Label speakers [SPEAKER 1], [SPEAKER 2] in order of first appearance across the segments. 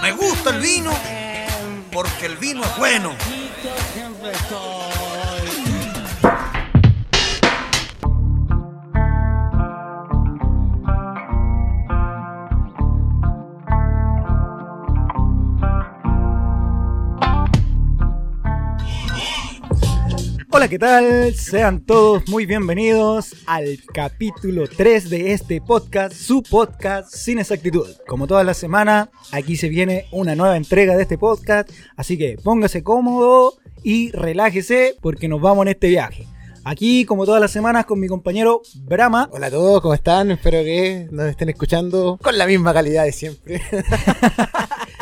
[SPEAKER 1] Me gusta el vino porque el vino es bueno.
[SPEAKER 2] Hola, ¿qué tal? Sean todos muy bienvenidos al capítulo 3 de este podcast, su podcast Sin Exactitud. Como toda la semana, aquí se viene una nueva entrega de este podcast, así que póngase cómodo y relájese porque nos vamos en este viaje. Aquí, como todas las semanas, con mi compañero Brahma.
[SPEAKER 3] Hola a todos, ¿cómo están? Espero que nos estén escuchando con la misma calidad de siempre.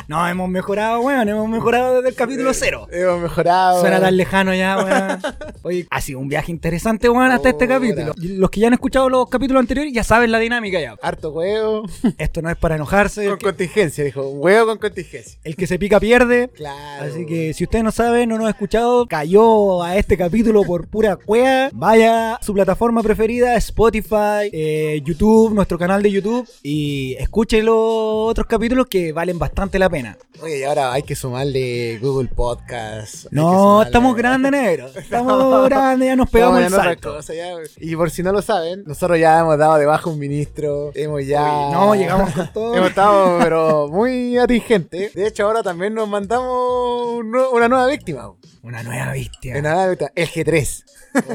[SPEAKER 2] No, hemos mejorado, weón, hemos mejorado desde el capítulo 0.
[SPEAKER 3] Hemos mejorado.
[SPEAKER 2] Suena tan lejano ya, weón. Oye, ha sido un viaje interesante, weón, hasta este
[SPEAKER 3] Ahora.
[SPEAKER 2] capítulo. Los que ya han escuchado los capítulos anteriores ya saben la dinámica ya.
[SPEAKER 3] Harto huevo.
[SPEAKER 2] Esto no es para enojarse.
[SPEAKER 3] Con
[SPEAKER 2] El que,
[SPEAKER 3] contingencia, dijo. Un huevo con contingencia.
[SPEAKER 2] el que se pica pierde.
[SPEAKER 3] Claro.
[SPEAKER 2] Así que si usted no sabe, no nos ha escuchado, cayó a este capítulo por pura cueva, vaya a su plataforma preferida, Spotify, eh, YouTube, nuestro canal de YouTube, y escuche los otros capítulos que valen bastante la pena.
[SPEAKER 3] Oye, y ahora hay que sumarle Google Podcast. hay que
[SPEAKER 2] No,
[SPEAKER 3] sumarle-
[SPEAKER 2] estamos grandes, negro. Estamos
[SPEAKER 3] No.
[SPEAKER 2] grandes, ya nos
[SPEAKER 3] Estamos
[SPEAKER 2] pegamos el
[SPEAKER 3] en otra
[SPEAKER 2] salto.
[SPEAKER 3] cosa ya. Y por si no lo saben, nosotros ya hemos dado de baja un ministro. Hemos ya.
[SPEAKER 2] No, llegamos con todo.
[SPEAKER 3] Hemos estado, pero muy atingentes. De hecho, ahora también nos mandamos un nue- una nueva víctima.
[SPEAKER 2] Una nueva bestia.
[SPEAKER 3] Una nueva víctima. El G3.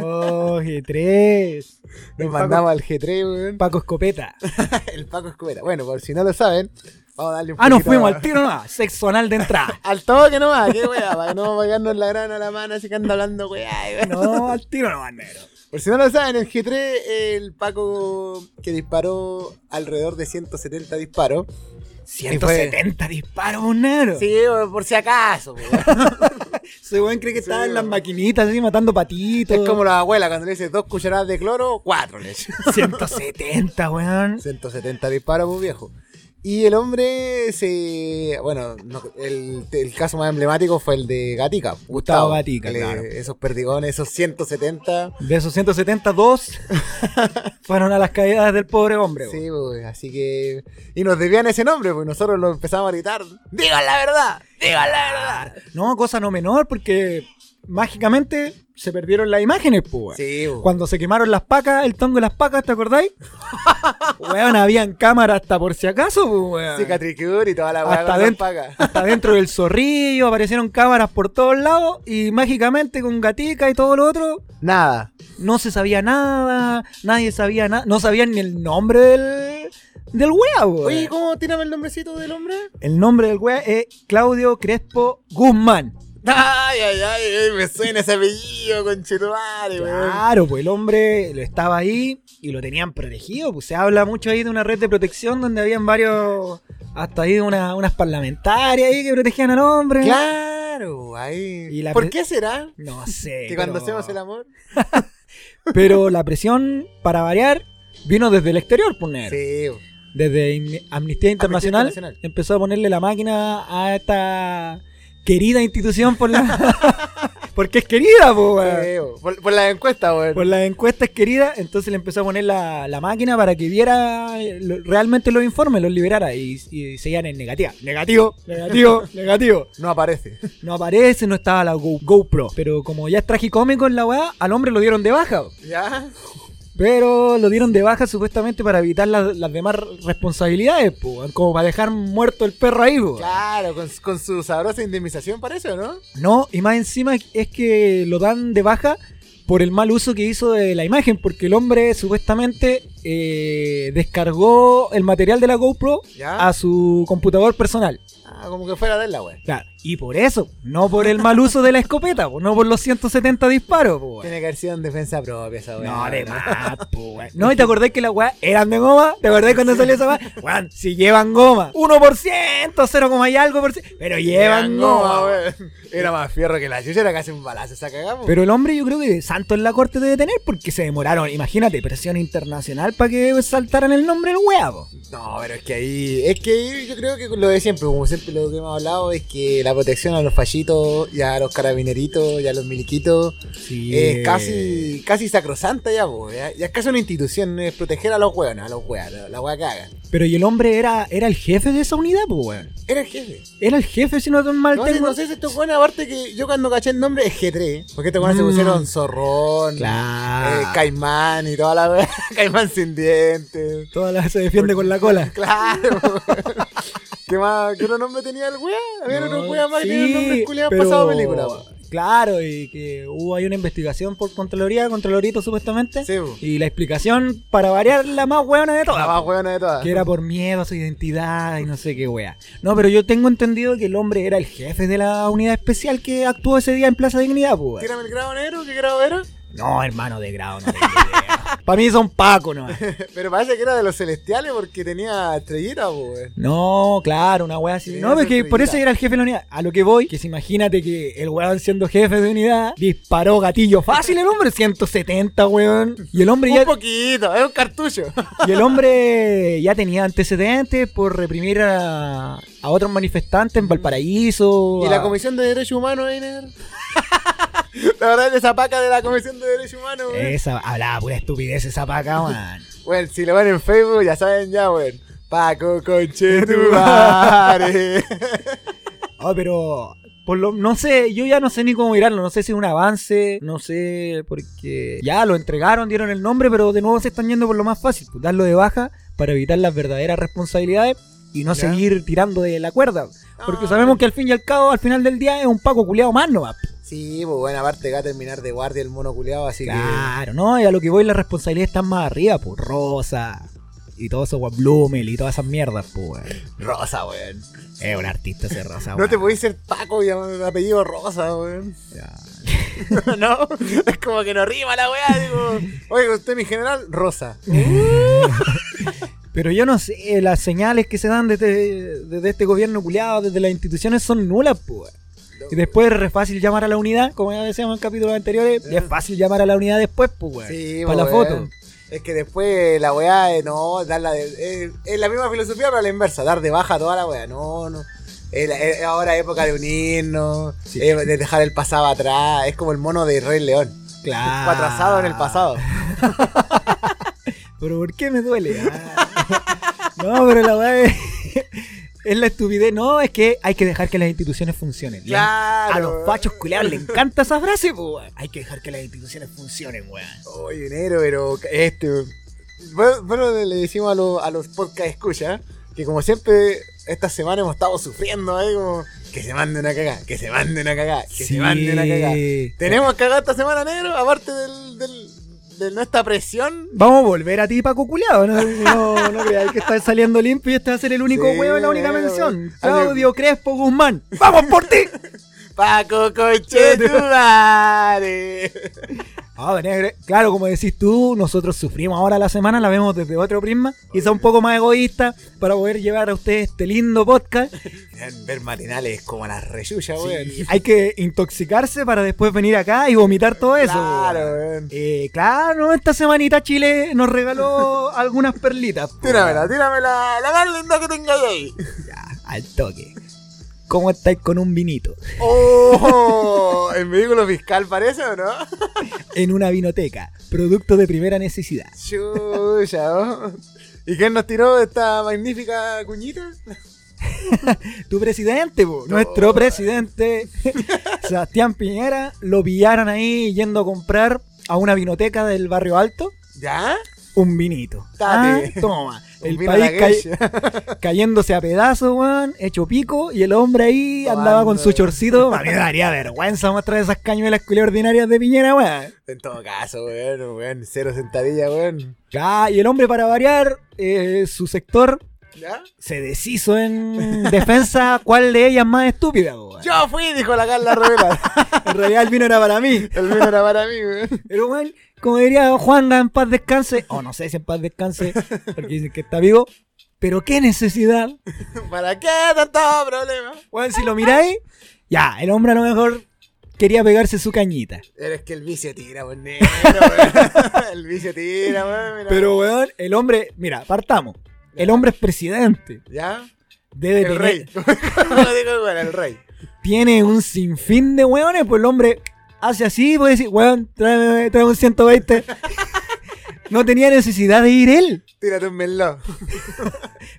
[SPEAKER 2] Oh, G3.
[SPEAKER 3] Nos
[SPEAKER 2] Paco-
[SPEAKER 3] mandamos al G3, weón.
[SPEAKER 2] Paco Escopeta.
[SPEAKER 3] El Paco Escobeta. Bueno, por si no lo saben, vamos a darle un
[SPEAKER 2] Ah, nos
[SPEAKER 3] poquito
[SPEAKER 2] fuimos
[SPEAKER 3] a-
[SPEAKER 2] al tiro nomás. Sexo anal de entrada.
[SPEAKER 3] Al toque nomás, qué weá, para que no vamos a pegarnos la grana a la mano así que anda hablando weá. y weá.
[SPEAKER 2] No, al tiro nomás, negro.
[SPEAKER 3] Por si no lo saben, el G3, el Paco que disparó alrededor de 170 disparos.
[SPEAKER 2] 170 disparos, negro.
[SPEAKER 3] Sí, por si acaso. po.
[SPEAKER 2] Ese weón cree que estaba en las maquinitas así matando patitos.
[SPEAKER 3] es como la abuela cuando le dice dos cucharadas de cloro, cuatro leche.
[SPEAKER 2] 170, weón.
[SPEAKER 3] 170 disparos, muy viejo. Y el hombre se. Bueno, no- el, el caso más emblemático fue el de Gatica. Gustavo,
[SPEAKER 2] Gatica,
[SPEAKER 3] Le-
[SPEAKER 2] claro.
[SPEAKER 3] Esos perdigones, esos 170.
[SPEAKER 2] De esos 170, dos fueron a las caídas del pobre hombre. weón.
[SPEAKER 3] Sí, pues, así que. Y nos debían ese nombre, pues nosotros lo empezamos a gritar. ¡Digan la verdad! ¡Digan la verdad!
[SPEAKER 2] No, cosa no menor, porque mágicamente se perdieron las imágenes, pues. weón.
[SPEAKER 3] Sí, pues.
[SPEAKER 2] Cuando se quemaron las pacas, el tongo y las pacas, ¿te acordáis? weón, habían cámaras hasta por si acaso, pues, weón.
[SPEAKER 3] Cicatricure y toda la weá
[SPEAKER 2] Hasta
[SPEAKER 3] con las
[SPEAKER 2] dentro,
[SPEAKER 3] pacas.
[SPEAKER 2] hasta dentro del zorrillo, aparecieron cámaras por todos lados y mágicamente con gatica y todo lo otro,
[SPEAKER 3] Nada.
[SPEAKER 2] no se sabía nada, nadie sabía nada, no sabían ni el nombre del, del wea, weón.
[SPEAKER 3] Oye, ¿cómo tirame el nombrecito del hombre?
[SPEAKER 2] El nombre del wea es Claudio Crespo Guzmán.
[SPEAKER 3] Ay, ay, ay, ay, me suena ese apellido, conchetumare, weón.
[SPEAKER 2] Claro, pues el hombre lo estaba ahí y lo tenían protegido. Pues se habla mucho ahí de una red de protección donde habían varios, hasta ahí una- unas parlamentarias ahí que protegían al hombre.
[SPEAKER 3] Claro, ahí.
[SPEAKER 2] Y la
[SPEAKER 3] ¿Por
[SPEAKER 2] pre-
[SPEAKER 3] qué será?
[SPEAKER 2] No sé.
[SPEAKER 3] Que cuando
[SPEAKER 2] pero-
[SPEAKER 3] hacemos el amor.
[SPEAKER 2] Pero la presión, para variar, vino desde el exterior, pues, poner.
[SPEAKER 3] Sí, po.
[SPEAKER 2] Desde In- Amnistía Internacional,
[SPEAKER 3] Internacional.
[SPEAKER 2] empezó a ponerle la máquina a esta querida institución por la... porque es querida, po, weón.
[SPEAKER 3] Sí, po. por, por la encuesta, weón.
[SPEAKER 2] Por las encuestas queridas, entonces le empezó a poner la, la máquina para que viera eh, lo- realmente los informes, los liberara y, y seguían en negativa. Negativo, negativo, negativo.
[SPEAKER 3] No aparece.
[SPEAKER 2] No aparece, no estaba la Go- GoPro. Pero como ya es tragicómico en la weá, al hombre lo dieron de baja.
[SPEAKER 3] ¿Ya?
[SPEAKER 2] Pero lo dieron de baja supuestamente para evitar las- las demás responsabilidades, po, weón, como para dejar muerto el perro ahí. po.
[SPEAKER 3] Claro, con, con su sabrosa indemnización para eso, ¿no?
[SPEAKER 2] No, y más encima es que lo dan de baja por el mal uso que hizo de la imagen, porque el hombre supuestamente eh, descargó el material de la GoPro
[SPEAKER 3] ¿Ya?
[SPEAKER 2] a su computador personal.
[SPEAKER 3] Ah, como que fuera de él la weón.
[SPEAKER 2] Claro, y por eso, no por el mal uso de la escopeta, po, no por los 170 disparos. po, weón.
[SPEAKER 3] Tiene que haber sido en defensa propia esa weón.
[SPEAKER 2] No, de más, po, weón. No, ¿y te acordás que las weas eran de goma? ¿Te acordás cuando salió esa weá? Weón, si llevan goma, 1%, 0, coma y algo por ciento, pero llevan goma, weón.
[SPEAKER 3] weón. Era más fierro que la chucha, era casi un balazo esa cagamos.
[SPEAKER 2] Pero el hombre yo creo que de santo en la corte debe tener porque se demoraron, imagínate, presión internacional para que saltaran el nombre del wea, po.
[SPEAKER 3] No, pero es que ahí. Es que ahí yo creo que lo de siempre, como siempre lo que hemos hablado, es que la protección a los fallitos, ya a los carabineritos, ya a los miliquitos,
[SPEAKER 2] Sí.
[SPEAKER 3] es casi, casi sacrosanta ya, po, ya, ya es casi una institución, es proteger a los hueones, a los hueones, la hueá que hagan.
[SPEAKER 2] Pero y el hombre era, era el jefe de esa unidad, po, weón.
[SPEAKER 3] Era el jefe.
[SPEAKER 2] Era el jefe, si no tan mal
[SPEAKER 3] No, sé-
[SPEAKER 2] tengo.
[SPEAKER 3] no sé si estos hueones, aparte que yo cuando caché el nombre es G3, porque estos hueones se
[SPEAKER 2] Mm.
[SPEAKER 3] pusieron zorrón,
[SPEAKER 2] Claro.
[SPEAKER 3] eh, caimán y toda la wea, caimán sin dientes.
[SPEAKER 2] Toda la se defiende con la cola.
[SPEAKER 3] Claro. ¿Qué más? ¿Qué otro nombre tenía el weá? Había
[SPEAKER 2] No,
[SPEAKER 3] otro weá más que tenía
[SPEAKER 2] sí,
[SPEAKER 3] un nombre culiado
[SPEAKER 2] pero-
[SPEAKER 3] pasado película. po.
[SPEAKER 2] Claro, y que hubo ahí una investigación por Contraloría, Contralorito supuestamente.
[SPEAKER 3] Sí, po.
[SPEAKER 2] Y la explicación, para variar, la más hueona de
[SPEAKER 3] La
[SPEAKER 2] todas.
[SPEAKER 3] más weona de todas.
[SPEAKER 2] Que era por miedo a su identidad y no sé qué wea. No, pero yo tengo entendido que el hombre era el jefe de la unidad especial que actuó ese día en Plaza Dignidad, pues.
[SPEAKER 3] Tírame el grado negro, ¿qué grado era?
[SPEAKER 2] No, hermano de grado, no tengo idea. Para mí son Paco, no.
[SPEAKER 3] Pero parece que era de los celestiales porque tenía estrellita, po, weón.
[SPEAKER 2] No, claro, una wea así.
[SPEAKER 3] Sí,
[SPEAKER 2] No, porque
[SPEAKER 3] estrellita.
[SPEAKER 2] por eso era el jefe de la unidad. A lo que voy, que si imagínate que el weón siendo jefe de unidad disparó gatillo fácil el hombre, 170, weón. Y el hombre
[SPEAKER 3] Un
[SPEAKER 2] ya,
[SPEAKER 3] poquito, es un cartucho.
[SPEAKER 2] y el hombre ya tenía antecedentes por reprimir a, a otros manifestantes en Valparaíso.
[SPEAKER 3] ¿Y la
[SPEAKER 2] a-
[SPEAKER 3] Comisión de Derechos Humanos, Einer? La verdad es esa paca de la Comisión de Derechos Humanos, weón.
[SPEAKER 2] Esa, hablaba pura estupidez esa paca, man.
[SPEAKER 3] Bueno, si lo ven en Facebook, ya saben ya, weón. Paco Conchetumare.
[SPEAKER 2] Ah, pero por lo, no sé, yo ya no sé ni cómo mirarlo, no sé si es un avance, no sé, porque ya lo entregaron, dieron el nombre, pero de nuevo se están yendo por lo más fácil, pues, darlo de baja para evitar las verdaderas responsabilidades y no
[SPEAKER 3] Ya.
[SPEAKER 2] seguir tirando de la cuerda. Porque
[SPEAKER 3] Ah,
[SPEAKER 2] sabemos que al fin y al cabo, al final del día, es un paco culeado más, ¿no? va?
[SPEAKER 3] Sí, pues bueno, aparte va a terminar de guardia el mono culeado, así
[SPEAKER 2] Claro, ¿no? Y a lo que voy, las responsabilidades están más arriba, pues Rosa y todo eso, pues, Blumel y todas esas mierdas, pues. weón.
[SPEAKER 3] que. Rosa, weón.
[SPEAKER 2] Es un artista ese Rosa,
[SPEAKER 3] No te
[SPEAKER 2] voy
[SPEAKER 3] podéis ser Paco y llamar el apellido Rosa, weón. no, es como que no rima la weá, digo. Oye, usted mi general, Rosa.
[SPEAKER 2] Uh. Pero yo no sé, las señales que se dan desde, desde este gobierno culiado, desde las instituciones, son nulas, pues. Y después es re fácil llamar a la unidad, como ya decíamos en capítulos anteriores, y es fácil llamar a la unidad después, pues, weón.
[SPEAKER 3] Sí,
[SPEAKER 2] Para la
[SPEAKER 3] pues,
[SPEAKER 2] foto.
[SPEAKER 3] weón. Es que después la weá, eh, no, darla de, es, es la misma filosofía, pero a la inversa, dar de baja a toda la weá, no, no. Es la- es ahora época de unirnos, eh, de dejar el pasado atrás, es como el mono de Rey León.
[SPEAKER 2] Claro.
[SPEAKER 3] Fue atrasado en el pasado.
[SPEAKER 2] Pero ¿por qué me duele? Ah. no, pero la weá es, es la estupidez. No, es que hay que dejar que las instituciones funcionen. Le-
[SPEAKER 3] Claro.
[SPEAKER 2] A los fachos culiados les encanta esa frase, pues, weón. Hay que dejar que las instituciones funcionen, weón.
[SPEAKER 3] Oye, enero, pero este. Bueno, bueno, le- le decimos a, los- a los podcast escucha que, como siempre, esta semana hemos estado sufriendo ahí, como que se mande una cagada, que se mande una cagada, que se mande una cagada. Tenemos cagada esta semana, negro, aparte del, del- de nuestra presión.
[SPEAKER 2] Vamos a volver a ti, Paco Culeado. No, no, no creáis que estás saliendo limpio y este va a ser el único
[SPEAKER 3] Sí,
[SPEAKER 2] huevo en la única
[SPEAKER 3] weón.
[SPEAKER 2] mención.
[SPEAKER 3] A ver.
[SPEAKER 2] Claudio Crespo Guzmán. ¡Vamos por ti!
[SPEAKER 3] Paco Conchetumare.
[SPEAKER 2] Ah, negro, claro, como decís tú, nosotros sufrimos ahora la semana, la vemos desde otro prisma, quizá un poco más egoísta, para poder llevar a ustedes este lindo podcast.
[SPEAKER 3] Dejan Ver matinales como las reyullas, weón.
[SPEAKER 2] Hay que intoxicarse para después venir acá y vomitar todo eso.
[SPEAKER 3] Claro,
[SPEAKER 2] weón.
[SPEAKER 3] weón.
[SPEAKER 2] Eh, claro, esta semanita Chile nos regaló algunas perlitas. pues. po,
[SPEAKER 3] Tíramela, tíramela, la más linda que tengáis ahí.
[SPEAKER 2] Ya, al toque. ¿Cómo estáis con un vinito?
[SPEAKER 3] ¡Oh! ¿En vehículo fiscal parece o no?
[SPEAKER 2] en una vinoteca, producto de primera necesidad.
[SPEAKER 3] Chucha, ¿no? ¿Y quién nos tiró esta magnífica cuñita?
[SPEAKER 2] Tu presidente, po, nuestro presidente, Sebastián Piñera, lo pillaron ahí yendo a comprar a una vinoteca del barrio alto
[SPEAKER 3] ¿Ya?
[SPEAKER 2] un vinito.
[SPEAKER 3] Date.
[SPEAKER 2] Ah, toma, el
[SPEAKER 3] Un vino a la
[SPEAKER 2] país cay-
[SPEAKER 3] geisha.
[SPEAKER 2] cayéndose a pedazos, weón, hecho pico, y el hombre ahí
[SPEAKER 3] Tomando,
[SPEAKER 2] andaba con su
[SPEAKER 3] weón.
[SPEAKER 2] chorcito. A mí me daría vergüenza mostrar esas cañuelas culias ordinarias de Piñera, weón.
[SPEAKER 3] En todo caso, weón, weón, cero sentadilla, weón.
[SPEAKER 2] Ya, y el hombre para variar, eh, su sector
[SPEAKER 3] ¿Ya?
[SPEAKER 2] se deshizo en defensa cuál de ellas más estúpida, weón.
[SPEAKER 3] Yo fui, dijo la Carla Rivera.
[SPEAKER 2] En realidad el vino era para mí.
[SPEAKER 3] El vino era para mí, weón.
[SPEAKER 2] Pero bueno, como diría Juanga en paz descanse, o no sé si en paz descanse, porque dicen que está vivo, pero qué necesidad.
[SPEAKER 3] ¿Para qué tanto problema?
[SPEAKER 2] Bueno, si lo miráis, ya, el hombre a lo mejor quería pegarse su cañita.
[SPEAKER 3] Pero es que el vicio tira, weón. negro, weón. El vicio tira, weón. mira.
[SPEAKER 2] Pero, weón, el hombre, mira, partamos. El hombre es presidente.
[SPEAKER 3] ¿Ya?
[SPEAKER 2] Debe
[SPEAKER 3] El
[SPEAKER 2] tener-
[SPEAKER 3] rey. Como lo digo, weón, el rey.
[SPEAKER 2] Tiene un sinfín de weones, pues el hombre hace así pues, y puede decir, weón, tráeme, tráeme un 120. no tenía necesidad de ir él.
[SPEAKER 3] Tírate un melón.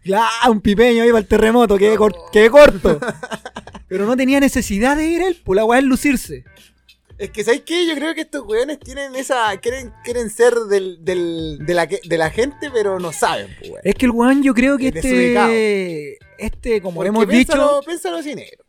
[SPEAKER 2] Claro, un pipeño ahí para el terremoto, quedé, cor- quedé corto. Pero no tenía necesidad de ir él, pues la weá es lucirse.
[SPEAKER 3] Es que, ¿sabes qué? Yo creo que estos weones tienen esa. Quieren, quieren ser del, del, de, la, que- de la gente, pero no saben, pues, weón.
[SPEAKER 2] Es que el weón, yo creo que
[SPEAKER 3] Es desubicado.
[SPEAKER 2] este. Este, como
[SPEAKER 3] Porque
[SPEAKER 2] hemos dicho.
[SPEAKER 3] piénsalo- Piénsalo así, negro.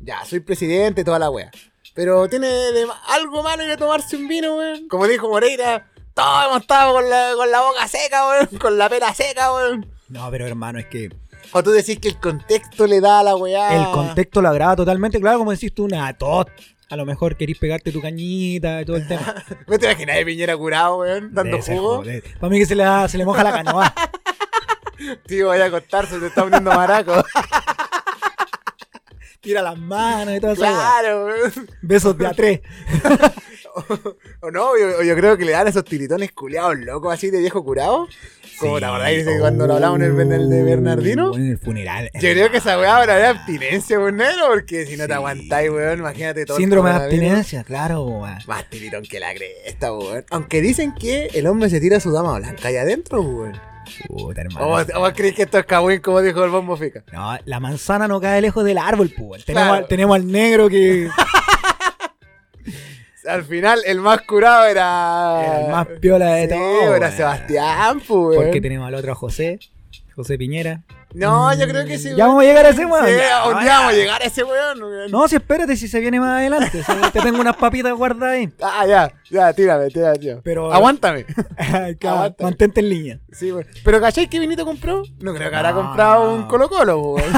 [SPEAKER 3] Ya, soy presidente, toda la wea. Pero tiene de ma- algo malo ir a tomarse un vino, weón. Como dijo Moreira, todos hemos estado con la, con la boca seca, weón. Con la pera seca, weón.
[SPEAKER 2] No, pero hermano, es que
[SPEAKER 3] O tú decís que el contexto le da a la weá.
[SPEAKER 2] el contexto lo agrava totalmente. Claro, como decís tú, una tot. A lo mejor querís pegarte tu cañita y todo el tema.
[SPEAKER 3] ¿No te imaginas de Piñera curado, weón? Dando jugo.
[SPEAKER 2] Para mí que se le, da- se le moja la canoa.
[SPEAKER 3] Tío, vaya a acostarse, te está poniendo maraco.
[SPEAKER 2] Tira las manos y todo eso.
[SPEAKER 3] claro, weón.
[SPEAKER 2] Besos de a tres.
[SPEAKER 3] O no, yo, yo creo que le dan esos tiritones culeados locos así de viejo curado.
[SPEAKER 2] Sí.
[SPEAKER 3] Como
[SPEAKER 2] oh,
[SPEAKER 3] la verdad dice que cuando lo hablamos en el, en el de Bernardino.
[SPEAKER 2] En el funeral.
[SPEAKER 3] Yo creo que esa weá ahora era abstinencia, weón, negro, porque si no
[SPEAKER 2] Sí.
[SPEAKER 3] te aguantáis, weón, imagínate todo. el
[SPEAKER 2] Síndrome de
[SPEAKER 3] coronavirus.
[SPEAKER 2] abstinencia, claro, weón.
[SPEAKER 3] Más tiritón que la cresta, weón. Aunque dicen que el hombre se tira a su dama blanca allá adentro, weón.
[SPEAKER 2] Puta,
[SPEAKER 3] ¿O
[SPEAKER 2] hermano.
[SPEAKER 3] vos, o vos crees que esto es cagüín, como dijo el bombo fica?
[SPEAKER 2] No, la manzana no cae lejos del árbol, pues. Tenemos,
[SPEAKER 3] Claro.
[SPEAKER 2] al, tenemos al negro que es
[SPEAKER 3] Al final, el más curado era.
[SPEAKER 2] el más piola de
[SPEAKER 3] Sí,
[SPEAKER 2] todos.
[SPEAKER 3] era
[SPEAKER 2] weón.
[SPEAKER 3] Sebastián, pues, weón.
[SPEAKER 2] Porque tenemos al otro a José, José Piñera.
[SPEAKER 3] No, yo creo que sí,
[SPEAKER 2] Ya
[SPEAKER 3] weón.
[SPEAKER 2] vamos a llegar a ese weón.
[SPEAKER 3] Sí,
[SPEAKER 2] Ya,
[SPEAKER 3] un día vamos a llegar a ese weón, weón.
[SPEAKER 2] No, si espérate, si se viene más adelante. si te tengo unas papitas guardadas ahí.
[SPEAKER 3] Ah, ya, ya, tírame, tírame, tío.
[SPEAKER 2] Pero-
[SPEAKER 3] Aguántame.
[SPEAKER 2] Ay, cabrón,
[SPEAKER 3] Aguanta.
[SPEAKER 2] Ah, Mantente en línea.
[SPEAKER 3] Sí, weón. Pero ¿cachai que Vinito compró? No creo que habrá
[SPEAKER 2] No.
[SPEAKER 3] comprado un Colo Colo, weón.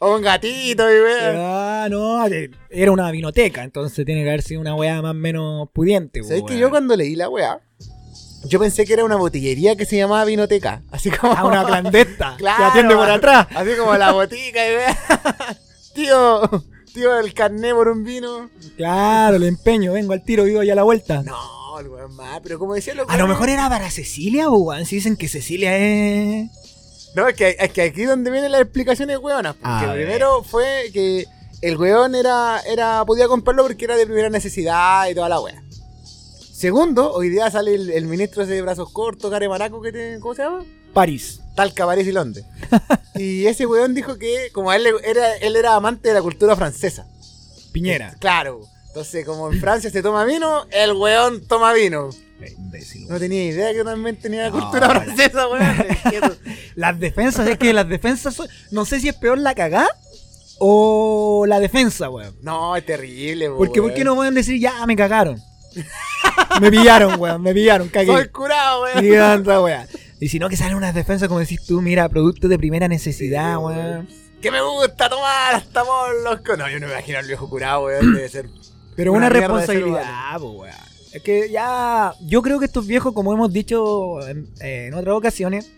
[SPEAKER 3] o un gatito, y weón.
[SPEAKER 2] Ah, no, era una vinoteca, entonces tiene que haber sido una weá más o menos pudiente.
[SPEAKER 3] ¿Sabes
[SPEAKER 2] weón.
[SPEAKER 3] que yo cuando leí la weá, yo pensé que era una botillería que se llamaba Vinoteca? Así como.
[SPEAKER 2] A Ah, una clandesta
[SPEAKER 3] Claro,
[SPEAKER 2] que atiende por
[SPEAKER 3] weón.
[SPEAKER 2] atrás.
[SPEAKER 3] Así como la botica, y weón. tío, tío, el carné por un vino.
[SPEAKER 2] Claro, le empeño, vengo al tiro, vivo ya a la vuelta.
[SPEAKER 3] No, el weón más, pero como decía los
[SPEAKER 2] A lo
[SPEAKER 3] weones-
[SPEAKER 2] mejor era para Cecilia, weón. Si dicen que Cecilia es.
[SPEAKER 3] No, es que, es que aquí es donde vienen las explicaciones hueonas.
[SPEAKER 2] A
[SPEAKER 3] Porque
[SPEAKER 2] ver.
[SPEAKER 3] primero fue que el hueón era, era, podía comprarlo porque era de primera necesidad y toda la wea. Segundo, hoy día sale el, el ministro ese de brazos cortos, Care Maraco, que te- ¿cómo se llama?
[SPEAKER 2] París.
[SPEAKER 3] Talca, París y Londres. y ese hueón dijo que, como a él le- era, él era amante de la cultura francesa.
[SPEAKER 2] Piñera.
[SPEAKER 3] Claro. Entonces, como en Francia se toma vino, el hueón toma vino. No tenía idea que también tenía
[SPEAKER 2] No,
[SPEAKER 3] cultura
[SPEAKER 2] la-
[SPEAKER 3] francesa, hueón.
[SPEAKER 2] Las defensas, es que las defensas son- No sé si es peor la cagá o la defensa, weón.
[SPEAKER 3] no, es terrible, po,
[SPEAKER 2] Porque ¿por qué
[SPEAKER 3] hueón.
[SPEAKER 2] no pueden decir ya me cagaron? me pillaron, weón, me pillaron,
[SPEAKER 3] Soy
[SPEAKER 2] cagué.
[SPEAKER 3] curado, weón.
[SPEAKER 2] Y anda, weón. Y si no, que salen unas defensas como decís tú, mira, productos de primera necesidad,
[SPEAKER 3] Sí,
[SPEAKER 2] weón.
[SPEAKER 3] Que me gusta tomar hasta por los co- No, yo no me imagino al viejo curado, weón. Debe ser.
[SPEAKER 2] Pero
[SPEAKER 3] Una
[SPEAKER 2] una,
[SPEAKER 3] mierda de ser
[SPEAKER 2] responsabilidad, po, weón. Es que ya. Yo creo que estos viejos, como hemos dicho en, eh, en otras ocasiones,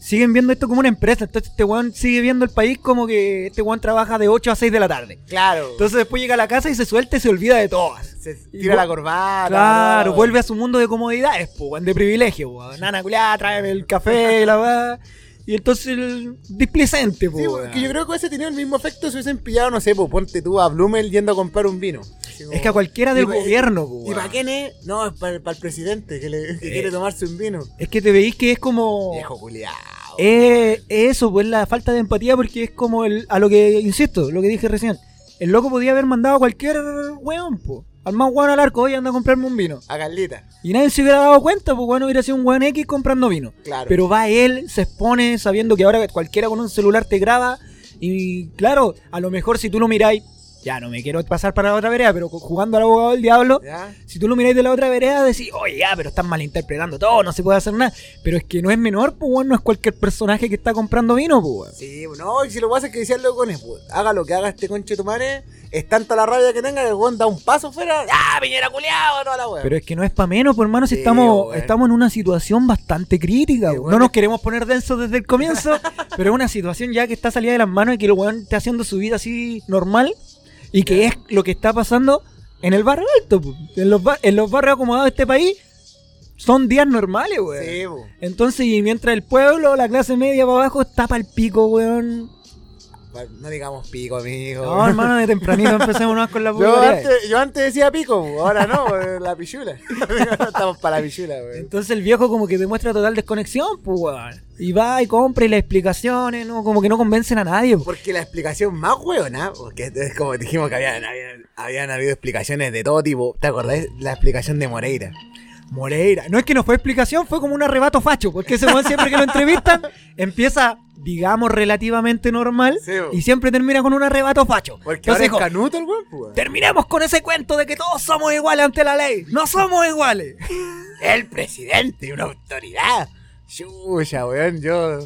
[SPEAKER 2] siguen viendo esto como una empresa. Entonces, este weón sigue viendo el país como que este weón trabaja de 8 a 6 de la tarde.
[SPEAKER 3] Claro.
[SPEAKER 2] Entonces, después llega a la casa y se suelta y se olvida de todas.
[SPEAKER 3] se tira
[SPEAKER 2] y-
[SPEAKER 3] la corbata.
[SPEAKER 2] Claro,
[SPEAKER 3] todo.
[SPEAKER 2] vuelve a su mundo de comodidades, po, weón, de privilegio, weón. Nana culiá, tráeme el café, la weá. Y entonces, el displicente, po,
[SPEAKER 3] Sí,
[SPEAKER 2] weón.
[SPEAKER 3] porque yo creo pues, que ese tenía el mismo efecto si hubiesen pillado, no sé, pues ponte tú a Blumel yendo a comprar un vino. Así como-
[SPEAKER 2] Es que a cualquiera
[SPEAKER 3] Y
[SPEAKER 2] del
[SPEAKER 3] pa-
[SPEAKER 2] gobierno, po,
[SPEAKER 3] ¿Y
[SPEAKER 2] weón.
[SPEAKER 3] para quién es? No, es para, el presidente que, le- que
[SPEAKER 2] Eh.
[SPEAKER 3] quiere tomarse un vino.
[SPEAKER 2] Es que te veís que es como.
[SPEAKER 3] Viejo culiado.
[SPEAKER 2] Eh, eso, pues la falta de empatía, porque es como el, a lo que, insisto, lo que dije recién. El loco podía haber mandado a cualquier weón, po. Al más weón al arco, oye, anda a comprarme un vino.
[SPEAKER 3] A Carlita.
[SPEAKER 2] Y nadie se hubiera dado cuenta, pues bueno, hubiera sido un weón X comprando vino.
[SPEAKER 3] Claro.
[SPEAKER 2] Pero va él, se expone sabiendo que ahora cualquiera con un celular te graba. Y claro, a lo mejor si tú lo miráis, ya no me quiero pasar para la otra vereda, pero jugando al abogado del diablo,
[SPEAKER 3] ¿Ya?
[SPEAKER 2] si tú lo miráis de la otra vereda, decís, oye, ya, pero están malinterpretando todo, no se puede hacer nada. Pero es que no es menor, pues, weón, no es cualquier personaje que está comprando vino, pues, weón.
[SPEAKER 3] Sí, no, y si lo que pasa es que decían los cones, haga lo que haga este conche tu madre, es tanta la rabia que tenga que el weón da un paso fuera, ¡ah, piñera culiado! Toda la weá.
[SPEAKER 2] Pero es que no es para menos, pues, hermano, si
[SPEAKER 3] Sí,
[SPEAKER 2] estamos,
[SPEAKER 3] weón.
[SPEAKER 2] estamos en una situación bastante crítica,
[SPEAKER 3] Sí,
[SPEAKER 2] weón.
[SPEAKER 3] weón.
[SPEAKER 2] No nos queremos poner densos desde el comienzo, pero es una situación ya que está salida de las manos y que el weón está haciendo su vida así normal. Y que es lo que está pasando en el barrio alto. po. En los, ba- en los barrios acomodados de este país son días normales, weón.
[SPEAKER 3] Sí, pues, po.
[SPEAKER 2] Entonces, y mientras el pueblo, la clase media para abajo, está para el pico, weón.
[SPEAKER 3] No digamos pico, amigo.
[SPEAKER 2] No, hermano, de tempranito empecemos nomás con la
[SPEAKER 3] Oh. Yo
[SPEAKER 2] popularidad.
[SPEAKER 3] antes, yo antes decía pico, po, ahora no, po, la pichula. Estamos para la pichula, pues. weón.
[SPEAKER 2] Entonces el viejo como que demuestra total desconexión, pues, weón. Y va y compra y las explicaciones, no, como que no convencen a nadie, pues. po.
[SPEAKER 3] Porque la explicación más weona, porque es como dijimos que habían, habían, habían habido explicaciones de todo tipo. ¿Te acordás? La explicación de Moreira.
[SPEAKER 2] Moreira. No es que no fue explicación, fue como un arrebato facho, porque ese weón siempre que lo entrevistan empieza, digamos, relativamente normal
[SPEAKER 3] Sí, po.
[SPEAKER 2] y siempre termina con un arrebato facho.
[SPEAKER 3] Porque
[SPEAKER 2] Entonces dijo,
[SPEAKER 3] ahora es canuto el weón, po, weón.
[SPEAKER 2] terminemos con ese cuento de que todos somos iguales ante la ley. No somos iguales.
[SPEAKER 3] El presidente, una autoridad. Chucha, weón, yo.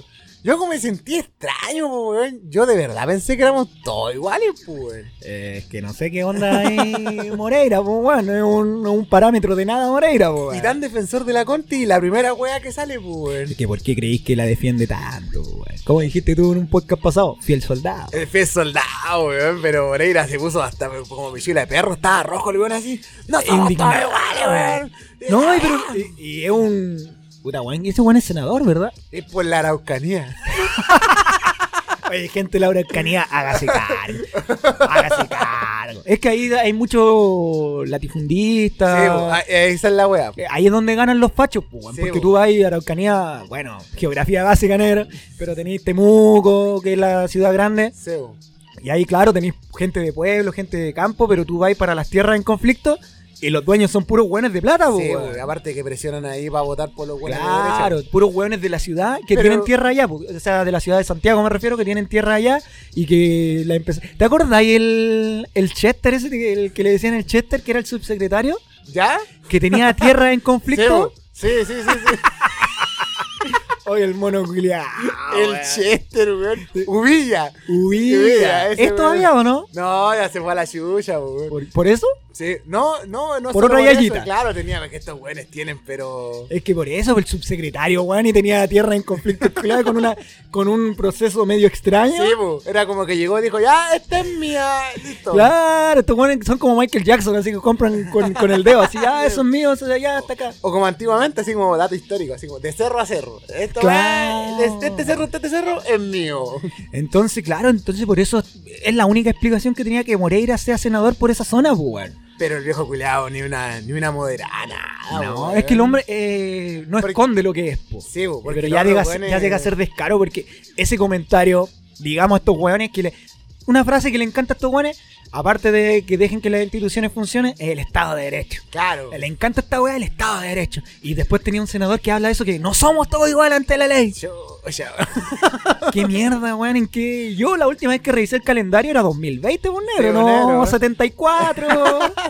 [SPEAKER 3] Yo como me sentí extraño, po, weón. Yo de verdad pensé que éramos todos iguales, po, weón.
[SPEAKER 2] Eh, Es que no sé qué onda ahí Moreira, pues, weón. No es un, no es un parámetro de nada Moreira, pues,
[SPEAKER 3] Y
[SPEAKER 2] weón.
[SPEAKER 3] tan defensor de la Conti y la primera wea que sale, po, weón.
[SPEAKER 2] Es que ¿por qué creéis que la defiende tanto, weón? Como dijiste tú en un podcast pasado, fiel soldado.
[SPEAKER 3] El pez soldado, weón, pero Moreira se puso hasta como pichula de perro, estaba rojo el weón así. No somos todos
[SPEAKER 2] Indignado.
[SPEAKER 3] iguales, weón.
[SPEAKER 2] Eh, No, y pero. Y, y es un. Puta, weón, ese weón es senador, ¿verdad?
[SPEAKER 3] Es por la Araucanía.
[SPEAKER 2] Oye, gente, Laura Canía, hágase cargo. Hágase cargo. Es que ahí hay muchos latifundistas.
[SPEAKER 3] Sí, po, ah, esa es la wea. po.
[SPEAKER 2] Eh, Ahí es donde ganan los fachos, pues, weón,
[SPEAKER 3] Sí,
[SPEAKER 2] porque
[SPEAKER 3] po.
[SPEAKER 2] tú vas ahí a Araucanía, bueno, geografía básica negra, pero tenéis Temuco, que es la ciudad grande,
[SPEAKER 3] Sí, po.
[SPEAKER 2] y ahí claro, tenéis gente de pueblo, gente de campo, pero tú vas para las tierras en conflicto y los dueños son puros hueones de plata, Ah, po,
[SPEAKER 3] Sí, po,
[SPEAKER 2] weón.
[SPEAKER 3] aparte que presionan ahí para votar por los buenos de derecha.
[SPEAKER 2] Claro, puros hueones de la ciudad que
[SPEAKER 3] Pero-
[SPEAKER 2] tienen tierra allá, po, o sea, de la ciudad de Santiago me refiero, que tienen tierra allá y que la empe- ¿Te acordáis el, el Chester ese, que- el que le decían el Chester, que era el subsecretario,
[SPEAKER 3] ¿Ya?
[SPEAKER 2] que tenía tierra en conflicto?
[SPEAKER 3] Sí, sí, sí, sí.
[SPEAKER 2] Oye, el mono culiao,
[SPEAKER 3] el Chester, weón. Ubilla.
[SPEAKER 2] Ubilla.
[SPEAKER 3] Ubilla, ese
[SPEAKER 2] ¿Es
[SPEAKER 3] weón.
[SPEAKER 2] todavía o no?
[SPEAKER 3] No, ya se fue a la chucha, weón.
[SPEAKER 2] ¿Por, por eso?
[SPEAKER 3] Sí, no, no, no.
[SPEAKER 2] Por
[SPEAKER 3] solo
[SPEAKER 2] otra
[SPEAKER 3] eso,
[SPEAKER 2] yayita. ¿Eh?
[SPEAKER 3] Claro, tenía que estos weones tienen, pero.
[SPEAKER 2] Es que por eso el subsecretario, weón, y tenía tierra en conflicto culiao, con, una, con un proceso medio extraño.
[SPEAKER 3] Sí, pues, po. Era como que llegó y dijo, ya, esta es mía. Listo.
[SPEAKER 2] Claro, estos weones son como Michael Jackson, así que compran con, con el dedo, así, ah, eso es mío, eso de allá hasta acá.
[SPEAKER 3] O como antiguamente, así como dato histórico, así como de cerro a cerro. Esto
[SPEAKER 2] Claro.
[SPEAKER 3] es, de este cerro, a este cerro es mío.
[SPEAKER 2] Entonces, claro, entonces por eso es la única explicación que tenía que Moreira sea senador por esa zona, pues, weón.
[SPEAKER 3] Pero el viejo culeado, ni una, ni una moderada, nada.
[SPEAKER 2] No,
[SPEAKER 3] Ah, weón.
[SPEAKER 2] es que el hombre eh, no
[SPEAKER 3] Porque-
[SPEAKER 2] esconde lo que es, po.
[SPEAKER 3] Sí, po, porque
[SPEAKER 2] pero
[SPEAKER 3] los
[SPEAKER 2] ya
[SPEAKER 3] otros
[SPEAKER 2] llega, a ser-
[SPEAKER 3] weones-
[SPEAKER 2] ya llega a ser descaro porque ese comentario, digamos a estos weones que le... Una frase que le encanta a estos weones, aparte de que dejen que las instituciones funcionen, es el Estado de Derecho.
[SPEAKER 3] Claro.
[SPEAKER 2] Le encanta esta weá del Estado de Derecho. Y después tenía un senador que habla de eso, que no somos todos iguales ante la ley.
[SPEAKER 3] Yo- o sea,
[SPEAKER 2] ¿Qué mierda, weón? ¿En qué? Yo la última vez que revisé el calendario era 2020, por negro,
[SPEAKER 3] Sí,
[SPEAKER 2] no
[SPEAKER 3] negro.
[SPEAKER 2] 74.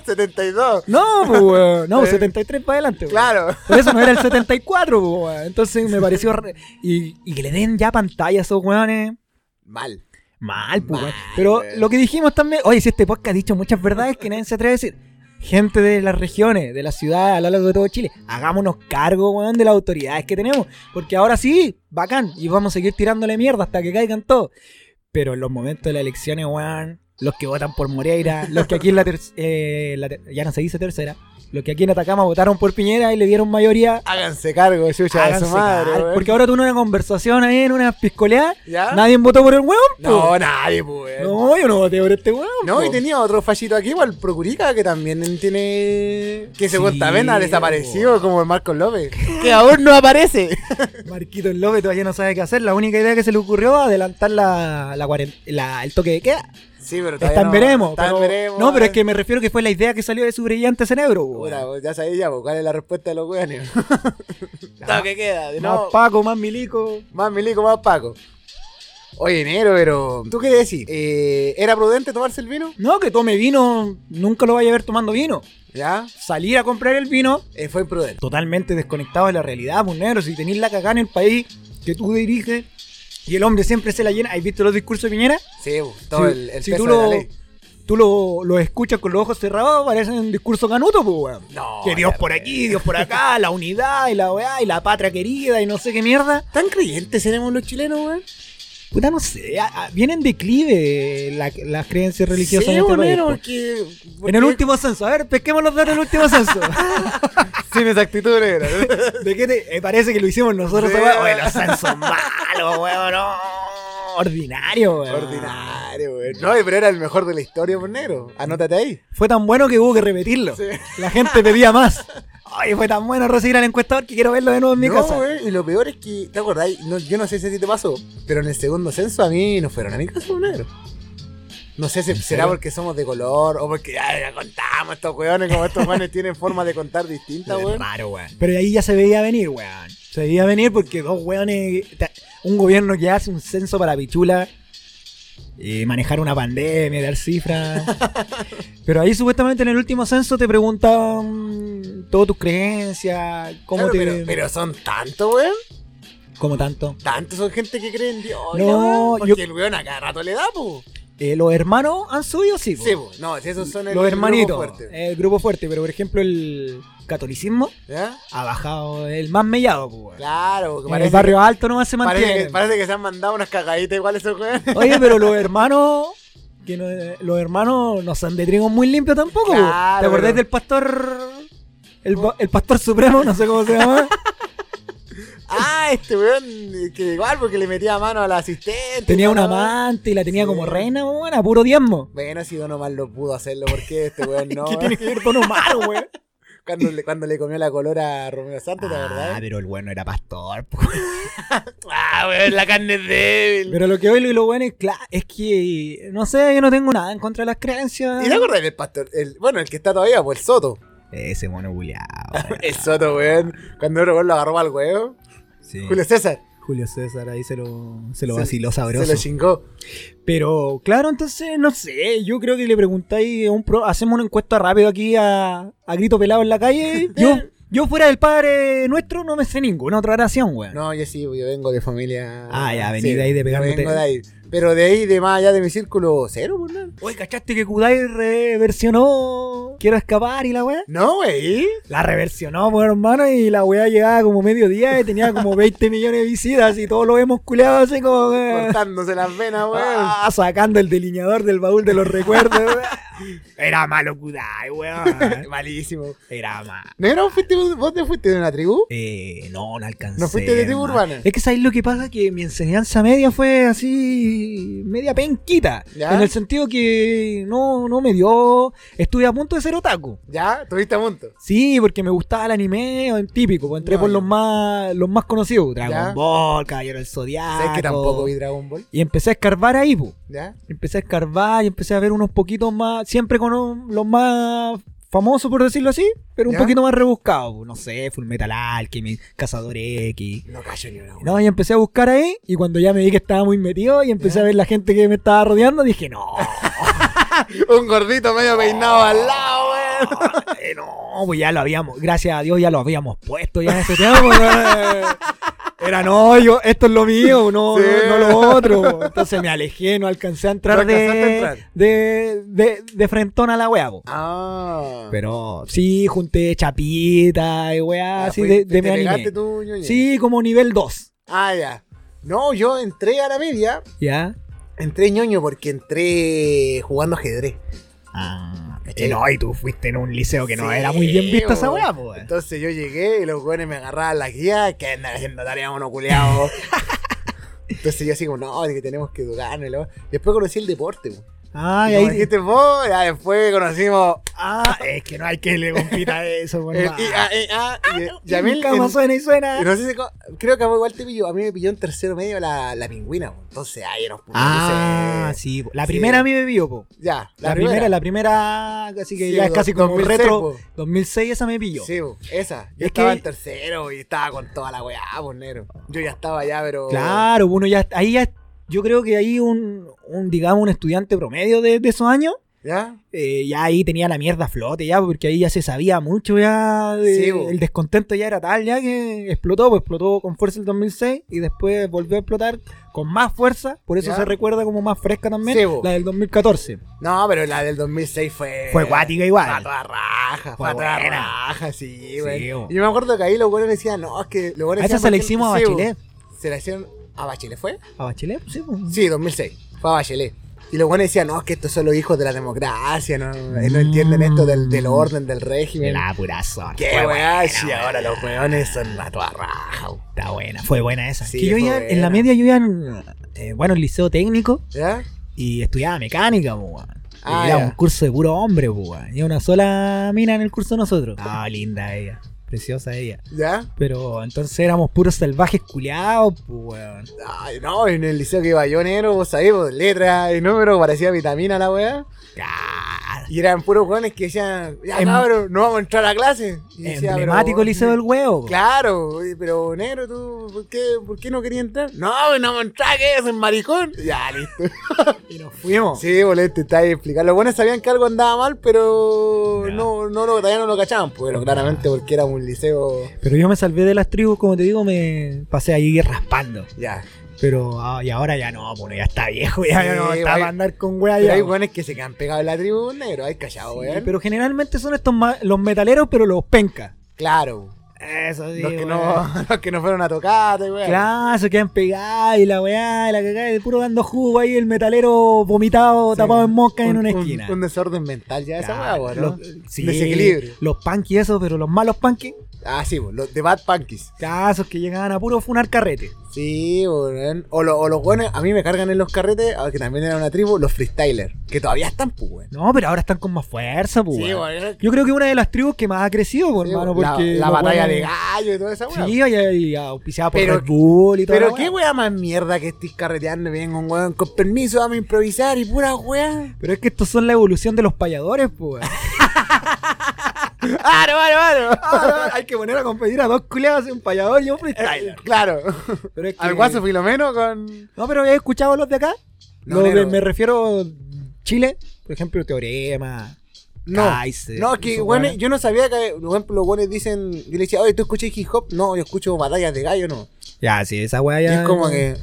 [SPEAKER 3] 72.
[SPEAKER 2] no, pues, weón. No,
[SPEAKER 3] Sí.
[SPEAKER 2] 73 para adelante, weón.
[SPEAKER 3] Claro.
[SPEAKER 2] Por eso no era el 74, pues, weón. Entonces me pareció. re- Y, y que le den ya pantalla a esos weones.
[SPEAKER 3] Mal.
[SPEAKER 2] Mal, pues, weón.
[SPEAKER 3] Mal,
[SPEAKER 2] Pero
[SPEAKER 3] weón.
[SPEAKER 2] lo que dijimos también. Oye, si este podcast ha dicho muchas verdades que nadie se atreve a decir. Gente de las regiones, de las ciudades, a lo largo de todo Chile, hagámonos cargo, weón, de las autoridades que tenemos. Porque ahora sí, bacán, y vamos a seguir tirándole mierda hasta que caigan todos. Pero en los momentos de las elecciones, weón, los que votan por Moreira, los que aquí en la tercera. ya no se dice tercera. Los que aquí en Atacama votaron por Piñera y le dieron mayoría.
[SPEAKER 3] Háganse cargo, chucha, de
[SPEAKER 2] háganse
[SPEAKER 3] su madre.
[SPEAKER 2] cargo,
[SPEAKER 3] weón.
[SPEAKER 2] porque ahora tú en una conversación ahí, en una piscoleada,
[SPEAKER 3] ¿Ya?
[SPEAKER 2] nadie votó por el weón, po.
[SPEAKER 3] ¿Ah? No, nadie, pues. No,
[SPEAKER 2] No, yo no voté por este weón.
[SPEAKER 3] y tenía otro fallito aquí, igual, Procurica, que también tiene. Que según
[SPEAKER 2] Sí,
[SPEAKER 3] también ha
[SPEAKER 2] po.
[SPEAKER 3] desaparecido, como el Marcos López. Que aún no aparece.
[SPEAKER 2] Marquito López todavía no sabe qué hacer. La única idea que se le ocurrió fue adelantar la, la cuaren- la- el toque de queda.
[SPEAKER 3] Sí, pero todavía
[SPEAKER 2] Está en
[SPEAKER 3] no-
[SPEAKER 2] veremos.
[SPEAKER 3] está en
[SPEAKER 2] pero-
[SPEAKER 3] veremos,
[SPEAKER 2] no, pero
[SPEAKER 3] eh.
[SPEAKER 2] es que me refiero que fue la idea que salió de su brillante cerebro. weón.
[SPEAKER 3] Puta, pues, ya sabéis ya, pues, cuál es la respuesta de los weones. Todo que queda, de
[SPEAKER 2] Más
[SPEAKER 3] no.
[SPEAKER 2] Paco, más Milico.
[SPEAKER 3] Más milico, más Paco. Oye, enero, pero. ¿Tú qué decís? Eh, ¿Era prudente tomarse el vino?
[SPEAKER 2] No, que tome vino, nunca lo vaya a ver tomando vino.
[SPEAKER 3] ¿Ya?
[SPEAKER 2] Salir a comprar el vino,
[SPEAKER 3] Eh, fue imprudente.
[SPEAKER 2] totalmente desconectado de la realidad, pues negro. Si tenés la cagada en el país que tú diriges y el hombre siempre se la llena. ¿Has visto los discursos de Piñera?
[SPEAKER 3] Sí, pues, todo
[SPEAKER 2] si,
[SPEAKER 3] el, el
[SPEAKER 2] si
[SPEAKER 3] peso
[SPEAKER 2] tú
[SPEAKER 3] de la
[SPEAKER 2] lo,
[SPEAKER 3] ley.
[SPEAKER 2] tú lo, lo escuchas con los ojos cerrados, parece un discurso canuto, pues, weón.
[SPEAKER 3] No,
[SPEAKER 2] que Dios
[SPEAKER 3] Oh, la
[SPEAKER 2] por
[SPEAKER 3] verdad.
[SPEAKER 2] aquí, Dios por acá, la unidad y la weá y la patria querida y no sé qué mierda.
[SPEAKER 3] ¿Tan creyentes seremos los chilenos, weón?
[SPEAKER 2] Puta, no sé, a- a- viene en declive la- las creencias religiosas en
[SPEAKER 3] Sí, pues,
[SPEAKER 2] este
[SPEAKER 3] bueno,
[SPEAKER 2] país,
[SPEAKER 3] era
[SPEAKER 2] po.
[SPEAKER 3] porque-
[SPEAKER 2] En
[SPEAKER 3] porque-
[SPEAKER 2] el último censo, a ver, pesquemos los datos del último censo.
[SPEAKER 3] Sin exactitud negra.
[SPEAKER 2] ¿De qué te- eh, parece que lo hicimos nosotros?
[SPEAKER 3] Sí.
[SPEAKER 2] weón? Oye, los censos malos, weón, no. Ordinario, weón.
[SPEAKER 3] Ordinario, güey. No, pero era el mejor de la historia, por negro. Anótate ahí.
[SPEAKER 2] Fue tan bueno que hubo que repetirlo.
[SPEAKER 3] Sí.
[SPEAKER 2] La gente pedía más. Ay, fue tan bueno recibir al encuestador que quiero verlo de nuevo en mi
[SPEAKER 3] no,
[SPEAKER 2] casa.
[SPEAKER 3] güey, y lo peor es que, ¿te acordáis? No, yo no sé si a ti te pasó, pero en el segundo censo a mí no fueron a mi casa, por negro. No sé si será
[SPEAKER 2] serio?
[SPEAKER 3] porque somos de color o porque ay, ya contamos estos weones, como estos manes tienen forma de contar distinta, weón.
[SPEAKER 2] Raro, weón. Pero ahí ya se veía venir, weón. Se veía venir porque dos weones. ta- Un gobierno que hace un censo para pichula. Y manejar una pandemia, dar cifras. Pero ahí supuestamente en el último censo te preguntaban todas tus creencias, cómo
[SPEAKER 3] Claro,
[SPEAKER 2] te.
[SPEAKER 3] pero, pero son tantos, weón.
[SPEAKER 2] cómo tanto.
[SPEAKER 3] Tantos son gente que cree en Dios. y
[SPEAKER 2] No,
[SPEAKER 3] la weá, porque
[SPEAKER 2] yo-
[SPEAKER 3] el weón a cada rato le da, po.
[SPEAKER 2] Eh, los hermanos han subido, sí. po.
[SPEAKER 3] Sí, po. No, si esos son el
[SPEAKER 2] los
[SPEAKER 3] grupo
[SPEAKER 2] hermanitos.
[SPEAKER 3] fuerte.
[SPEAKER 2] El grupo fuerte, pero por ejemplo el catolicismo
[SPEAKER 3] ¿Ya?
[SPEAKER 2] ha bajado el más mellado, po, weón.
[SPEAKER 3] Claro, porque
[SPEAKER 2] En el
[SPEAKER 3] parece
[SPEAKER 2] barrio alto nomás se
[SPEAKER 3] que, parece,
[SPEAKER 2] mantiene.
[SPEAKER 3] que, parece que se han mandado unas cagaditas igual esos weones.
[SPEAKER 2] Oye, pero los hermanos. Que no- los hermanos no son de trigo muy limpio tampoco. po.
[SPEAKER 3] Claro,
[SPEAKER 2] ¿Te acordás
[SPEAKER 3] pero-
[SPEAKER 2] del pastor. El, pa- el pastor supremo, no sé cómo se llama.
[SPEAKER 3] Ah, este weón, que igual porque le metía mano a la asistente.
[SPEAKER 2] tenía un
[SPEAKER 3] una
[SPEAKER 2] amante y la tenía
[SPEAKER 3] Sí.
[SPEAKER 2] como reina, weón, a puro diezmo.
[SPEAKER 3] Bueno, si Don Omar lo pudo hacerlo, porque este weón no?
[SPEAKER 2] ¿Qué tiene que ver con Omar, weón?
[SPEAKER 3] cuando, le, cuando le comió la color a Romeo Santos, la
[SPEAKER 2] Ah,
[SPEAKER 3] verdad.
[SPEAKER 2] pero el bueno era pastor, po.
[SPEAKER 3] Ah, weón, la carne es débil.
[SPEAKER 2] Pero lo que hoy lo bueno es, cla- es que, no sé, yo no tengo nada en contra de las creencias.
[SPEAKER 3] ¿Y te acuerdas del pastor? El, bueno, el que está todavía, pues el Soto.
[SPEAKER 2] Ese mono buleado.
[SPEAKER 3] El Soto, weón. Cuando otro weón lo agarró al weón.
[SPEAKER 2] Sí.
[SPEAKER 3] Julio César.
[SPEAKER 2] Julio César ahí se lo, se lo
[SPEAKER 3] Se-
[SPEAKER 2] vaciló
[SPEAKER 3] Se
[SPEAKER 2] sabroso.
[SPEAKER 3] lo chingó.
[SPEAKER 2] Pero claro, entonces, no sé, yo creo que le preguntáis, a un pro- hacemos una encuesta rápido aquí a, a grito pelado en la calle. Yo, yo fuera del padre nuestro no me sé ninguna otra oración, weón.
[SPEAKER 3] No, yo sí, yo vengo de familia.
[SPEAKER 2] Ah, ya, vení de ahí de
[SPEAKER 3] yo
[SPEAKER 2] pegándote.
[SPEAKER 3] Vengo de ahí. Pero de ahí, de más allá de mi círculo, cero, pues, por nada.
[SPEAKER 2] Oye, ¿cachaste que Kudai reversionó Quiero escapar y la weá?
[SPEAKER 3] No, wey.
[SPEAKER 2] La reversionó, pues, hermano, y la weá llegaba como mediodía y tenía como 20 millones de visitas y todos lo hemos culeado así como... eh,
[SPEAKER 3] Cortándose las venas, weón.
[SPEAKER 2] Ah, sacando el delineador del baúl de los recuerdos. weón. Era malo Kudai, weón.
[SPEAKER 3] Malísimo.
[SPEAKER 2] Era malo.
[SPEAKER 3] ¿Negro, fuiste, vos te fuiste de una tribu?
[SPEAKER 2] Eh, no, no alcancé.
[SPEAKER 3] ¿No fuiste de tribu
[SPEAKER 2] hermano.
[SPEAKER 3] urbana?
[SPEAKER 2] Es que sabéis lo que pasa que mi enseñanza media fue así media penquita,
[SPEAKER 3] ¿Ya?
[SPEAKER 2] en el sentido que no no me dio, estuve a punto de ser otaku.
[SPEAKER 3] ¿Ya? ¿Tuviste a punto?
[SPEAKER 2] Sí, porque me gustaba el anime, o en típico, pues, entré
[SPEAKER 3] No,
[SPEAKER 2] por
[SPEAKER 3] ya.
[SPEAKER 2] los más los más conocidos, Dragon
[SPEAKER 3] ¿Ya?
[SPEAKER 2] Ball, Caballero del Zodiaco.
[SPEAKER 3] ¿Sabes que tampoco vi Dragon Ball?
[SPEAKER 2] Y empecé a escarbar ahí, pues.
[SPEAKER 3] ¿Ya?
[SPEAKER 2] Empecé a escarbar y empecé a ver unos poquitos más, siempre con un- los más famosos, por decirlo así, pero un
[SPEAKER 3] ¿Ya?
[SPEAKER 2] poquito más rebuscados. pues, No sé, Full Metal Alchemist, Cazador X.
[SPEAKER 3] No callo ni una.
[SPEAKER 2] No, y empecé a buscar ahí, y cuando ya me vi que estaba muy metido y empecé
[SPEAKER 3] Ya.
[SPEAKER 2] a ver la gente que me estaba rodeando, dije, no,
[SPEAKER 3] Un gordito medio
[SPEAKER 2] Oh.
[SPEAKER 3] peinado al lado, weón.
[SPEAKER 2] eh, no, pues ya lo habíamos, gracias a Dios ya lo habíamos puesto ya en ese tiempo. eh. Era, no, yo, esto es lo mío, no,
[SPEAKER 3] Sí.
[SPEAKER 2] no, no lo otro. Entonces me alejé, no alcancé a entrar,
[SPEAKER 3] No alcanzaste
[SPEAKER 2] de,
[SPEAKER 3] a entrar.
[SPEAKER 2] De, de, de frentón a la wea, pues. po.
[SPEAKER 3] Ah.
[SPEAKER 2] Pero sí, junté chapita y weá,
[SPEAKER 3] Ah,
[SPEAKER 2] así
[SPEAKER 3] fui-
[SPEAKER 2] de,
[SPEAKER 3] te
[SPEAKER 2] de me animé.
[SPEAKER 3] pegaste tú, ñoñe.
[SPEAKER 2] Sí, como nivel 2,
[SPEAKER 3] Ah, ya. No, yo entré a la media.
[SPEAKER 2] ¿ya?
[SPEAKER 3] Entré ñoño porque entré jugando ajedrez.
[SPEAKER 2] Ah,
[SPEAKER 3] ¿cachai?
[SPEAKER 2] no, y tú fuiste en un liceo que no
[SPEAKER 3] Sí,
[SPEAKER 2] era muy bien vista esa
[SPEAKER 3] weón.
[SPEAKER 2] weá, pues.
[SPEAKER 3] Entonces yo llegué y los weones me agarraban la guía, que andan haciendo tarea monoculeado. Entonces yo así como, no, es que tenemos que educarnos. y la weá. Después conocí el deporte, weón.
[SPEAKER 2] Ah, y
[SPEAKER 3] Como
[SPEAKER 2] ahí.
[SPEAKER 3] dijiste vos, ya después conocimos.
[SPEAKER 2] Ah, es que no hay que le compita a eso, weón.
[SPEAKER 3] eh, y- ah, eh, ah, y- Yamil,
[SPEAKER 2] Yamil cama
[SPEAKER 3] en-
[SPEAKER 2] suena y suena.
[SPEAKER 3] Y no sé si co- creo que a vos igual te pilló. A mí me pilló en tercero medio la, la pingüina. po. Entonces ahí nos pusimos.
[SPEAKER 2] ah,
[SPEAKER 3] ese-
[SPEAKER 2] sí. po. La
[SPEAKER 3] Sí.
[SPEAKER 2] primera a mí me pilló, po.
[SPEAKER 3] Ya,
[SPEAKER 2] La, primera, la primera, así que
[SPEAKER 3] Sí,
[SPEAKER 2] ya es
[SPEAKER 3] do-
[SPEAKER 2] casi como
[SPEAKER 3] 2006,
[SPEAKER 2] retro.
[SPEAKER 3] po.
[SPEAKER 2] 2006 esa me pilló.
[SPEAKER 3] Sí, po, esa.
[SPEAKER 2] Es
[SPEAKER 3] Yo estaba
[SPEAKER 2] que-
[SPEAKER 3] en tercero y estaba con toda la weá, pues negro. Yo ya estaba allá, pero.
[SPEAKER 2] Claro, bueno, ya ahí ya yo creo que ahí un, un digamos un estudiante promedio de, de esos años
[SPEAKER 3] ¿Ya?
[SPEAKER 2] eh, ya ahí tenía la mierda a flote ya, porque ahí ya se sabía mucho ya, de-
[SPEAKER 3] Sí, bo.
[SPEAKER 2] el descontento ya era tal ya que explotó, pues explotó con fuerza el 2006 y después volvió a explotar con más fuerza, por eso
[SPEAKER 3] Ya.
[SPEAKER 2] se recuerda como más fresca también,
[SPEAKER 3] Sí, bo.
[SPEAKER 2] la del 2014.
[SPEAKER 3] No, pero la del 2006 fue.
[SPEAKER 2] Fue guática
[SPEAKER 3] Fue a
[SPEAKER 2] igual.
[SPEAKER 3] toda raja, fue
[SPEAKER 2] Fue
[SPEAKER 3] a toda
[SPEAKER 2] buena.
[SPEAKER 3] raja, sí,
[SPEAKER 2] Sí,
[SPEAKER 3] güey.
[SPEAKER 2] po.
[SPEAKER 3] Y yo me acuerdo que ahí los buenos decían, no, es que los
[SPEAKER 2] A
[SPEAKER 3] buenos
[SPEAKER 2] esa
[SPEAKER 3] decían,
[SPEAKER 2] se la
[SPEAKER 3] ¿por qué-
[SPEAKER 2] hicimos a
[SPEAKER 3] sí, po,
[SPEAKER 2] Bachelet.
[SPEAKER 3] Se la hicieron. ¿A Bachelet fue?
[SPEAKER 2] ¿A Bachelet? Sí, pues.
[SPEAKER 3] Sí, 2006. Fue a Bachelet. Y los buenos decían, no, es que estos son los hijos de la democracia, no, eh, no entienden
[SPEAKER 2] Mm.
[SPEAKER 3] esto del, del orden, del régimen.
[SPEAKER 2] La purazo.
[SPEAKER 3] ¡Qué weá! Y ahora los weones son la toda raja, weón.
[SPEAKER 2] Está buena, fue buena esa.
[SPEAKER 3] Sí,
[SPEAKER 2] Que yo
[SPEAKER 3] fue
[SPEAKER 2] iba- en la
[SPEAKER 3] buena.
[SPEAKER 2] media yo iba, en, eh, bueno, el liceo técnico
[SPEAKER 3] ¿Ya?
[SPEAKER 2] y estudiaba mecánica, pues, weón. Y
[SPEAKER 3] Ah,
[SPEAKER 2] era
[SPEAKER 3] ya.
[SPEAKER 2] un curso de puro hombre, pues, weón. Y una sola mina en el curso de nosotros. Ah, linda ella. Preciosa ella.
[SPEAKER 3] ¿Ya?
[SPEAKER 2] Pero entonces éramos puros salvajes culiados, pues, weón.
[SPEAKER 3] Ay, no, en el liceo que iba yo negro, vos sabés, vos, letra y número, parecía vitamina la weá.
[SPEAKER 2] Ah,
[SPEAKER 3] Y eran puros weones que decían, ya
[SPEAKER 2] Em-
[SPEAKER 3] cabrón, no vamos a entrar a clase. Y decía, pero,
[SPEAKER 2] Emblemático
[SPEAKER 3] weón,
[SPEAKER 2] liceo del huevo. po.
[SPEAKER 3] Claro, oye, pero negro, tú, ¿por qué, por qué no querías entrar? No, pues, no vamos a entrar, que es el maricón. Ya, listo.
[SPEAKER 2] Y nos fuimos.
[SPEAKER 3] Sí, boleto, está ahí explicando. Los buenos sabían que algo andaba mal, pero
[SPEAKER 2] Ya.
[SPEAKER 3] no, no lo, todavía no lo cachaban, pues, pero claramente porque era un liceo.
[SPEAKER 2] Pero yo me salvé de las tribus, como te digo, me pasé ahí raspando.
[SPEAKER 3] Ya.
[SPEAKER 2] Pero ah, y ahora ya no, bueno, ya está viejo, ya,
[SPEAKER 3] Sí,
[SPEAKER 2] ya no
[SPEAKER 3] güey.
[SPEAKER 2] está para andar con wea
[SPEAKER 3] Pero
[SPEAKER 2] ya.
[SPEAKER 3] hay
[SPEAKER 2] güey.
[SPEAKER 3] buenos que se quedan pegados en la tribu negro, hay callado,
[SPEAKER 2] Sí,
[SPEAKER 3] weón.
[SPEAKER 2] pero generalmente son estos ma- los metaleros, pero los pencas.
[SPEAKER 3] Claro.
[SPEAKER 2] Eso sí.
[SPEAKER 3] los, que
[SPEAKER 2] güey.
[SPEAKER 3] no, los que no fueron a tocar, weón.
[SPEAKER 2] Claro, se quedan pegados y la weá, y la cagada, y puro dando jugo ahí, el metalero vomitado, tapado en mosca en una esquina.
[SPEAKER 3] Un, desorden mental ya esa weá,
[SPEAKER 2] Claro,
[SPEAKER 3] weón. ¿no?
[SPEAKER 2] los- sí,
[SPEAKER 3] Desequilibrio.
[SPEAKER 2] Los punky esos, pero los malos punky,
[SPEAKER 3] Ah, sí, weón, los de Bad Punkies.
[SPEAKER 2] casos que llegaban a puro funar carrete.
[SPEAKER 3] Sí, weón. O, lo- o los buenos, a mí me cargan en los carretes, ah, que también era una tribu, los freestylers, que todavía están, pues, weón.
[SPEAKER 2] No, pero ahora están con más fuerza, pues.
[SPEAKER 3] Sí,
[SPEAKER 2] weón.
[SPEAKER 3] weón.
[SPEAKER 2] Yo creo que una de las tribus que más ha crecido, pues,
[SPEAKER 3] Sí,
[SPEAKER 2] hermano,
[SPEAKER 3] la-
[SPEAKER 2] porque...
[SPEAKER 3] la,
[SPEAKER 2] los
[SPEAKER 3] batalla
[SPEAKER 2] weones-
[SPEAKER 3] de gallo y toda esa weá.
[SPEAKER 2] Sí, y, y auspiciada por
[SPEAKER 3] Pero-
[SPEAKER 2] Red Bull y todo.
[SPEAKER 3] Pero qué weá más mierda que estés carreteando bien con weón. Con permiso, vamos a improvisar y pura weá.
[SPEAKER 2] Pero es que estos son la evolución de los payadores, pues.
[SPEAKER 3] ¡Ah, no, no,
[SPEAKER 2] Ah, Hay que poner a competir a dos culeados, un payador y un freestyler.
[SPEAKER 3] Claro.
[SPEAKER 2] Pero es que-
[SPEAKER 3] Eh, Al guaso Filomeno con.
[SPEAKER 2] No, pero he escuchado a los de acá.
[SPEAKER 3] No,
[SPEAKER 2] Los de-
[SPEAKER 3] negro.
[SPEAKER 2] me refiero Chile, por ejemplo, Teorema.
[SPEAKER 3] No.
[SPEAKER 2] Kaiser,
[SPEAKER 3] No, es que
[SPEAKER 2] esos
[SPEAKER 3] weones-
[SPEAKER 2] weones.
[SPEAKER 3] yo no sabía que por ejemplo, los weones dicen. Yo le decía, oye, ¿tú escuchas hip hop? No, yo escucho batallas de gallo, no.
[SPEAKER 2] Ya, sí, esa weá
[SPEAKER 3] Y
[SPEAKER 2] ya.
[SPEAKER 3] es como que.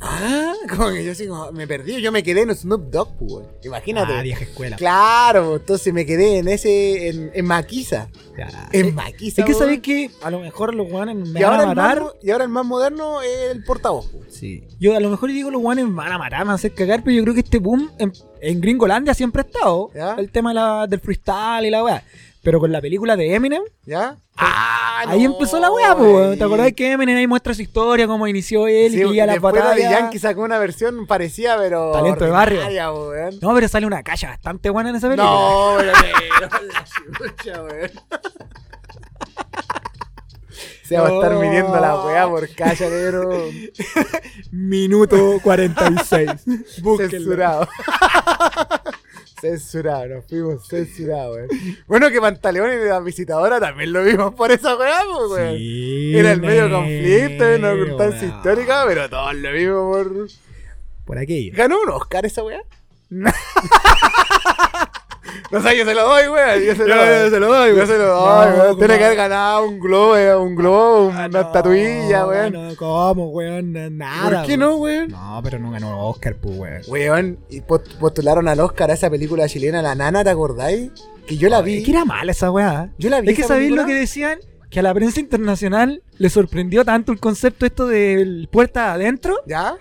[SPEAKER 3] Ah, como que yo así como, me perdí, yo me quedé en Snoop Dogg, pues, weón. Imagínate.
[SPEAKER 2] Ah, vieja escuela.
[SPEAKER 3] claro, entonces me quedé en ese, en, en Maquisa.
[SPEAKER 2] Ya.
[SPEAKER 3] En Maquisa.
[SPEAKER 2] Eh, Es que
[SPEAKER 3] weón.
[SPEAKER 2] sabéis que a lo mejor los guanes me
[SPEAKER 3] Em-
[SPEAKER 2] van
[SPEAKER 3] y ahora,
[SPEAKER 2] a
[SPEAKER 3] el más,
[SPEAKER 2] matar.
[SPEAKER 3] mo- y ahora el más moderno es el portavoz. pues, po.
[SPEAKER 2] Sí. Yo a lo mejor digo los guanes me van a matar, me van a hacer cagar, pero yo creo que este boom en, en Gringolandia siempre ha estado.
[SPEAKER 3] ¿Ya?
[SPEAKER 2] El tema de la- del freestyle y la weá. Pero con la película de Eminem,
[SPEAKER 3] ¿Ya? ¡Ah!
[SPEAKER 2] ahí
[SPEAKER 3] no,
[SPEAKER 2] empezó la weá, po, weón. ¿Te
[SPEAKER 3] güey.
[SPEAKER 2] acordás que Eminem ahí muestra su historia, cómo inició él
[SPEAKER 3] Sí,
[SPEAKER 2] y que iba a las
[SPEAKER 3] después Daddy
[SPEAKER 2] batallas?
[SPEAKER 3] Yankee sacó una versión parecida, pero.
[SPEAKER 2] Talento de barrio.
[SPEAKER 3] ordinaria, po, weón.
[SPEAKER 2] No, pero sale una cacha bastante buena en esa película.
[SPEAKER 3] No, pero negro, la chucha, weón. Se va a estar
[SPEAKER 2] No.
[SPEAKER 3] midiendo la weá por calla, negro.
[SPEAKER 2] Minuto 46. Búsquenlo.
[SPEAKER 3] Censurado. Censurado, nos fuimos censurados, weón. Bueno, que pantalones de la visitadora también lo vimos por esa weá, po, weón.
[SPEAKER 2] Sí,
[SPEAKER 3] Era el medio
[SPEAKER 2] negro,
[SPEAKER 3] conflicto, era una ocultancia
[SPEAKER 2] weón.
[SPEAKER 3] histórica, pero todos lo vimos por.
[SPEAKER 2] Por aquello.
[SPEAKER 3] ¿Ganó un Oscar esa weá? no sé, yo se lo doy, weón. Yo se lo doy. Yo se lo doy,
[SPEAKER 2] No,
[SPEAKER 3] weón. Tiene
[SPEAKER 2] compadre.
[SPEAKER 3] que haber ganado un globo, weón, un globo, una
[SPEAKER 2] Ah, no,
[SPEAKER 3] estatuilla, weón.
[SPEAKER 2] No, ¿Cómo, weón? Na- Nada.
[SPEAKER 3] ¿Por qué
[SPEAKER 2] weón.
[SPEAKER 3] no, weón?
[SPEAKER 2] No, pero no ganó Oscar, pues, weón.
[SPEAKER 3] Weón, y post- postularon al Oscar a esa película chilena, La Nana, ¿te acordáis? Que yo la vi.
[SPEAKER 2] Es que era mala esa weá.
[SPEAKER 3] Yo la vi.
[SPEAKER 2] Es que
[SPEAKER 3] esa
[SPEAKER 2] sabéis
[SPEAKER 3] película.
[SPEAKER 2] lo que decían, que a la prensa internacional le sorprendió tanto el concepto esto del puerta adentro,
[SPEAKER 3] ¿Ya?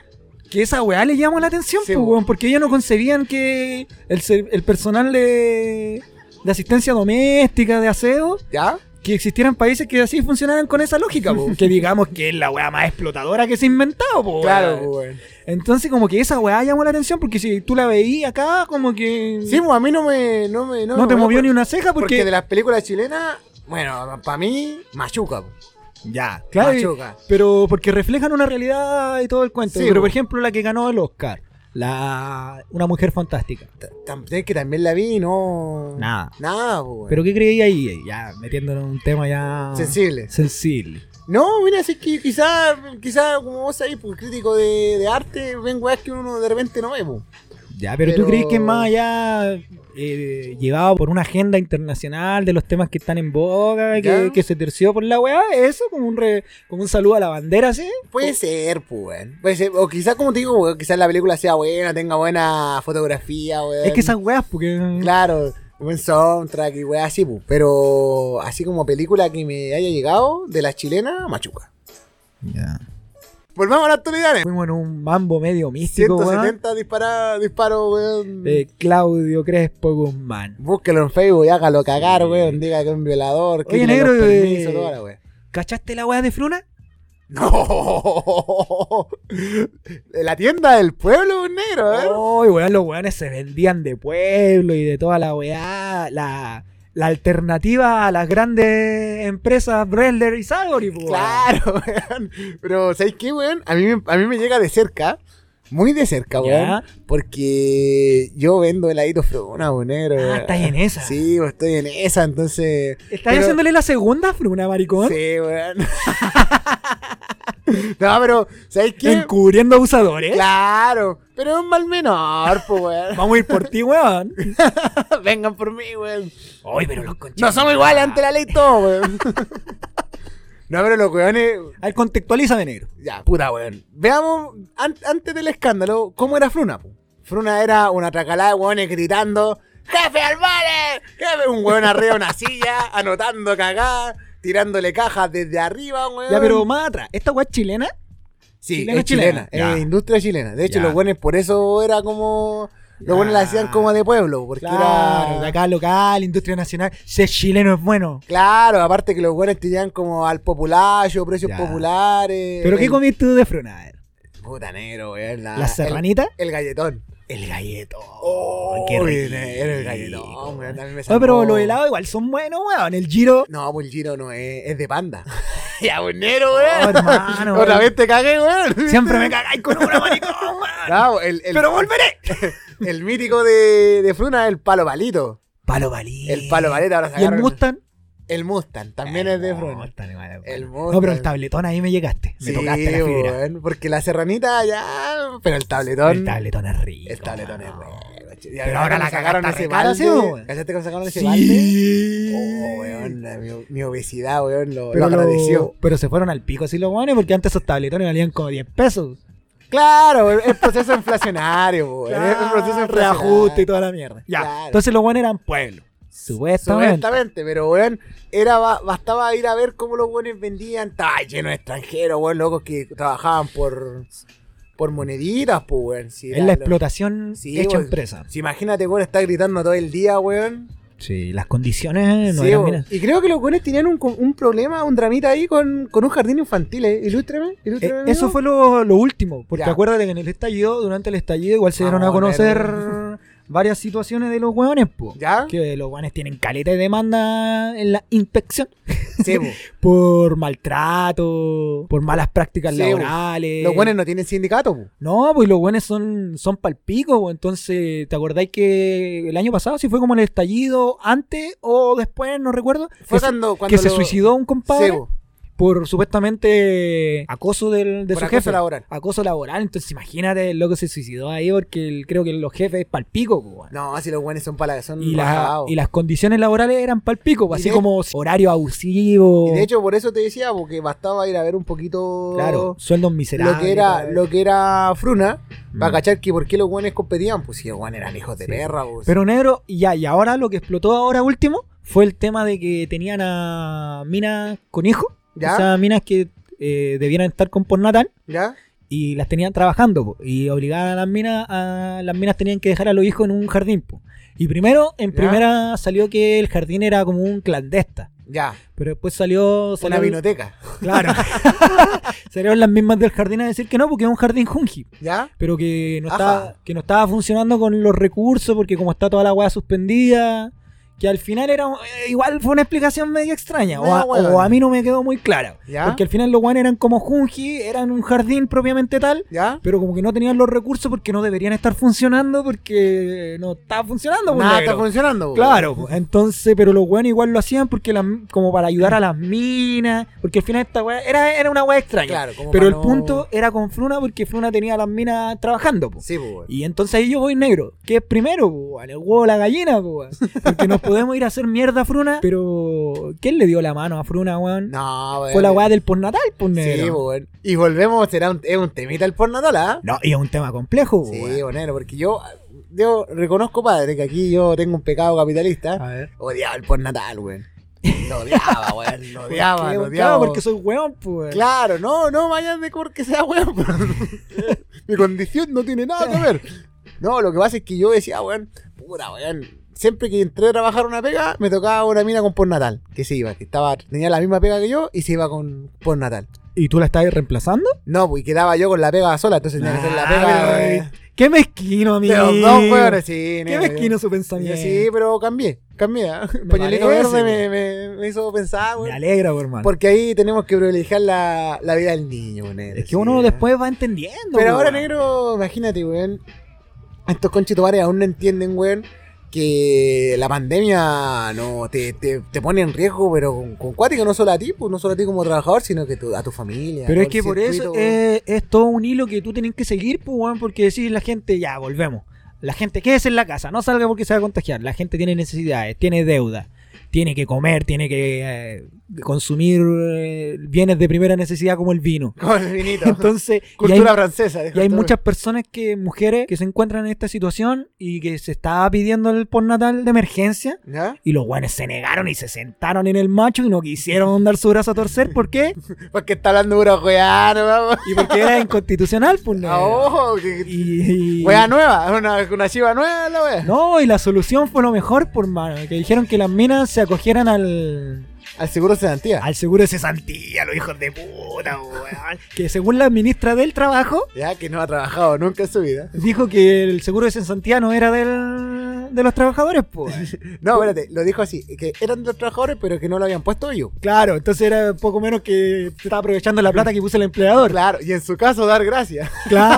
[SPEAKER 2] que esa weá le llamó la atención,
[SPEAKER 3] Sí,
[SPEAKER 2] pues,
[SPEAKER 3] weón.
[SPEAKER 2] weón, porque ellos no concebían que el, ser- el personal de, de asistencia doméstica, de aseo,
[SPEAKER 3] ¿Ya?
[SPEAKER 2] que existieran países que así funcionaran con esa lógica, po. que digamos que es la weá más explotadora que se ha inventado, po,
[SPEAKER 3] Claro,
[SPEAKER 2] weón.
[SPEAKER 3] po, weón.
[SPEAKER 2] Entonces como que esa weá llamó la atención porque si tú la veías acá como que
[SPEAKER 3] Sí, pues a mí no me. No, me,
[SPEAKER 2] no,
[SPEAKER 3] me
[SPEAKER 2] te
[SPEAKER 3] movió
[SPEAKER 2] movió
[SPEAKER 3] por-
[SPEAKER 2] ni una ceja porque,
[SPEAKER 3] Porque, de las películas chilenas, bueno, para mí, machuca. po.
[SPEAKER 2] ya, claro, y-
[SPEAKER 3] machuca.
[SPEAKER 2] pero porque reflejan una realidad y todo el cuento.
[SPEAKER 3] Sí,
[SPEAKER 2] pero
[SPEAKER 3] po.
[SPEAKER 2] por ejemplo la que ganó el Oscar, la una mujer fantástica.
[SPEAKER 3] T- tam- es que también la vi, no.
[SPEAKER 2] Nada.
[SPEAKER 3] Nada, po, weón.
[SPEAKER 2] Pero qué creía ahí, Eh, ya metiéndonos en un tema ya
[SPEAKER 3] Sensible.
[SPEAKER 2] sensible.
[SPEAKER 3] No, mira, si es que quizás, quizá, como vos sabés, pues crítico de, de arte, ven weas que uno de repente no ve, po.
[SPEAKER 2] Ya, pero,
[SPEAKER 3] Pero-
[SPEAKER 2] tú crees que más allá eh, llevado por una agenda internacional de los temas que están en boga, que,
[SPEAKER 3] Ya.
[SPEAKER 2] que se terció por la weá, eso como un re- como un saludo a la bandera, ¿sí?
[SPEAKER 3] Puede ser, pues, weón. Puede ser. O quizás, como te digo, weón, quizás la película sea buena, tenga buena fotografía, weón.
[SPEAKER 2] Es que esas weas, porque.
[SPEAKER 3] Claro, buen soundtrack y weón, así, pues. Pero así como película que me haya llegado de las chilenas, machuca.
[SPEAKER 2] Ya.
[SPEAKER 3] Volvamos a la actualidad. eh.
[SPEAKER 2] Fuimos en un mambo medio místico, weón. Eh,
[SPEAKER 3] 170 dispara- disparos, weón.
[SPEAKER 2] De Claudio Crespo Guzmán.
[SPEAKER 3] Búsquelo en Facebook y hágalo cagar, weón. Diga que es un violador.
[SPEAKER 2] Oye,
[SPEAKER 3] quítale
[SPEAKER 2] negro,
[SPEAKER 3] los
[SPEAKER 2] eh,
[SPEAKER 3] permisos, toda la weá.
[SPEAKER 2] ¿Cachaste la weá de Fruna?
[SPEAKER 3] No. La tienda del pueblo, un negro,
[SPEAKER 2] Ay,
[SPEAKER 3] ¿eh?
[SPEAKER 2] weón, los weones se vendían de pueblo y de toda la weá. La, la alternativa a las grandes empresas Brendler y Salvori, weón.
[SPEAKER 3] Claro, weón. Pero, ¿sabes qué, weón? A mí, me- a mí me llega de cerca. Muy de cerca, weón.
[SPEAKER 2] Ya.
[SPEAKER 3] Porque yo vendo heladitos fruna, weón, negro.
[SPEAKER 2] Ah,
[SPEAKER 3] weón.
[SPEAKER 2] estás en esa.
[SPEAKER 3] Sí, weón, estoy en esa, entonces.
[SPEAKER 2] ¿Estás
[SPEAKER 3] pero-
[SPEAKER 2] haciéndole la segunda a Fruna, maricón?
[SPEAKER 3] Sí, weón. no, pero, ¿sabes qué?
[SPEAKER 2] Encubriendo abusadores.
[SPEAKER 3] Claro, pero es un mal menor, pues, weón.
[SPEAKER 2] Vamos a ir por ti, weón.
[SPEAKER 3] Vengan por mí, weón.
[SPEAKER 2] Ay, pero los conchas.
[SPEAKER 3] No somos iguales ante la ley todos, weón. no, pero los weones.
[SPEAKER 2] Al contextualízame, negro.
[SPEAKER 3] Ya, puta, weón. Veamos, an- antes del escándalo, ¿cómo era Fruna? po? Fruna era una tracalada de weones gritando: ¡Jefe al vale! ¡Jefe! Un weón arriba de una silla, anotando cagada, tirándole cajas desde arriba, weón.
[SPEAKER 2] Ya, pero más atrás. ¿Esta weá es chilena?
[SPEAKER 3] Sí,
[SPEAKER 2] ¿Chilena
[SPEAKER 3] es
[SPEAKER 2] o chilena?
[SPEAKER 3] chilena,
[SPEAKER 2] Ya.
[SPEAKER 3] es industria chilena. De hecho,
[SPEAKER 2] Ya.
[SPEAKER 3] los buenos por eso era como. Los
[SPEAKER 2] Ya.
[SPEAKER 3] buenos la hacían como de pueblo, porque
[SPEAKER 2] Claro,
[SPEAKER 3] era.
[SPEAKER 2] de acá local, industria nacional. Ser chileno es bueno.
[SPEAKER 3] Claro, aparte que los buenos tenían como al populacho, precios
[SPEAKER 2] Ya.
[SPEAKER 3] populares.
[SPEAKER 2] ¿Pero qué
[SPEAKER 3] el-
[SPEAKER 2] comiste tú de fruna? A ver,
[SPEAKER 3] Puta negro, weón. La,
[SPEAKER 2] ¿La serranita?
[SPEAKER 3] El, el galletón.
[SPEAKER 2] El, galleto.
[SPEAKER 3] Oh,
[SPEAKER 2] qué rico.
[SPEAKER 3] Era era el galletón, weón. también me
[SPEAKER 2] Oye, pero
[SPEAKER 3] salvó.
[SPEAKER 2] los helados igual son buenos, weón. El giro.
[SPEAKER 3] No, pues el giro no es, es de panda. ya, buen negro,
[SPEAKER 2] Oh,
[SPEAKER 3] weón.
[SPEAKER 2] hermano.
[SPEAKER 3] Otra
[SPEAKER 2] weón.
[SPEAKER 3] vez te cagué, weón.
[SPEAKER 2] Siempre me cagáis con una maricón, weón.
[SPEAKER 3] No, el, el-
[SPEAKER 2] Pero volveré.
[SPEAKER 3] El mítico de, de Fruna es el palo palito.
[SPEAKER 2] Palo palito.
[SPEAKER 3] El palo palito ahora
[SPEAKER 2] ¿Y el
[SPEAKER 3] sacaron-
[SPEAKER 2] Mustang?
[SPEAKER 3] El Mustang también es de
[SPEAKER 2] El
[SPEAKER 3] Fruna.
[SPEAKER 2] Mustang igual es
[SPEAKER 3] El
[SPEAKER 2] bueno.
[SPEAKER 3] Mustang.
[SPEAKER 2] No, pero el tabletón ahí me llegaste. Me
[SPEAKER 3] Sí,
[SPEAKER 2] tocaste la fibra.
[SPEAKER 3] weón, porque la serranita ya. Pero el tabletón.
[SPEAKER 2] El tabletón es rico.
[SPEAKER 3] El tabletón es
[SPEAKER 2] weón.
[SPEAKER 3] bueno.
[SPEAKER 2] Pero ahora la
[SPEAKER 3] sacaron
[SPEAKER 2] cagata
[SPEAKER 3] ese
[SPEAKER 2] regala,
[SPEAKER 3] balde.
[SPEAKER 2] sí, weón.
[SPEAKER 3] ¿Cachaste cómo sacaron ese balde?
[SPEAKER 2] Sí.
[SPEAKER 3] Oh, weón, la- mi, mi obesidad, weón, lo,
[SPEAKER 2] Pero,
[SPEAKER 3] lo
[SPEAKER 2] lo-
[SPEAKER 3] agradeció.
[SPEAKER 2] pero se fueron al pico así los guanes porque antes esos tabletones valían como 10 pesos.
[SPEAKER 3] Claro, el proceso inflacionario, weón. el
[SPEAKER 2] de
[SPEAKER 3] proceso inflacionario.
[SPEAKER 2] reajuste y toda la mierda. Ya.
[SPEAKER 3] Claro.
[SPEAKER 2] Entonces los guanes eran pueblo. Supuestamente.
[SPEAKER 3] Supuestamente, pero weón, era, ba- bastaba ir a ver cómo los buenos vendían. Estaba lleno de extranjeros, weón, locos que trabajaban por, por moneditas, pues, weón. Si
[SPEAKER 2] Es la
[SPEAKER 3] era lo-
[SPEAKER 2] explotación
[SPEAKER 3] Sí,
[SPEAKER 2] hecha
[SPEAKER 3] weón.
[SPEAKER 2] empresa.
[SPEAKER 3] Si imagínate, weón, está gritando todo el día, weón.
[SPEAKER 2] Sí, las condiciones no
[SPEAKER 3] Sí,
[SPEAKER 2] eran
[SPEAKER 3] weón.
[SPEAKER 2] mira.
[SPEAKER 3] Y creo que los weones tenían un, co- un problema, un dramita ahí con, con un jardín infantil, ¿eh? Ilústrame,
[SPEAKER 2] Eh,
[SPEAKER 3] ilústrame.
[SPEAKER 2] eso fue lo, lo último, porque
[SPEAKER 3] Ya. Ah,
[SPEAKER 2] acuérdate que en el estallido, durante el estallido, igual se dieron a
[SPEAKER 3] Vamos a
[SPEAKER 2] conocer
[SPEAKER 3] ver.
[SPEAKER 2] varias situaciones de los hueones, po.
[SPEAKER 3] ¿Ya?
[SPEAKER 2] Que los hueones tienen caleta de demanda en la inspección
[SPEAKER 3] Sí, po.
[SPEAKER 2] por maltrato, por malas prácticas
[SPEAKER 3] Sí,
[SPEAKER 2] laborales.
[SPEAKER 3] Los buenos no tienen sindicato, po.
[SPEAKER 2] No, pues los buenos son, son palpicos, pues, entonces, ¿te acordáis que el año pasado, si fue como el estallido, antes o después, no recuerdo,
[SPEAKER 3] Fue
[SPEAKER 2] que, se,
[SPEAKER 3] cuando, cuando
[SPEAKER 2] que se
[SPEAKER 3] lo-
[SPEAKER 2] suicidó un compadre
[SPEAKER 3] Sí, po.
[SPEAKER 2] por supuestamente acoso del, de
[SPEAKER 3] Por
[SPEAKER 2] su
[SPEAKER 3] acoso
[SPEAKER 2] jefe?
[SPEAKER 3] laboral.
[SPEAKER 2] Acoso laboral, entonces imagínate, el loco se suicidó ahí porque el- creo que los jefes palpico, pues, weón.
[SPEAKER 3] No, si los buenos son para son
[SPEAKER 2] y, la-
[SPEAKER 3] rajados.
[SPEAKER 2] y las condiciones laborales eran palpico, pues,
[SPEAKER 3] Y
[SPEAKER 2] así
[SPEAKER 3] de-
[SPEAKER 2] como horario abusivo,
[SPEAKER 3] Y de hecho, por eso te decía, porque bastaba ir a ver un poquito
[SPEAKER 2] claro, sueldos miserables.
[SPEAKER 3] lo que era,
[SPEAKER 2] todo.
[SPEAKER 3] lo que era Fruna,
[SPEAKER 2] Mm.
[SPEAKER 3] para cachar que por qué los guanes competían, pues si los guanes eran hijos de
[SPEAKER 2] Sí.
[SPEAKER 3] perra, pues.
[SPEAKER 2] Pero negro, y ya, y ahora lo que explotó ahora último fue el tema de que tenían a minas con hijos,
[SPEAKER 3] ¿Ya?
[SPEAKER 2] o sea, minas que eh, debieran estar con postnatal
[SPEAKER 3] ¿Ya?
[SPEAKER 2] y las tenían trabajando po, y obligaban a las minas a las minas tenían que dejar a los hijos en un jardín. po. Y primero, en
[SPEAKER 3] Ya.
[SPEAKER 2] primera salió que el jardín era como un clandesta.
[SPEAKER 3] Ya.
[SPEAKER 2] Pero después salió.
[SPEAKER 3] Una
[SPEAKER 2] salió
[SPEAKER 3] vinoteca.
[SPEAKER 2] Claro. salieron las mismas del jardín a decir que no, porque es un jardín junji
[SPEAKER 3] ¿Ya?
[SPEAKER 2] pero que no,
[SPEAKER 3] Ajá.
[SPEAKER 2] estaba, que no estaba funcionando con los recursos porque como está toda la weá suspendida, que al final era eh, igual fue una explicación medio extraña, o a,
[SPEAKER 3] Medio hueón.
[SPEAKER 2] o a mí no me quedó muy clara,
[SPEAKER 3] ¿Ya?
[SPEAKER 2] porque al final los weones eran como Junji, eran un jardín propiamente tal,
[SPEAKER 3] ¿Ya?
[SPEAKER 2] pero como que no tenían los recursos porque no deberían estar funcionando porque no estaba funcionando. pues,
[SPEAKER 3] Nada
[SPEAKER 2] negro.
[SPEAKER 3] está funcionando, pues.
[SPEAKER 2] Claro, pues, entonces, pero los weones igual lo hacían porque las- como para ayudar a las minas, porque al final esta weá era, era una weá extraña.
[SPEAKER 3] Claro, como
[SPEAKER 2] Pero
[SPEAKER 3] pa'
[SPEAKER 2] el
[SPEAKER 3] no-
[SPEAKER 2] punto era con Fruna porque Fruna tenía a las minas trabajando, po.
[SPEAKER 3] Sí, pues.
[SPEAKER 2] Y entonces ahí yo voy negro. ¿Qué es primero, po, weón? El huevo o la gallina, po, weón? Porque nos podemos ir a hacer mierda a Fruna, pero ¿quién le dio la mano a Fruna, weón?
[SPEAKER 3] No, weón.
[SPEAKER 2] Fue la weá del postnatal, pues negro.
[SPEAKER 3] Sí, pues, weón. Y volvemos, será un, es un temita el pornatal, ¿ah?
[SPEAKER 2] No, y es un tema complejo, po,
[SPEAKER 3] Sí,
[SPEAKER 2] weón.
[SPEAKER 3] bonero, porque yo,
[SPEAKER 2] Ah.
[SPEAKER 3] yo reconozco, padre, que aquí yo tengo un pecado capitalista.
[SPEAKER 2] A ver.
[SPEAKER 3] Odiaba el postnatal, weón. Lo odiaba, weón. Lo odiaba,
[SPEAKER 2] Porque,
[SPEAKER 3] lo
[SPEAKER 2] claro,
[SPEAKER 3] odiaba.
[SPEAKER 2] porque soy weón, pues.
[SPEAKER 3] Claro, no, no vayas de porque sea weón. pero- Mi condición no tiene nada que ver. No, lo que pasa es que yo decía, weón, pura weón. Siempre que entré a trabajar una pega, me tocaba una mina con postnatal, que se iba, que estaba, tenía la misma pega que yo y se iba con postnatal.
[SPEAKER 2] ¿Y tú la estás reemplazando? Ah,
[SPEAKER 3] No, pues y quedaba yo con la pega sola, entonces tenía que hacer la pega. eh,
[SPEAKER 2] Ay, Qué mezquino,
[SPEAKER 3] de
[SPEAKER 2] amigo.
[SPEAKER 3] los dos weones, sí,
[SPEAKER 2] Qué
[SPEAKER 3] nena,
[SPEAKER 2] mezquino su
[SPEAKER 3] yo-
[SPEAKER 2] pensamiento.
[SPEAKER 3] Sí, pues, pero cambié, cambié. ¿eh? Pañuelito
[SPEAKER 2] parece,
[SPEAKER 3] verde me, me- me hizo pensar,
[SPEAKER 2] Me
[SPEAKER 3] weón.
[SPEAKER 2] alegra, pues, hermano.
[SPEAKER 3] Porque ahí tenemos que privilegiar la, la vida del niño, weón.
[SPEAKER 2] es que uno
[SPEAKER 3] después
[SPEAKER 2] después va entendiendo.
[SPEAKER 3] ¿eh? Pero
[SPEAKER 2] pues,
[SPEAKER 3] ahora,
[SPEAKER 2] weón.
[SPEAKER 3] negro, imagínate, weón. Estos conchitumares aún no entienden, weón, que la pandemia no te, te, te pone en riesgo, pero con, con cuático, no solo a ti, pues, no solo a ti como trabajador, sino que tu- a tu familia.
[SPEAKER 2] Pero es
[SPEAKER 3] todo
[SPEAKER 2] que
[SPEAKER 3] el
[SPEAKER 2] por eso
[SPEAKER 3] circuito, weón.
[SPEAKER 2] es, es todo un hilo que tú tenés que seguir, pues, weón, porque decís la gente, ya, volvemos. La gente, quédese en la casa, no salga porque se va a contagiar. La gente tiene necesidades, tiene deuda, tiene que comer, tiene que eh, consumir eh, bienes de primera necesidad como el vino.
[SPEAKER 3] Con el vinito.
[SPEAKER 2] Entonces, y hay-
[SPEAKER 3] Cultura francesa.
[SPEAKER 2] y hay muchas personas que, mujeres, que se encuentran en esta situación y que se estaba pidiendo el postnatal de emergencia.
[SPEAKER 3] ¿Ya?
[SPEAKER 2] Y los guanes se negaron y se sentaron en el macho y no quisieron dar su brazo a torcer. ¿Por qué?
[SPEAKER 3] Porque está hablando pura weá, no vamos.
[SPEAKER 2] Y porque era inconstitucional, pues.
[SPEAKER 3] Ah,
[SPEAKER 2] no.
[SPEAKER 3] ojo, que- que-
[SPEAKER 2] Y, y-
[SPEAKER 3] Weá nueva, una, una chiva nueva la weá.
[SPEAKER 2] No, y la solución fue lo mejor, por mano. Que dijeron que las minas se acogieran al,
[SPEAKER 3] Al seguro de Santía.
[SPEAKER 2] al seguro de cesantía, los hijos de puta, weón. Que según la ministra del Trabajo,
[SPEAKER 3] Ya que no ha trabajado nunca en su vida.
[SPEAKER 2] dijo que el seguro de cesantía no era del, de los trabajadores, pues.
[SPEAKER 3] No, espérate, lo dijo así, que eran de los trabajadores, pero que no lo habían puesto ellos.
[SPEAKER 2] Claro, entonces era poco menos que se estaba aprovechando la plata que puso el empleador.
[SPEAKER 3] Claro, y en su caso dar gracias.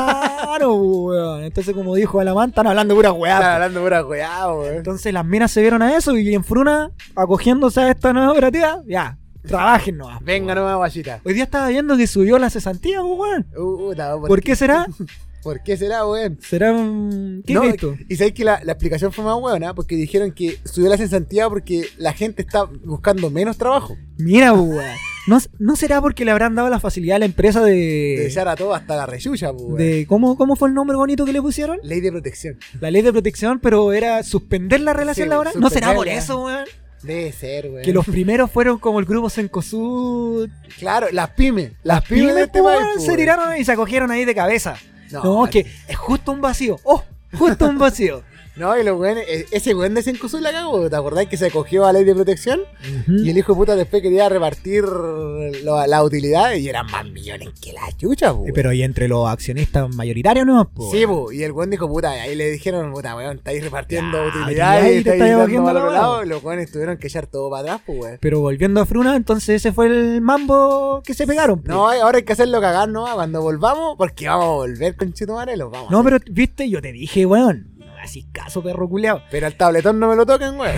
[SPEAKER 2] Claro, weón. Entonces, como dijo Alamán, están hablando pura weá.
[SPEAKER 3] Están
[SPEAKER 2] po.
[SPEAKER 3] hablando pura weá, weón.
[SPEAKER 2] Entonces las minas se vieron a eso y en Fruna, acogiéndose a esta nueva operativa, ya, trabajen nomás. po,
[SPEAKER 3] Venga nomás, guachita.
[SPEAKER 2] Hoy día estaba viendo que subió la cesantía, po, weón.
[SPEAKER 3] Uh, puta, ¿por,
[SPEAKER 2] ¿Por
[SPEAKER 3] qué?
[SPEAKER 2] qué será?
[SPEAKER 3] ¿Por qué será, weón?
[SPEAKER 2] ¿Será un... ¿Qué
[SPEAKER 3] No,
[SPEAKER 2] es esto?
[SPEAKER 3] Y sabéis que la, la explicación fue más buena porque dijeron que subió la cesantía porque la gente está buscando menos trabajo.
[SPEAKER 2] Mira, po, weón. ¿No, ¿No será porque le habrán dado la facilidad a la empresa
[SPEAKER 3] De
[SPEAKER 2] de...
[SPEAKER 3] echar a todo hasta la reyuya, pues, weón.
[SPEAKER 2] de ¿cómo, ¿Cómo fue el nombre bonito que le pusieron?
[SPEAKER 3] Ley de protección.
[SPEAKER 2] La ley de protección, pero era suspender la relación
[SPEAKER 3] Sí,
[SPEAKER 2] laboral. ¿No será por
[SPEAKER 3] suspenderla.
[SPEAKER 2] eso, weón?
[SPEAKER 3] Debe ser, weón.
[SPEAKER 2] Que los primeros fueron como el grupo Sencosud.
[SPEAKER 3] Claro, las pymes. Las pymes,
[SPEAKER 2] Pymes,
[SPEAKER 3] de este
[SPEAKER 2] po,
[SPEAKER 3] país,
[SPEAKER 2] weón,
[SPEAKER 3] pues,
[SPEAKER 2] se
[SPEAKER 3] weón.
[SPEAKER 2] tiraron y se acogieron ahí de cabeza. No, es que es justo un vacío. ¡Oh! Justo un vacío.
[SPEAKER 3] No, y los weones- e- ese weón de Sencosud la cagó. ¿Te acordás que se acogió a ley de protección? Y el hijo de puta después quería repartir lo- las utilidades y eran más millones que la chucha, po.
[SPEAKER 2] Eh, Pero y entre los accionistas mayoritarios, ¿no? Pues. Po?
[SPEAKER 3] Sí, po. Y el weón dijo, puta, ahí le dijeron, puta, weón, estáis repartiendo
[SPEAKER 2] Ya,
[SPEAKER 3] utilidades
[SPEAKER 2] utilidades,
[SPEAKER 3] y
[SPEAKER 2] te
[SPEAKER 3] estáis
[SPEAKER 2] estáis
[SPEAKER 3] dando
[SPEAKER 2] cogiendo
[SPEAKER 3] para
[SPEAKER 2] la
[SPEAKER 3] otro
[SPEAKER 2] weá, Eh.
[SPEAKER 3] lado.
[SPEAKER 2] po.
[SPEAKER 3] Los weones tuvieron que echar todo para atrás, po, weón.
[SPEAKER 2] Pero volviendo a Fruna, entonces ese fue el mambo que se pegaron. pues. po.
[SPEAKER 3] No, ahora hay que hacerlo cagar nomás cuando volvamos, porque vamos a volver con Chitumare, los vamos. a
[SPEAKER 2] No,
[SPEAKER 3] hacer.
[SPEAKER 2] pero viste, yo te dije, weón. no me Así caso, perro culeado.
[SPEAKER 3] Pero al tabletón no me lo toquen, weón.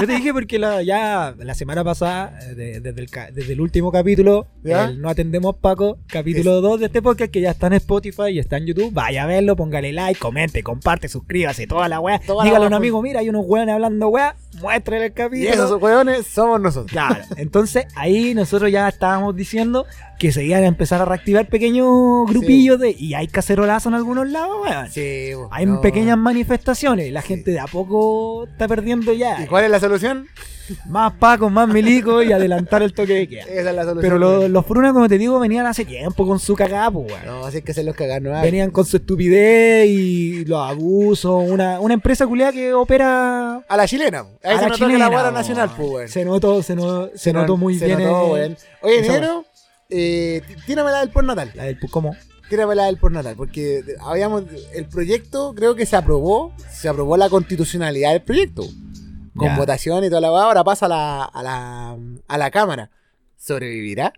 [SPEAKER 2] Yo te dije porque la, ya la semana pasada, eh, de- desde, el, ca- desde el último capítulo,
[SPEAKER 3] ¿Ya?
[SPEAKER 2] el No Atendemos Paco, capítulo 2 de este podcast, que ya está en Spotify y está en YouTube, vaya a verlo, póngale like, comente, comparte, suscríbase, toda la weá.
[SPEAKER 3] Toda la
[SPEAKER 2] Dígale a un
[SPEAKER 3] weá, pues.
[SPEAKER 2] amigo, mira, hay unos weones hablando weá, muéstrale el
[SPEAKER 3] Y
[SPEAKER 2] capítulo.
[SPEAKER 3] esos weones somos nosotros.
[SPEAKER 2] Claro, entonces ahí nosotros ya estábamos diciendo que se iban a empezar a reactivar pequeños grupillos de. Y hay cacerolazo en algunos lados, weón.
[SPEAKER 3] Sí, po,
[SPEAKER 2] Hay
[SPEAKER 3] no.
[SPEAKER 2] pequeñas manifestaciones. La gente de a poco está perdiendo ya.
[SPEAKER 3] ¿Y cuál es la solución?
[SPEAKER 2] Más pacos, más milicos y adelantar el toque de queda.
[SPEAKER 3] Esa es la solución.
[SPEAKER 2] Pero lo-
[SPEAKER 3] weón.
[SPEAKER 2] los frunas, como te digo, venían hace tiempo con su cagada, pues, weón.
[SPEAKER 3] No, así hay que hacerlos cagar nomás.
[SPEAKER 2] Venían con su estupidez y los abusos. Una, una empresa culiada que opera
[SPEAKER 3] A la chilena. po. Ahí
[SPEAKER 2] a
[SPEAKER 3] se
[SPEAKER 2] la
[SPEAKER 3] notó que la
[SPEAKER 2] chilena,
[SPEAKER 3] guarda
[SPEAKER 2] po.
[SPEAKER 3] nacional, pues, weón.
[SPEAKER 2] Se notó, se, no- se
[SPEAKER 3] no-
[SPEAKER 2] notó muy
[SPEAKER 3] se
[SPEAKER 2] bien.
[SPEAKER 3] notó,
[SPEAKER 2] eh,
[SPEAKER 3] weón. Oye,
[SPEAKER 2] esa
[SPEAKER 3] negro, eh, tí- tírame la del postnatal.
[SPEAKER 2] La del pu- ¿Cómo?
[SPEAKER 3] Tírame la del postnatal, porque habíamos. El proyecto, creo que se aprobó. Se aprobó la constitucionalidad del proyecto. Con
[SPEAKER 2] Ya.
[SPEAKER 3] votación y toda la hueá. Ahora pasa a la, a la, a la Cámara. ¿Sobrevivirá?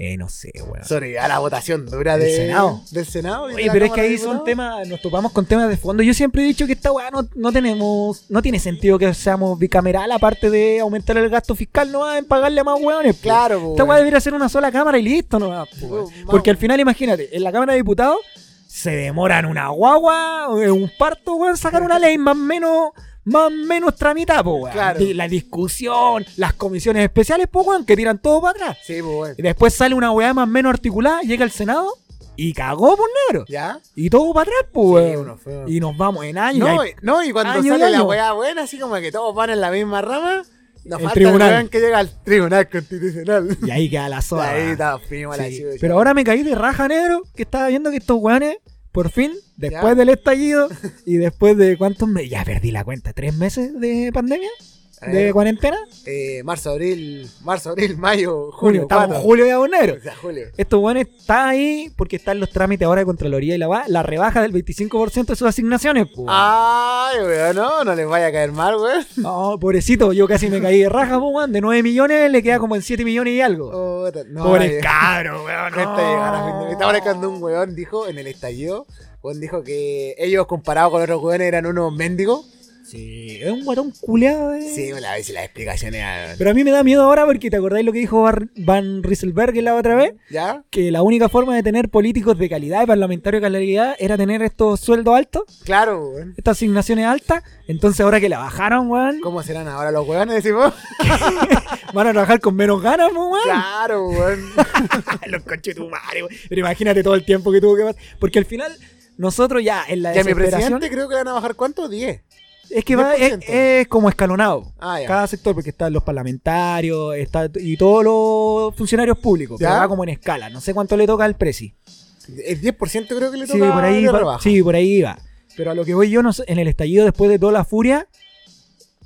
[SPEAKER 2] Eh, no sé, weón.
[SPEAKER 3] Sobrevivirá la votación dura
[SPEAKER 2] Del
[SPEAKER 3] de-
[SPEAKER 2] Senado.
[SPEAKER 3] Del Senado. y de
[SPEAKER 2] Oye,
[SPEAKER 3] la
[SPEAKER 2] pero es que
[SPEAKER 3] Cámara de
[SPEAKER 2] ahí son
[SPEAKER 3] Diputados.
[SPEAKER 2] temas, nos topamos con temas de fondo. Yo siempre he dicho que esta weá no, no tenemos, no tiene sentido que seamos bicameral, aparte de aumentar el gasto fiscal, no va a pagarle a más weones. pues. po.
[SPEAKER 3] Claro, pues, po,
[SPEAKER 2] Esta weá
[SPEAKER 3] weón.
[SPEAKER 2] debería ser una sola cámara y listo, no va, po,
[SPEAKER 3] No,
[SPEAKER 2] weón.
[SPEAKER 3] Uh, más
[SPEAKER 2] Porque al
[SPEAKER 3] weón.
[SPEAKER 2] final, imagínate, en la Cámara de Diputados se demoran una guagua, eh, un parto, weón, sacar una ley más o menos, más o menos tramitada, po, weón.
[SPEAKER 3] Claro.
[SPEAKER 2] Y La discusión, las comisiones especiales, po, weón, que tiran todo para atrás.
[SPEAKER 3] Sí, pues, weón.
[SPEAKER 2] Y después sale una weá más o menos articulada, llega al Senado y cagó por negro.
[SPEAKER 3] ¿Ya?
[SPEAKER 2] Y todo para atrás, pues,
[SPEAKER 3] Sí,
[SPEAKER 2] weón.
[SPEAKER 3] uno fue-
[SPEAKER 2] Y nos vamos en años.
[SPEAKER 3] No,
[SPEAKER 2] y hay-
[SPEAKER 3] y- no, y cuando
[SPEAKER 2] año y
[SPEAKER 3] sale la
[SPEAKER 2] año.
[SPEAKER 3] weá buena, así como que todos van en la misma rama, Nos
[SPEAKER 2] El
[SPEAKER 3] falta
[SPEAKER 2] tribunal.
[SPEAKER 3] el weón que llega al tribunal constitucional.
[SPEAKER 2] Y ahí queda la zorra.
[SPEAKER 3] Ahí está, primo, la
[SPEAKER 2] Sí,
[SPEAKER 3] chucha.
[SPEAKER 2] Pero ahora me caí de raja negro que estaba viendo que estos weones, por fin, después
[SPEAKER 3] Ya.
[SPEAKER 2] del estallido y después de cuántos meses, ya perdí la cuenta, tres meses de pandemia,
[SPEAKER 3] Eh,
[SPEAKER 2] de cuarentena,
[SPEAKER 3] eh, marzo, abril, marzo, abril, mayo,
[SPEAKER 2] junio,
[SPEAKER 3] junio,
[SPEAKER 2] estamos en
[SPEAKER 3] cuatro.
[SPEAKER 2] julio y agosto negro.
[SPEAKER 3] O sea, julio.
[SPEAKER 2] Estos weones están ahí porque están los trámites ahora de Contraloría y la va, la rebaja del 25% de sus asignaciones. po.
[SPEAKER 3] Ah. Ay, weón, no, no les vaya a caer mal, weón.
[SPEAKER 2] No, pobrecito, yo casi me caí de raja, po, weón. De 9 millones le queda como en 7 millones y algo.
[SPEAKER 3] Puta, Oh, no,
[SPEAKER 2] Pobre
[SPEAKER 3] eh,
[SPEAKER 2] cabro, weón.
[SPEAKER 3] cuesta llegar a fin de mes. Estaba hablando un weón, dijo, en el estallido, weón dijo que ellos comparados con otros weones eran unos mendigos.
[SPEAKER 2] Sí, es un guatón culeado, eh.
[SPEAKER 3] Sí, bueno, a veces las explicaciones eran-
[SPEAKER 2] Pero a mí me da miedo ahora porque te acordáis lo que dijo Bar- Van Rieselberg la otra vez,
[SPEAKER 3] ¿Ya?
[SPEAKER 2] que la única forma de tener políticos de calidad y parlamentarios de calidad era tener estos sueldos altos,
[SPEAKER 3] Claro, weón.
[SPEAKER 2] estas asignaciones altas. Entonces ahora que la bajaron, weón,
[SPEAKER 3] ¿Cómo serán ahora los weones, decimos?
[SPEAKER 2] van a trabajar con menos ganas, po, weón.
[SPEAKER 3] Claro, weón.
[SPEAKER 2] Los conches de tu madre, weón. Pero imagínate todo el tiempo que tuvo que pasar. Porque al final, nosotros ya en la
[SPEAKER 3] Ya mi
[SPEAKER 2] desesperación
[SPEAKER 3] presidente creo que le van a bajar cuánto? 10.
[SPEAKER 2] es que va, es,
[SPEAKER 3] 10%.
[SPEAKER 2] es como escalonado.
[SPEAKER 3] Ah, ya.
[SPEAKER 2] Cada sector, porque están los parlamentarios está, y todos los funcionarios públicos,
[SPEAKER 3] Ya.
[SPEAKER 2] pero va como en escala. No sé cuánto le toca al presi.
[SPEAKER 3] El 10% creo que le
[SPEAKER 2] Sí,
[SPEAKER 3] toca
[SPEAKER 2] por ahí,
[SPEAKER 3] de
[SPEAKER 2] va-
[SPEAKER 3] rebaja.
[SPEAKER 2] sí, por ahí iba. Pero a lo que voy yo, no sé, en el estallido después de toda la furia,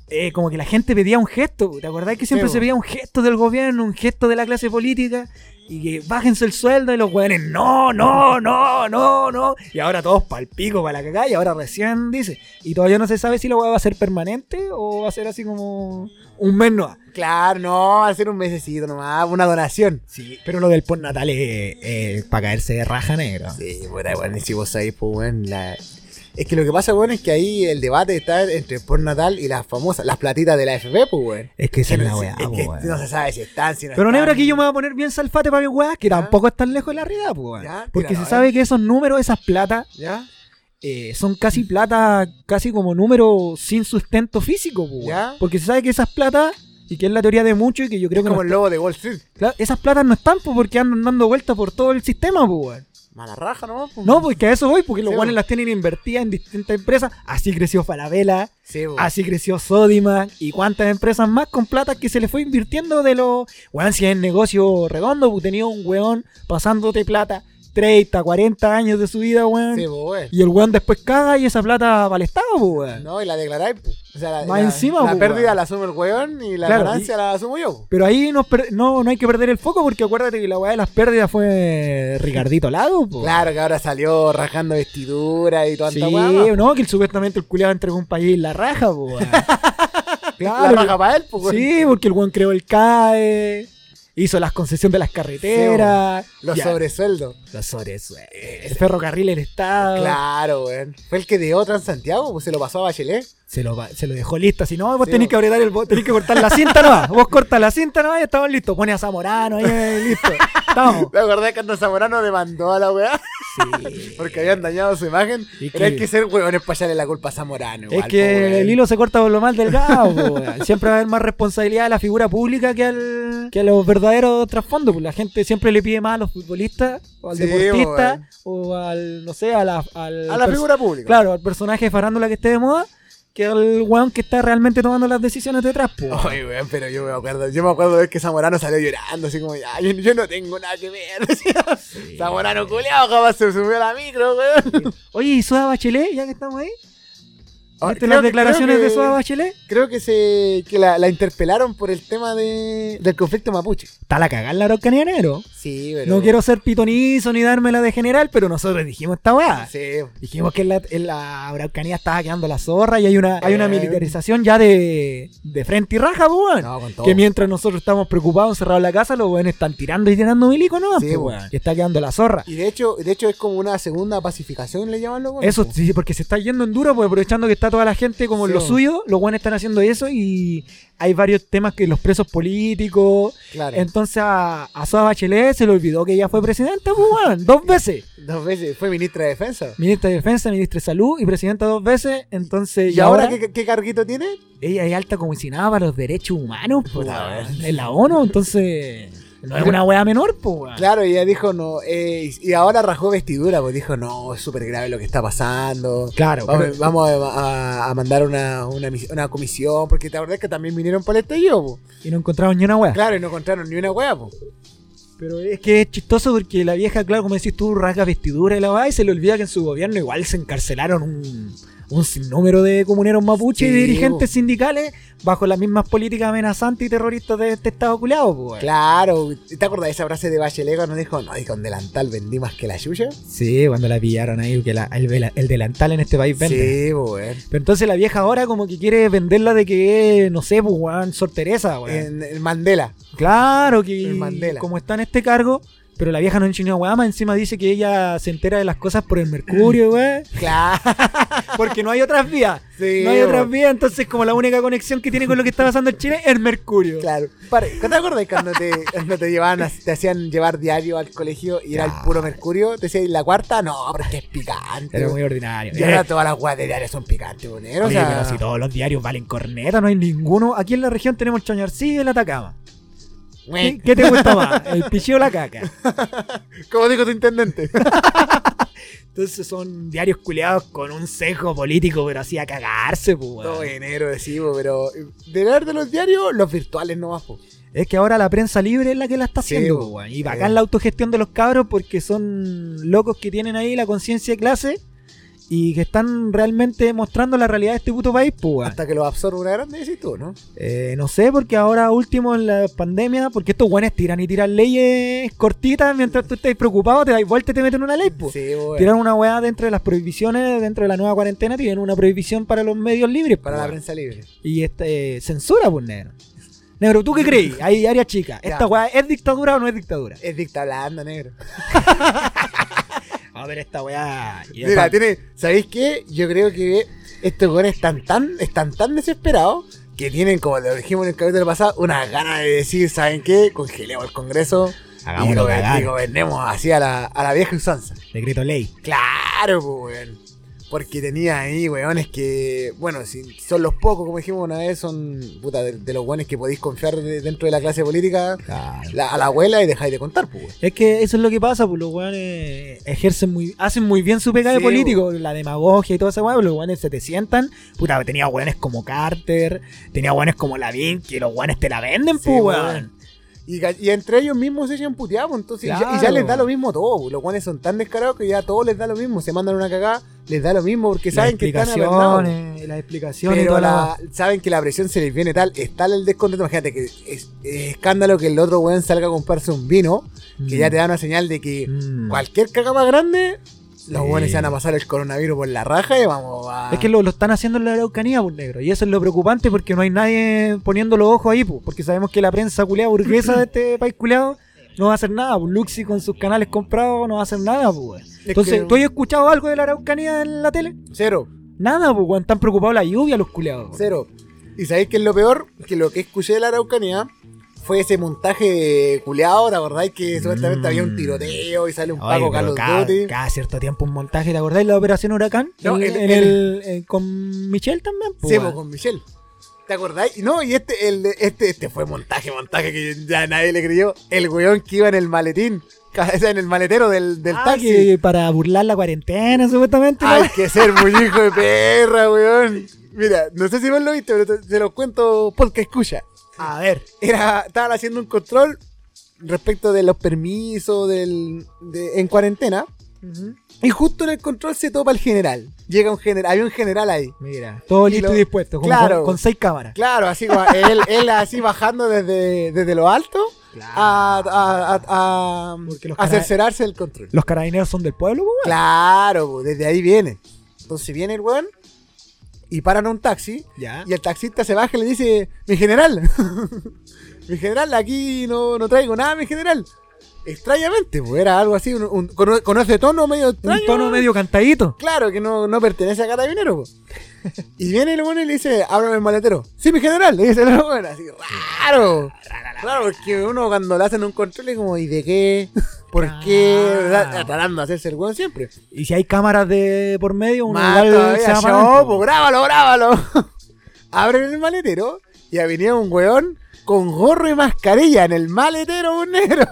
[SPEAKER 2] eh, como que la gente pedía un gesto. ¿Te acordás que siempre
[SPEAKER 3] Sí,
[SPEAKER 2] se
[SPEAKER 3] po.
[SPEAKER 2] pedía un gesto del gobierno, un gesto de la clase política? Y que bájense el sueldo y los hueones, no, no, no, no, no. Y ahora todos pal pico, para la cagada, y ahora recién dice. Y todavía no se sabe si la hueá va a ser permanente o va a ser así como un mes no.
[SPEAKER 3] Claro, no, va a ser un mesecito nomás, una donación.
[SPEAKER 2] Sí, pero lo del postnatal es, para caerse de raja negra.
[SPEAKER 3] Sí, puta, bueno, y si vos sabés, pues, weón, la... Es que lo que pasa, weón, es que ahí el debate está entre el natal y las famosas, las platitas de la FP, pues, weón.
[SPEAKER 2] Es que esa es
[SPEAKER 3] Que
[SPEAKER 2] la
[SPEAKER 3] no, se-
[SPEAKER 2] weá,
[SPEAKER 3] es pues,
[SPEAKER 2] po,
[SPEAKER 3] que
[SPEAKER 2] weón.
[SPEAKER 3] no se sabe si están, si no
[SPEAKER 2] Pero
[SPEAKER 3] están.
[SPEAKER 2] negro, aquí yo me voy a poner bien salfate para mi weá, que
[SPEAKER 3] Ya.
[SPEAKER 2] tampoco es tan lejos de la realidad, pues, weón.
[SPEAKER 3] Ya, tíralo,
[SPEAKER 2] Porque
[SPEAKER 3] a
[SPEAKER 2] se
[SPEAKER 3] ver.
[SPEAKER 2] sabe que esos números, esas plata,
[SPEAKER 3] ¿Ya?
[SPEAKER 2] eh, son casi plata, casi como números sin sustento físico, pues, weón.
[SPEAKER 3] Ya.
[SPEAKER 2] Porque se sabe que esas plata, y que es la teoría de muchos, y que yo creo
[SPEAKER 3] Es
[SPEAKER 2] que
[SPEAKER 3] como
[SPEAKER 2] no-
[SPEAKER 3] el lobo de Wall Street.
[SPEAKER 2] claro, esas platas no están, pues, porque andan dando vueltas por todo el sistema, pues, weón.
[SPEAKER 3] Mala raja, ¿no? Pues,
[SPEAKER 2] No, porque a eso voy, porque los
[SPEAKER 3] Sí,
[SPEAKER 2] weones
[SPEAKER 3] weón.
[SPEAKER 2] las tienen invertidas en distintas empresas. Así creció Falabella,
[SPEAKER 3] Sí, pues.
[SPEAKER 2] así creció Sodimac, y cuántas empresas más con plata que se le fue invirtiendo de los. Weón, si es negocio redondo, pues tenía un weón pasándote plata 30, 40 años de su vida, weón.
[SPEAKER 3] Sí, pues, weón.
[SPEAKER 2] y el weón después caga y esa plata va al Estado, pues, weón.
[SPEAKER 3] No, y la declaráis, pues. O sea, la,
[SPEAKER 2] Más
[SPEAKER 3] la-
[SPEAKER 2] encima,
[SPEAKER 3] la
[SPEAKER 2] pues,
[SPEAKER 3] pérdida
[SPEAKER 2] weón.
[SPEAKER 3] la asume el weón y la
[SPEAKER 2] Claro,
[SPEAKER 3] ganancia la asumo yo. pues.
[SPEAKER 2] Pero ahí nos per- no, no hay que perder el foco porque acuérdate que la weá de las pérdidas fue Ricardito Lago, pues.
[SPEAKER 3] Claro que ahora salió rajando vestidura y toda
[SPEAKER 2] Sí,
[SPEAKER 3] esta weá, más, pues.
[SPEAKER 2] no, que el- supuestamente el culiado entregó un país en la raja, pues, weón.
[SPEAKER 3] La raja para él, pues, weón.
[SPEAKER 2] Sí, porque el weón creó el CAE, hizo las concesiones de las carreteras,
[SPEAKER 3] Los
[SPEAKER 2] ya,
[SPEAKER 3] sobresueldos.
[SPEAKER 2] los sobresue- el ferrocarril del Estado,
[SPEAKER 3] Claro, weón. Fue el que dio Transantiago, pues se lo pasó a Bachelet.
[SPEAKER 2] se, lo, va- se lo dejó listo, si no, vos
[SPEAKER 3] Sí,
[SPEAKER 2] tenés
[SPEAKER 3] vos.
[SPEAKER 2] que apretar el bo- tenés que cortar la cinta nomás, vos cortas la cinta nomás y estamos listos, pone a Zamorano ahí, eh, listo, estamos.
[SPEAKER 3] Me acordé que cuando Zamorano demandó a la weá
[SPEAKER 2] Sí.
[SPEAKER 3] porque habían dañado su imagen.
[SPEAKER 2] Y
[SPEAKER 3] Pero hay
[SPEAKER 2] que-
[SPEAKER 3] que ser weones para echarle la culpa a Zamorano.
[SPEAKER 2] Es
[SPEAKER 3] igual, po,
[SPEAKER 2] que
[SPEAKER 3] weón.
[SPEAKER 2] el hilo se corta por lo más delgado, po, weón. siempre va a haber más responsabilidad a la figura pública que, al, que a los verdaderos trasfondos. pues. La gente siempre le pide más a los futbolistas, o al
[SPEAKER 3] Sí,
[SPEAKER 2] deportista, o al, no sé, a la, al
[SPEAKER 3] A la
[SPEAKER 2] pers-
[SPEAKER 3] figura pública.
[SPEAKER 2] Claro, al personaje de farándula que esté de moda, que al weón que está realmente tomando las decisiones detrás, po, weón.
[SPEAKER 3] Ay, weón, pero yo me acuerdo, yo me acuerdo de que Zamorano salió llorando, así como, "Ya, yo, yo no tengo nada que ver. decía. Zamorano culeado, jamás se subió a la micro, weón.
[SPEAKER 2] Oye, ¿y Suárez Bachelet? Ya que estamos ahí.
[SPEAKER 3] Ah,
[SPEAKER 2] ¿Viste
[SPEAKER 3] creo
[SPEAKER 2] las
[SPEAKER 3] que-
[SPEAKER 2] declaraciones
[SPEAKER 3] creo
[SPEAKER 2] de
[SPEAKER 3] que-
[SPEAKER 2] Suárez Bachelet?
[SPEAKER 3] Creo que se que la, la interpelaron por el tema de, del conflicto mapuche.
[SPEAKER 2] Está la cagada en la Araucanía negro.
[SPEAKER 3] Sí, pero...
[SPEAKER 2] No quiero ser pitonizo ni dármela de general, pero nosotros dijimos esta weá.
[SPEAKER 3] Sí,
[SPEAKER 2] Dijimos que en la, en la Araucanía estaba quedando la zorra y hay una, hay una
[SPEAKER 3] Eh.
[SPEAKER 2] militarización ya de, de frente y raja, po, weón.
[SPEAKER 3] no, con todo.
[SPEAKER 2] que mientras nosotros estamos preocupados, encerrados en la casa, los weones están tirando y tirando milico, ¿no?
[SPEAKER 3] Sí,
[SPEAKER 2] po,
[SPEAKER 3] weón.
[SPEAKER 2] weón. Y está quedando la zorra.
[SPEAKER 3] Y de hecho, de hecho es como una segunda pacificación, le llaman los
[SPEAKER 2] Eso, sí, porque se está yendo en duro, pues aprovechando que está toda la gente como en
[SPEAKER 3] Sí,
[SPEAKER 2] lo
[SPEAKER 3] weón.
[SPEAKER 2] suyo, los weones están haciendo eso y hay varios temas que los presos políticos.
[SPEAKER 3] Claro.
[SPEAKER 2] Entonces a, a Soa Bachelet se le olvidó que ella fue presidenta, po, weón, dos veces.
[SPEAKER 3] Dos veces fue ministra de defensa.
[SPEAKER 2] Ministra de Defensa, ministra de Salud y presidenta dos veces. Entonces,
[SPEAKER 3] ¿Y, ahora, qué, qué carguito tiene?
[SPEAKER 2] ella es alta comisionada para los derechos humanos po,
[SPEAKER 3] Puta,
[SPEAKER 2] weón, en la ONU, entonces No es una wea menor, pues,
[SPEAKER 3] Claro, y ella dijo no. eh, y y ahora rajó vestidura, pues dijo no, es súper grave lo que está pasando.
[SPEAKER 2] Claro,
[SPEAKER 3] Vamos,
[SPEAKER 2] pero-
[SPEAKER 3] vamos a, a- a mandar una, una, mis- una comisión, porque la verdad es que también vinieron para el estallido, po.
[SPEAKER 2] Y no encontraron ni una wea.
[SPEAKER 3] Claro, y no encontraron ni una hueá, pues. po.
[SPEAKER 2] Pero es que es chistoso porque la vieja, claro, como decís tú, rasga vestidura y la va y se le olvida que en su gobierno igual se encarcelaron un, un sinnúmero de comuneros mapuches y
[SPEAKER 3] Sí,
[SPEAKER 2] dirigentes
[SPEAKER 3] bo.
[SPEAKER 2] sindicales bajo las mismas políticas amenazantes y terroristas de este estado culiado, pues.
[SPEAKER 3] Claro, ¿te acordás de esa frase de Bachelet cuando dijo, no, y con delantal vendí más que la yuya?
[SPEAKER 2] Sí, cuando la pillaron ahí, que la- el, vela- el delantal en este país vende.
[SPEAKER 3] Sí, pues, po, weón.
[SPEAKER 2] Pero entonces la vieja ahora como que quiere venderla de que, no sé, pues, weón, Sor Teresa, weón.
[SPEAKER 3] En, en Mandela.
[SPEAKER 2] Claro que
[SPEAKER 3] Eh, El Mandela.
[SPEAKER 2] como está en este cargo, pero la vieja no enseñó a más encima dice que ella se entera de las cosas por el mercurio, güey.
[SPEAKER 3] Claro.
[SPEAKER 2] Porque no hay otras vías.
[SPEAKER 3] Sí,
[SPEAKER 2] no hay
[SPEAKER 3] bo.
[SPEAKER 2] otras vías, entonces como la única conexión que tiene con lo que está pasando en Chile es el mercurio.
[SPEAKER 3] Claro. Pare, ¿Te acordás cuando te, cuando te llevaban, a- te hacían llevar diario al colegio y era el puro mercurio? Te decían, ¿y la cuarta? No, porque es picante.
[SPEAKER 2] Era muy ordinario.
[SPEAKER 3] Y ahora todas las weas de diario son picantes,
[SPEAKER 2] Eh,
[SPEAKER 3] bonero. O
[SPEAKER 2] oye,
[SPEAKER 3] sea,
[SPEAKER 2] pero si todos los diarios valen corneta, no hay ninguno. Aquí en la región tenemos el Chañarcí y el Atacama. ¿Qué,
[SPEAKER 3] meh,
[SPEAKER 2] qué te gusta más? ¿El picheo o la caca?
[SPEAKER 3] como dijo tu intendente.
[SPEAKER 2] Entonces son diarios culeados con un sesgo político, pero así a cagarse, pues. weón.
[SPEAKER 3] Todo enero decimos, pero eh, de ver de los diarios, los virtuales no más. po.
[SPEAKER 2] Es que ahora la prensa libre es la que la está
[SPEAKER 3] Sí,
[SPEAKER 2] haciendo,
[SPEAKER 3] bo,
[SPEAKER 2] po, weón. Y
[SPEAKER 3] sí.
[SPEAKER 2] bacán la autogestión de los cabros porque son locos que tienen ahí la conciencia de clase y que están realmente mostrando la realidad de este puto país, pues, weón.
[SPEAKER 3] Hasta que los absorbe una grande, decís tú, ¿no?
[SPEAKER 2] Eh, no sé, porque ahora último en la pandemia, porque estos weones tiran y tiran leyes cortitas mientras tú estés preocupado, te dais vuelta y te meten una ley, pues.
[SPEAKER 3] Sí, po,
[SPEAKER 2] Tiran una weá dentro de las prohibiciones, dentro de la nueva cuarentena, tienen una prohibición para los medios libres. po,
[SPEAKER 3] Para la
[SPEAKER 2] weón.
[SPEAKER 3] prensa libre.
[SPEAKER 2] Y este, censura, pues, negro. Negro, ¿tú qué creí? Hay área chica. ¿Esta
[SPEAKER 3] Ya.
[SPEAKER 2] weá es dictadura o no es dictadura?
[SPEAKER 3] Es dicta blanda, negro.
[SPEAKER 2] A ver, esta weá. y
[SPEAKER 3] Mira,
[SPEAKER 2] esta-
[SPEAKER 3] tiene. ¿Sabéis qué? Yo creo que estos goles están tan, están tan desesperados que tienen, como lo dijimos en el capítulo pasado, una gana de decir, ¿saben qué? Congelemos el Congreso y,
[SPEAKER 2] Hagámoslo
[SPEAKER 3] gober-
[SPEAKER 2] cagar.
[SPEAKER 3] y gobernemos así a la, a la vieja usanza.
[SPEAKER 2] Decreto ley.
[SPEAKER 3] Claro, pues, weón. Porque tenía ahí, weones, que, bueno, si son los pocos, como dijimos una vez, son puta, de, de los weones que podéis confiar de- dentro de la clase política la- a la abuela y dejáis de contar, pues, weón.
[SPEAKER 2] Es que eso es lo que pasa, pues los weones ejercen muy, hacen muy bien su pega de
[SPEAKER 3] Sí, pues.
[SPEAKER 2] político, la demagogia y toda esa weá, pero los weones se te sientan, puta, tenía weones como Carter, tenía weones como Lavín, que los weones te la venden,
[SPEAKER 3] Sí,
[SPEAKER 2] pues
[SPEAKER 3] weón.
[SPEAKER 2] weón.
[SPEAKER 3] Y, ca- y entre ellos mismos se echan puteados, pues, entonces y ya- y, ya,
[SPEAKER 2] Claro.
[SPEAKER 3] les da lo mismo todo. pues. Los guanes son tan descarados que ya a todos les da lo mismo. Se mandan una cagada, les da lo mismo porque
[SPEAKER 2] Las
[SPEAKER 3] saben que están apernados.
[SPEAKER 2] explicaciones, las explicaciones eh, y
[SPEAKER 3] Pero
[SPEAKER 2] toda
[SPEAKER 3] la-
[SPEAKER 2] la...
[SPEAKER 3] saben que la presión se les viene tal, es tal el descontento. Imagínate que es, es escándalo que el otro weón salga a comprarse un vino, que ya te da una señal de que
[SPEAKER 2] Mm.
[SPEAKER 3] cualquier caga más grande, los
[SPEAKER 2] Sí.
[SPEAKER 3] weones se van a pasar el coronavirus por la raja y vamos a.
[SPEAKER 2] Es que lo, lo están haciendo en la Araucanía, pues negro. Y eso es lo preocupante porque no hay nadie poniendo los ojos ahí, pues. Porque sabemos que la prensa culeada burguesa de este país culeado no va a hacer nada. Pues. Luxi con sus canales comprados no va a hacer nada, pues. weón. Entonces,
[SPEAKER 3] que-
[SPEAKER 2] ¿tú has escuchado algo de la Araucanía en la tele?
[SPEAKER 3] Cero.
[SPEAKER 2] Nada, pues, weón. Están preocupados la lluvia los culeados. weón.
[SPEAKER 3] Cero. ¿Y sabéis que es lo peor? Que lo que escuché de la Araucanía fue ese montaje culeado, ¿te acordáis que supuestamente
[SPEAKER 2] Mm.
[SPEAKER 3] había un tiroteo y sale un
[SPEAKER 2] Oye,
[SPEAKER 3] Paco
[SPEAKER 2] pero
[SPEAKER 3] Carlos
[SPEAKER 2] cada,
[SPEAKER 3] Duty?
[SPEAKER 2] cada cierto tiempo un montaje, ¿te acordáis la Operación Huracán?
[SPEAKER 3] No,
[SPEAKER 2] En-
[SPEAKER 3] el-
[SPEAKER 2] en
[SPEAKER 3] el-
[SPEAKER 2] el- eh, con Michelle también, pues,
[SPEAKER 3] Sí,
[SPEAKER 2] weón.
[SPEAKER 3] pues, con Michelle. ¿Te acordáis? No, y este, el, este, este fue montaje, montaje que ya nadie le creyó. El weón que iba en el maletín, ca- o sea, en el maletero del, del
[SPEAKER 2] Ah,
[SPEAKER 3] taxi. Ah,
[SPEAKER 2] que para burlar la cuarentena, supuestamente. ¿no?
[SPEAKER 3] Hay que ser muy hijo de perra, weón. Mira, no sé si vos lo viste, pero te, te lo cuento porque escucha.
[SPEAKER 2] A ver.
[SPEAKER 3] era, estaban haciendo un control respecto de los permisos del, de- en cuarentena. Y justo en el control se topa el general. Llega un general, había un general ahí.
[SPEAKER 2] Mira, todo
[SPEAKER 3] Y
[SPEAKER 2] listo
[SPEAKER 3] lo-
[SPEAKER 2] y dispuesto, como
[SPEAKER 3] Claro.
[SPEAKER 2] con, con seis cámaras.
[SPEAKER 3] Claro, así como él, él así bajando desde, desde lo alto a, a, a- a-
[SPEAKER 2] Porque los
[SPEAKER 3] a
[SPEAKER 2] cara-
[SPEAKER 3] cercerarse el control.
[SPEAKER 2] Los carabineros son del pueblo, weón.
[SPEAKER 3] Claro, po, desde ahí viene. Entonces viene el weón y paran un taxi.
[SPEAKER 2] Ya.
[SPEAKER 3] Y el taxista se baja y le dice, mi general, mi general, aquí no, no traigo nada, mi general. Extrañamente, pues era algo así, un- un- con, con ese tono medio extraño.
[SPEAKER 2] Un tono medio cantadito.
[SPEAKER 3] Claro, que no, no pertenece a carabinero. po. y viene el bueno y le dice, ábrame el maletero. Sí, mi general, le dice el bueno, así, raro. Claro, porque uno cuando le hacen un control es como, ¿y de qué? ¿Por qué?
[SPEAKER 2] Claro.
[SPEAKER 3] ¿Verdad? Tratando de hacerse el weón siempre.
[SPEAKER 2] Y si hay cámaras de por medio, uno
[SPEAKER 3] Más
[SPEAKER 2] igual
[SPEAKER 3] todavía, pues,
[SPEAKER 2] se va para
[SPEAKER 3] yo,
[SPEAKER 2] adentro.
[SPEAKER 3] pues, grábalo, grábalo. Abren el maletero y ya venía un weón con gorro y mascarilla en el maletero, un negro.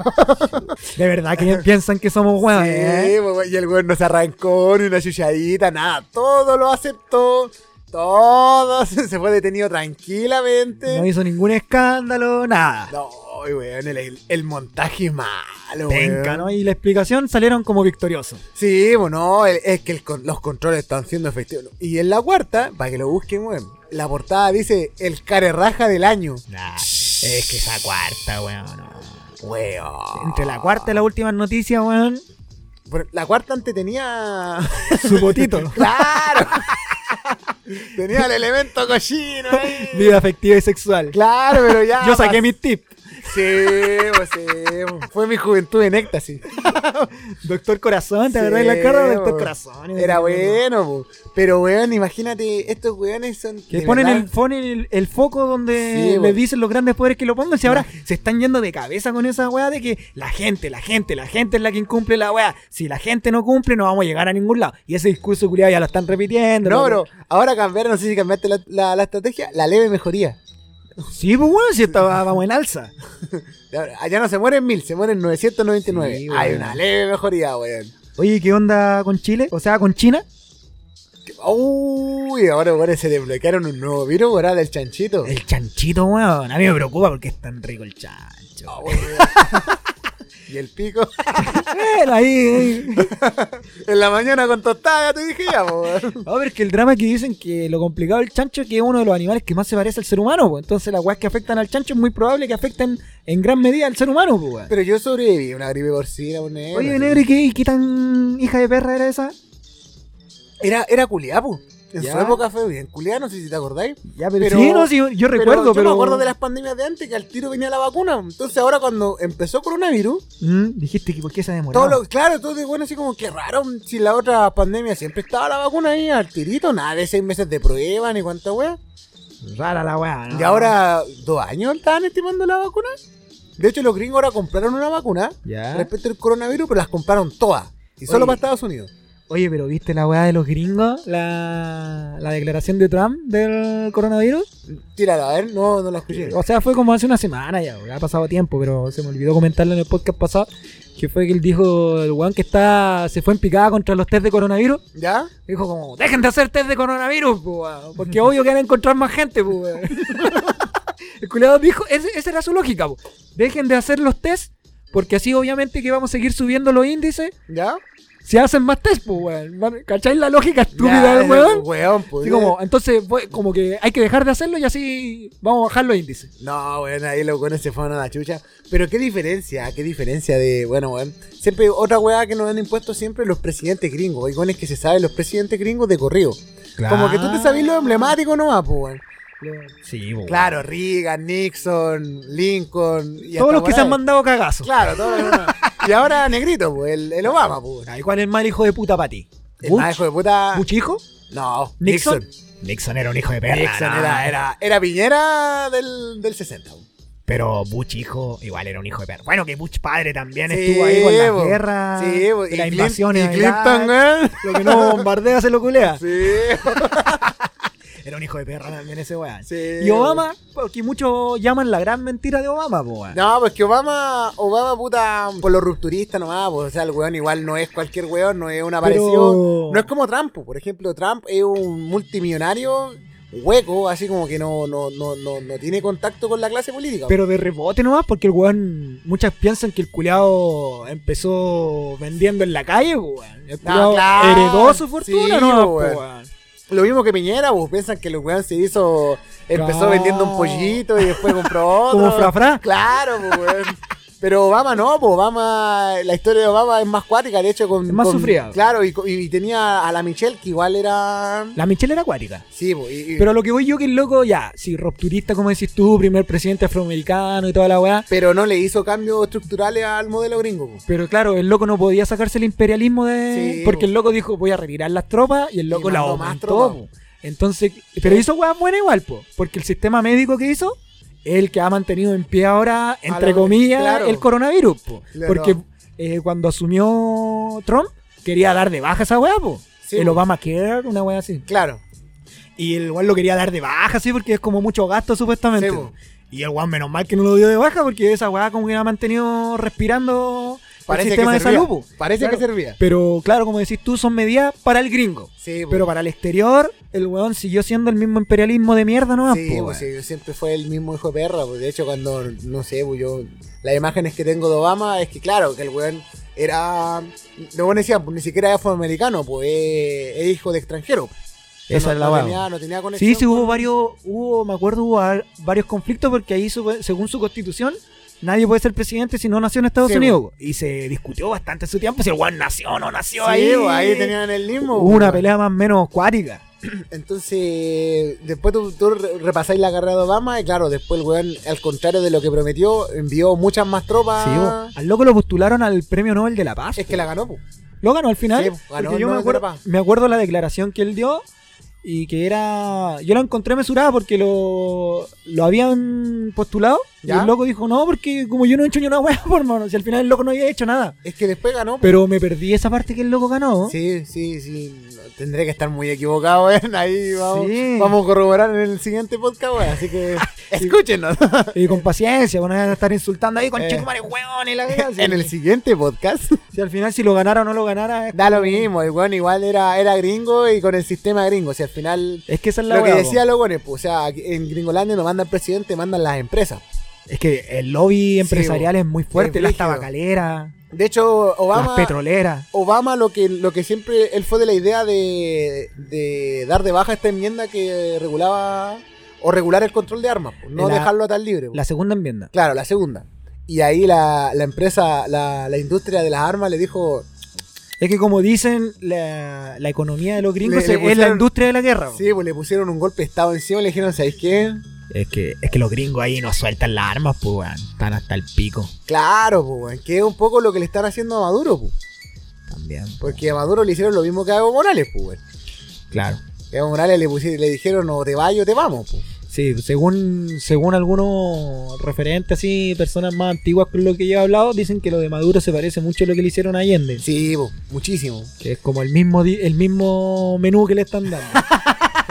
[SPEAKER 2] De verdad que piensan que somos ¿eh? huevos.
[SPEAKER 3] Sí, pues, güey, y el güey no se arrancó ni una chuchadita, nada. Todo lo aceptó. Todo se fue detenido tranquilamente.
[SPEAKER 2] No hizo ningún escándalo, nada.
[SPEAKER 3] No, weón, el, el- el montaje es malo,
[SPEAKER 2] Penca,
[SPEAKER 3] weón.
[SPEAKER 2] ¿no? Y la explicación salieron como victoriosos.
[SPEAKER 3] Sí, bueno, el- es que el con- los controles están siendo efectivos. Y en la cuarta, para que lo busquen, weón, la portada dice el carerraja del año.
[SPEAKER 2] es que esa cuarta, weón.
[SPEAKER 3] Weón.
[SPEAKER 2] Entre la cuarta y la última noticia, weón.
[SPEAKER 3] Pero La cuarta antes tenía.
[SPEAKER 2] Su botito.
[SPEAKER 3] ¡Claro! tenía el elemento cochino ahí.
[SPEAKER 2] Vida afectiva y sexual.
[SPEAKER 3] Claro, pero ya.
[SPEAKER 2] Yo saqué
[SPEAKER 3] pas-
[SPEAKER 2] mis tips.
[SPEAKER 3] Sí, pues sí. pues, Fue mi juventud en éxtasis.
[SPEAKER 2] Doctor Corazón, te
[SPEAKER 3] Sí,
[SPEAKER 2] agarré la cara, Doctor
[SPEAKER 3] weón.
[SPEAKER 2] Corazón.
[SPEAKER 3] Era bueno, po. pero weón, imagínate, estos weones son.
[SPEAKER 2] Que
[SPEAKER 3] de
[SPEAKER 2] ponen,
[SPEAKER 3] verdad-
[SPEAKER 2] el, ponen el, el foco donde
[SPEAKER 3] Sí,
[SPEAKER 2] le
[SPEAKER 3] weón.
[SPEAKER 2] dicen los grandes poderes que lo pongan. Si ahora se están yendo de cabeza con esa weá de que la gente, la gente, la gente es la que incumple la weá. Si la gente no cumple, no vamos a llegar a ningún lado. Y ese discurso culiado ya lo están repitiendo.
[SPEAKER 3] No,
[SPEAKER 2] lo-
[SPEAKER 3] bro, ahora cambiaron, no sé si cambiaste la, la- la estrategia, la leve mejoría.
[SPEAKER 2] Sí, pues bueno, si estaba, vamos en alza.
[SPEAKER 3] Ya- Allá no se mueren mil, se mueren 999.
[SPEAKER 2] Sí,
[SPEAKER 3] Hay
[SPEAKER 2] weón.
[SPEAKER 3] una leve mejoría, weón.
[SPEAKER 2] Oye, ¿qué onda con Chile? O sea, con China.
[SPEAKER 3] Uy, ahora weón, se desbloquearon un nuevo virus, weón, del chanchito.
[SPEAKER 2] El chanchito, weón. A mí me preocupa porque es tan rico el chancho.
[SPEAKER 3] No, Ah, weón. y el pico.
[SPEAKER 2] Bueno, ahí. ahí.
[SPEAKER 3] en la mañana con tostada, te dije ya, po, weón.
[SPEAKER 2] A ver, que el drama es que dicen que lo complicado del chancho es que es uno de los animales que más se parece al ser humano, pues. Entonces las weas que afectan al chancho es muy probable que afecten en gran medida al ser humano, pues. weón.
[SPEAKER 3] Pero yo sobreviví a una gripe porcina, un negro.
[SPEAKER 2] Oye, negro, ¿y qué, y qué tan hija de perra era esa?
[SPEAKER 3] Era, era culiá, po. En
[SPEAKER 2] Ya.
[SPEAKER 3] su época fue bien culiá, no sé si te acordáis.
[SPEAKER 2] Ya, pero,
[SPEAKER 3] Pero-
[SPEAKER 2] sí, no, sí, yo, yo recuerdo,
[SPEAKER 3] yo
[SPEAKER 2] pero.
[SPEAKER 3] me acuerdo de las pandemias de antes que al tiro venía la vacuna. Entonces ahora cuando empezó coronavirus,
[SPEAKER 2] Mm, dijiste que por qué se ha demorado.
[SPEAKER 3] todo lo, claro, todo de bueno así como que raro, si la otra pandemia siempre estaba la vacuna ahí al tirito, nada de seis meses de prueba ni cuánta wea.
[SPEAKER 2] Rara la wea, ¿no?
[SPEAKER 3] Y ahora dos años estaban estimando la vacuna. De hecho los gringos ahora compraron una vacuna
[SPEAKER 2] Ya.
[SPEAKER 3] respecto al coronavirus, pero las compraron todas. Y solo
[SPEAKER 2] Oye.
[SPEAKER 3] para Estados Unidos.
[SPEAKER 2] Oye, pero ¿viste la weá de los gringos? La, la declaración de Trump del coronavirus.
[SPEAKER 3] Tírala, a ver, no, no la escuché.
[SPEAKER 2] O sea, fue como hace una semana ya, ya ha pasado tiempo, pero se me olvidó comentarlo en el podcast pasado, que fue que él dijo, el weón que está, se fue en picada contra los test de coronavirus,
[SPEAKER 3] ¿Ya?
[SPEAKER 2] dijo como, dejen de hacer test de coronavirus, po, weón, porque obvio que van a encontrar más gente, po, weón". El culiado dijo, ese- esa era su lógica, po. dejen de hacer los test, porque así obviamente que vamos a seguir subiendo los índices,
[SPEAKER 3] ¿Ya?
[SPEAKER 2] si hacen más test, po, weón. Van- ¿cachai la lógica estúpida
[SPEAKER 3] Ya,
[SPEAKER 2] del weón?
[SPEAKER 3] Weón, pues.
[SPEAKER 2] Así como, entonces, fue como que hay que dejar de hacerlo y así vamos a bajar los índices.
[SPEAKER 3] No, weón, ahí los weones se fueron a la chucha. Pero qué diferencia, qué diferencia de, bueno, weón. Siempre, otra weá que nos han impuesto siempre los presidentes gringos. Hay weones que se saben los presidentes gringos de corrido. Como que tú te sabes lo emblemático nomás, pues, weón.
[SPEAKER 2] Sí, bo.
[SPEAKER 3] Claro, Reagan, Nixon, Lincoln. Y
[SPEAKER 2] Todos
[SPEAKER 3] hasta
[SPEAKER 2] los que
[SPEAKER 3] por
[SPEAKER 2] se han
[SPEAKER 3] ahí.
[SPEAKER 2] mandado cagazos.
[SPEAKER 3] Claro, todos los Y ahora Negrito, pues, el, el Obama, pues. weón.
[SPEAKER 2] ¿Y cuál es el mal hijo de puta para ti?
[SPEAKER 3] El más hijo de puta.
[SPEAKER 2] ¿Bush hijo?
[SPEAKER 3] No,
[SPEAKER 2] ¿Nixon?
[SPEAKER 3] Nixon.
[SPEAKER 2] Nixon era un hijo de
[SPEAKER 3] Nixon
[SPEAKER 2] ¿no?
[SPEAKER 3] era, era, era Piñera del, del 60, weón.
[SPEAKER 2] Pero Bush hijo igual era un hijo de perra. Bueno, que Bush padre también
[SPEAKER 3] Sí,
[SPEAKER 2] estuvo ahí con la
[SPEAKER 3] bo.
[SPEAKER 2] guerra,
[SPEAKER 3] Sí, bo.
[SPEAKER 2] las
[SPEAKER 3] Clin-
[SPEAKER 2] invasiones.
[SPEAKER 3] y
[SPEAKER 2] a Irak.
[SPEAKER 3] Clinton, weón.
[SPEAKER 2] Lo que no bombardea se lo culea.
[SPEAKER 3] Sí.
[SPEAKER 2] Era un hijo de perra también ese weón.
[SPEAKER 3] Sí.
[SPEAKER 2] Y Obama, porque muchos llaman la gran mentira de Obama, po, weón.
[SPEAKER 3] No, pues que Obama, Obama puta, por lo rupturista nomás, pues, o sea, el weón igual no es cualquier weón, no es un aparecido. No es como Trump, pues, por ejemplo, Trump es un multimillonario hueco, así como que no, no, no, no, no tiene contacto con la clase política.
[SPEAKER 2] Pero de rebote nomás, porque el weón. Muchas piensan que el culeado empezó vendiendo en la calle, po, weón. El
[SPEAKER 3] No,
[SPEAKER 2] culiao
[SPEAKER 3] Ah, claro.
[SPEAKER 2] heredó su fortuna,
[SPEAKER 3] Sí,
[SPEAKER 2] ¿no?
[SPEAKER 3] po,
[SPEAKER 2] po,
[SPEAKER 3] weón.
[SPEAKER 2] weón.
[SPEAKER 3] lo mismo que Piñera, pues piensan que el weón se hizo, empezó
[SPEAKER 2] Claro.
[SPEAKER 3] vendiendo un pollito y después compró otro.
[SPEAKER 2] Como frafra.
[SPEAKER 3] Claro, pues weón. Pero Obama no, pues Obama, la historia de Obama es más cuática, de hecho con...
[SPEAKER 2] Es más
[SPEAKER 3] con-
[SPEAKER 2] sufrida.
[SPEAKER 3] Claro, y, co- y tenía a la Michelle, que igual era...
[SPEAKER 2] La Michelle era acuática.
[SPEAKER 3] Sí, pues, y- y-
[SPEAKER 2] Pero lo que voy yo que el loco, ya, si rupturista, como decís tú, primer presidente afroamericano y toda la weá.
[SPEAKER 3] pero no le hizo cambios estructurales al modelo gringo. po.
[SPEAKER 2] Pero claro, el loco no podía sacarse el imperialismo de.
[SPEAKER 3] Sí,
[SPEAKER 2] porque
[SPEAKER 3] po.
[SPEAKER 2] el loco dijo, voy a retirar las tropas y el loco
[SPEAKER 3] Y
[SPEAKER 2] la
[SPEAKER 3] mandó más
[SPEAKER 2] aumentó.
[SPEAKER 3] tropas.
[SPEAKER 2] po. Entonces, pero hizo weá buena igual, po, porque el sistema médico que hizo es el que ha mantenido en pie ahora, entre
[SPEAKER 3] la-
[SPEAKER 2] comillas,
[SPEAKER 3] claro.
[SPEAKER 2] el coronavirus. po.
[SPEAKER 3] Claro.
[SPEAKER 2] Porque eh, cuando asumió Trump, quería dar de baja esa weá, po.
[SPEAKER 3] Sí,
[SPEAKER 2] el
[SPEAKER 3] po.
[SPEAKER 2] Obamacare, una weá así.
[SPEAKER 3] Claro.
[SPEAKER 2] Y el weón lo quería dar de baja, sí, porque es como mucho gasto, supuestamente.
[SPEAKER 3] Sí, po.
[SPEAKER 2] Y el weón, menos mal que no lo dio de baja porque esa weá como que la ha mantenido respirando
[SPEAKER 3] Parece
[SPEAKER 2] el sistema
[SPEAKER 3] que
[SPEAKER 2] de
[SPEAKER 3] servía.
[SPEAKER 2] salud. po.
[SPEAKER 3] Parece
[SPEAKER 2] Claro.
[SPEAKER 3] que servía.
[SPEAKER 2] Pero claro, como decís tú, son medidas para el gringo.
[SPEAKER 3] Sí, po.
[SPEAKER 2] Pero para el exterior, el weón siguió siendo el mismo imperialismo de mierda, ¿no?
[SPEAKER 3] Sí, pues, sí, siempre fue el mismo hijo de perra. pues, de hecho, cuando, no sé, pues, yo. Las imágenes que tengo de Obama es que, claro, que el weón era. Lo bueno decía, pues, ni siquiera era afroamericano, pues es, es hijo de extranjero.
[SPEAKER 2] Esa
[SPEAKER 3] no,
[SPEAKER 2] es la
[SPEAKER 3] no
[SPEAKER 2] weá. pues.
[SPEAKER 3] tenía, no tenía conexión.
[SPEAKER 2] Sí, sí,
[SPEAKER 3] con-
[SPEAKER 2] hubo varios, hubo, me acuerdo, hubo a- varios conflictos porque ahí, su- según su constitución, nadie puede ser presidente si no nació en Estados
[SPEAKER 3] Sí,
[SPEAKER 2] Unidos. Y se discutió bastante su tiempo si el weón nació o no nació
[SPEAKER 3] Sí,
[SPEAKER 2] ahí.
[SPEAKER 3] pues, ahí tenían el mismo.
[SPEAKER 2] Hubo una
[SPEAKER 3] pues.
[SPEAKER 2] pelea más o menos cuática.
[SPEAKER 3] Entonces, después tú, tú re- repasáis la carrera de Obama y claro, después el weón, al contrario de lo que prometió, envió muchas más tropas.
[SPEAKER 2] Sí, bo. al loco lo postularon al premio Nobel de la Paz.
[SPEAKER 3] es que la ganó, pues.
[SPEAKER 2] Lo ganó al final.
[SPEAKER 3] Sí, ganó
[SPEAKER 2] porque
[SPEAKER 3] el
[SPEAKER 2] yo me
[SPEAKER 3] Nobel de la
[SPEAKER 2] acuerdo,
[SPEAKER 3] Paz.
[SPEAKER 2] me acuerdo la declaración que él dio y que era. Yo la encontré mesurada porque lo, lo habían postulado. Y
[SPEAKER 3] ¿Ya?
[SPEAKER 2] el loco dijo: No, porque como yo no he hecho ni una hueá, por mano. Si al final el loco no había hecho nada.
[SPEAKER 3] Es que después ganó. pues. po.
[SPEAKER 2] Pero me perdí esa parte que el loco ganó.
[SPEAKER 3] Sí, sí, sí. No, Tendré que estar muy equivocado, ¿eh? Ahí vamos,
[SPEAKER 2] Sí.
[SPEAKER 3] vamos a corroborar en el siguiente podcast, weón. Así que escúchenos.
[SPEAKER 2] Y con paciencia, van a estar insultando ahí con
[SPEAKER 3] Eh.
[SPEAKER 2] chico hueón y la vida. Si,
[SPEAKER 3] en el siguiente podcast.
[SPEAKER 2] si al final, si lo ganara o no lo ganara. es-
[SPEAKER 3] Da lo mismo, el weón igual era, era gringo y con el sistema gringo. O sea, al final.
[SPEAKER 2] Es que esa es la
[SPEAKER 3] Lo que
[SPEAKER 2] hueá,
[SPEAKER 3] decía los weones, pues, o sea, aquí en Gringolandia no mandan presidente, mandan las empresas.
[SPEAKER 2] po. Es que el lobby empresarial es muy fuerte.
[SPEAKER 3] Es
[SPEAKER 2] las
[SPEAKER 3] brígido.
[SPEAKER 2] tabacaleras,
[SPEAKER 3] De hecho,
[SPEAKER 2] las
[SPEAKER 3] Obama.
[SPEAKER 2] petroleras.
[SPEAKER 3] Obama lo que, lo que siempre, él fue de la idea de, de dar de baja esta enmienda que regulaba o regular el control de armas, pues, no
[SPEAKER 2] La-
[SPEAKER 3] dejarlo tan libre. pues.
[SPEAKER 2] La segunda enmienda.
[SPEAKER 3] Claro, la segunda. Y ahí la, la empresa, la, la industria de las armas le dijo,
[SPEAKER 2] Es que como dicen, la, la economía de los gringos
[SPEAKER 3] Le-
[SPEAKER 2] es,
[SPEAKER 3] le
[SPEAKER 2] es la
[SPEAKER 3] pusieron-
[SPEAKER 2] industria de la guerra. po.
[SPEAKER 3] sí, pues le pusieron un golpe de estado encima y le dijeron, ¿sabéis qué?
[SPEAKER 2] Es, que, es que los gringos ahí no sueltan las armas, pues, weón. Están hasta el pico
[SPEAKER 3] Claro, pues, weón, que es un poco lo que le están haciendo a Maduro, pues.
[SPEAKER 2] también.
[SPEAKER 3] Porque a Maduro le hicieron lo mismo que a Evo Morales, pues. weón.
[SPEAKER 2] Claro.
[SPEAKER 3] A Evo Morales le, pusi- le dijeron, o te vas o te vamos, pues.
[SPEAKER 2] Sí, según, según algunos referentes así, personas más antiguas con lo que yo he hablado, dicen que lo de Maduro se parece mucho a lo que le hicieron a Allende.
[SPEAKER 3] Sí, pues, muchísimo.
[SPEAKER 2] Que es como el mismo, di- el mismo menú que le están dando.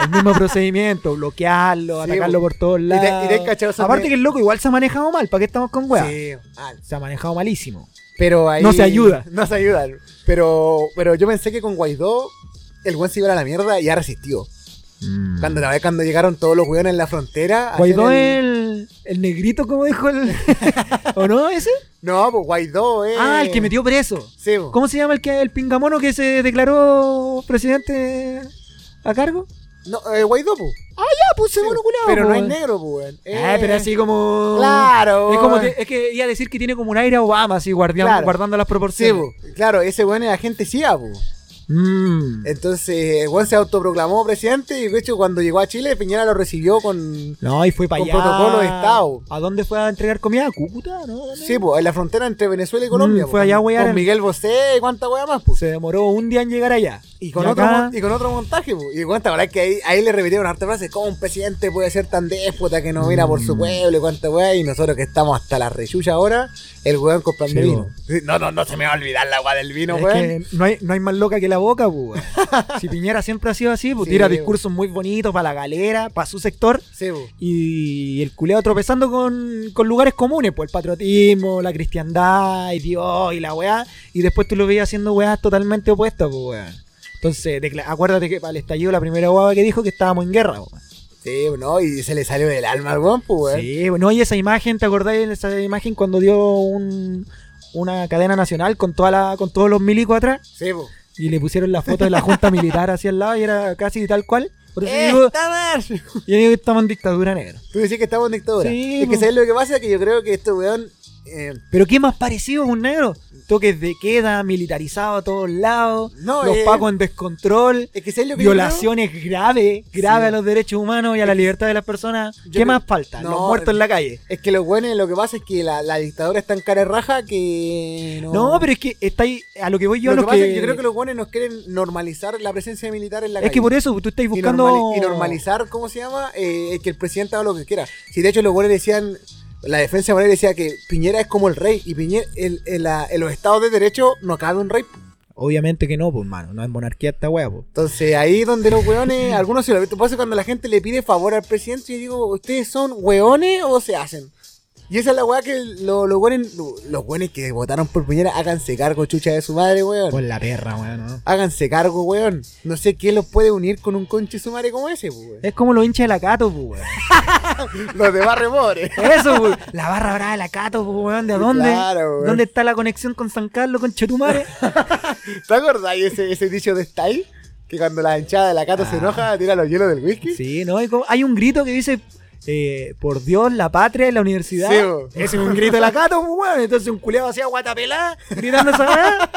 [SPEAKER 2] el mismo procedimiento, bloquearlo,
[SPEAKER 3] Sí,
[SPEAKER 2] atacarlo
[SPEAKER 3] po.
[SPEAKER 2] por todos
[SPEAKER 3] te- y te
[SPEAKER 2] lados.
[SPEAKER 3] has cachado esos
[SPEAKER 2] Aparte
[SPEAKER 3] me-
[SPEAKER 2] que el loco igual se ha manejado mal, ¿para qué estamos con weas?
[SPEAKER 3] Sí, mal.
[SPEAKER 2] Se ha manejado malísimo.
[SPEAKER 3] Pero ahí.
[SPEAKER 2] No se ayuda.
[SPEAKER 3] No se ayuda. Pero, pero yo pensé que con Guaidó el buen se iba a la mierda y ha resistió. Cuando, la vez cuando llegaron todos los weones en la frontera.
[SPEAKER 2] Mm. Guaidó
[SPEAKER 3] hacían
[SPEAKER 2] es el, el negrito, como dijo el. ¿O no ese?
[SPEAKER 3] No, pues Guaidó es.
[SPEAKER 2] Ah, el que metió preso.
[SPEAKER 3] Sí, pues. po.
[SPEAKER 2] ¿Cómo se llama el que el pingamono que se declaró presidente a cargo?
[SPEAKER 3] No, eh, Guaidó, pues.
[SPEAKER 2] Ah, pues
[SPEAKER 3] Sí, po. Pero no es negro, pues, weón.
[SPEAKER 2] Ah,
[SPEAKER 3] Eh,
[SPEAKER 2] pero así como.
[SPEAKER 3] Claro.
[SPEAKER 2] Es, como te- es que iba a decir que tiene como un aire a Obama, así guardián-
[SPEAKER 3] Claro.
[SPEAKER 2] guardando las
[SPEAKER 3] Sí,
[SPEAKER 2] proporciones.
[SPEAKER 3] po. Claro, ese weón es agente CIA, pues.
[SPEAKER 2] Mm.
[SPEAKER 3] Entonces, el weón se autoproclamó presidente y de hecho cuando llegó a Chile, Piñera lo recibió con.
[SPEAKER 2] No, y fue para
[SPEAKER 3] Con
[SPEAKER 2] allá.
[SPEAKER 3] protocolo de Estado.
[SPEAKER 2] ¿A dónde fue a entregar comida? ¿A Cúcuta? ¿No? ¿Dónde?
[SPEAKER 3] Sí, pues, en la frontera entre Venezuela y Colombia.
[SPEAKER 2] Mm,
[SPEAKER 3] po,
[SPEAKER 2] fue allá a
[SPEAKER 3] con-
[SPEAKER 2] huear
[SPEAKER 3] Con
[SPEAKER 2] el-
[SPEAKER 3] Miguel Bosé y cuánta wea más, pues.
[SPEAKER 2] Se demoró un día en llegar allá.
[SPEAKER 3] Y con,
[SPEAKER 2] Y
[SPEAKER 3] otro,
[SPEAKER 2] acá-
[SPEAKER 3] mon- y con otro montaje, po. y cuánta verdad que ahí, ahí le repitieron harta frase, ¿cómo un presidente puede ser tan déspota que no mira por
[SPEAKER 2] Mm.
[SPEAKER 3] su pueblo y cuánta weá? Y nosotros que estamos hasta la reyuya ahora, el weón comprando
[SPEAKER 2] Sí,
[SPEAKER 3] vino. Sí, No, no, no se me va a olvidar la weá del vino,
[SPEAKER 2] Es
[SPEAKER 3] weón.
[SPEAKER 2] que no hay, no hay más loca que la boca, pues. weón. si Piñera siempre ha sido así, pues
[SPEAKER 3] Sí,
[SPEAKER 2] tira
[SPEAKER 3] weón.
[SPEAKER 2] discursos muy bonitos para la galera, para su sector.
[SPEAKER 3] Sí, po.
[SPEAKER 2] Y el culeado tropezando con, con lugares comunes, pues el patriotismo, la cristiandad, y Dios y la weá. Y después tú lo veías haciendo weás totalmente opuestas, pues weón. Entonces, decla- acuérdate que para el estallido la primera guava que dijo que estábamos en guerra, pues, weón.
[SPEAKER 3] Sí, no, y se le salió del alma al weón, pues, weón.
[SPEAKER 2] Sí, bueno, y esa imagen, ¿te acordáis de esa imagen cuando dio un- una cadena nacional con toda la, con todos los milicos atrás?
[SPEAKER 3] Sí, po.
[SPEAKER 2] Y le pusieron la foto de la junta militar hacia el lado y era casi tal cual. Por eso yo digo,
[SPEAKER 3] ¡Esta mar!
[SPEAKER 2] yo digo que estamos en dictadura negra.
[SPEAKER 3] Eh, Tú decís que estamos en dictadura.
[SPEAKER 2] Sí,
[SPEAKER 3] es
[SPEAKER 2] po.
[SPEAKER 3] que sabes lo que pasa, que yo creo que este weón... eh,
[SPEAKER 2] Pero ¿qué más parecido a un negro? Toques de queda, militarizado a todos lados,
[SPEAKER 3] No,
[SPEAKER 2] los
[SPEAKER 3] eh,
[SPEAKER 2] pacos en descontrol,
[SPEAKER 3] es que sabes lo que yo creo?
[SPEAKER 2] violaciones graves, graves
[SPEAKER 3] Sí.
[SPEAKER 2] a los derechos humanos y a la libertad de las personas.
[SPEAKER 3] Yo
[SPEAKER 2] ¿Qué
[SPEAKER 3] creo-
[SPEAKER 2] más falta?
[SPEAKER 3] No,
[SPEAKER 2] los muertos en la calle.
[SPEAKER 3] Es que los weones lo que pasa es que la, la dictadura está en cara de raja que...
[SPEAKER 2] No, pero es que está ahí, a lo que voy yo,
[SPEAKER 3] Lo
[SPEAKER 2] a
[SPEAKER 3] que
[SPEAKER 2] los
[SPEAKER 3] pasa
[SPEAKER 2] que-
[SPEAKER 3] es que yo creo que los guanes nos quieren normalizar la presencia militar en la
[SPEAKER 2] es
[SPEAKER 3] calle.
[SPEAKER 2] que por eso pues, tú estás
[SPEAKER 3] Y
[SPEAKER 2] buscando...
[SPEAKER 3] normali- y normalizar, ¿cómo se llama? Eh, que el presidente haga lo que quiera. Si de hecho los guanes decían, la defensa de Morales decía que Piñera es como el rey y Piñera, en, en la- en los estados de derecho no cabe un rey.
[SPEAKER 2] Obviamente que no, pues, mano. No es monarquía esta wea, pues.
[SPEAKER 3] Entonces ahí donde los weones, algunos se lo visto, pasa cuando la gente le pide favor al presidente y digo, ¿ustedes son weones o se hacen? Y esa es la weá que lo- los weones, lo- los weones que votaron por Piñera, háganse cargo, chucha de su madre, weón.
[SPEAKER 2] Con Pues la perra, weón, ¿no?
[SPEAKER 3] Háganse cargo, weón. No sé quién los puede unir con un conche su madre como ese, pues, weón.
[SPEAKER 2] Es como los hinchas de la Cato, pues, weón.
[SPEAKER 3] Los de Barrio Pobre.
[SPEAKER 2] Eso, pues. La barra brava de la Cato, pues, weón. ¿De dónde?
[SPEAKER 3] Claro, weón.
[SPEAKER 2] ¿Dónde está la conexión con San Carlos, con Chetumare?
[SPEAKER 3] ¿Te acordáis ese, ese dicho de Style? Que cuando la hinchada de la cata se enoja, tira los hielos del whisky.
[SPEAKER 2] Ah. sí, ¿no? Y como- Hay un grito que dice, eh, por Dios, la patria y la universidad.
[SPEAKER 3] Sí, bo.
[SPEAKER 2] Ese es un grito de la Cato, pues, weón. Entonces un culeado hacía guatapelá, gritando esa weá.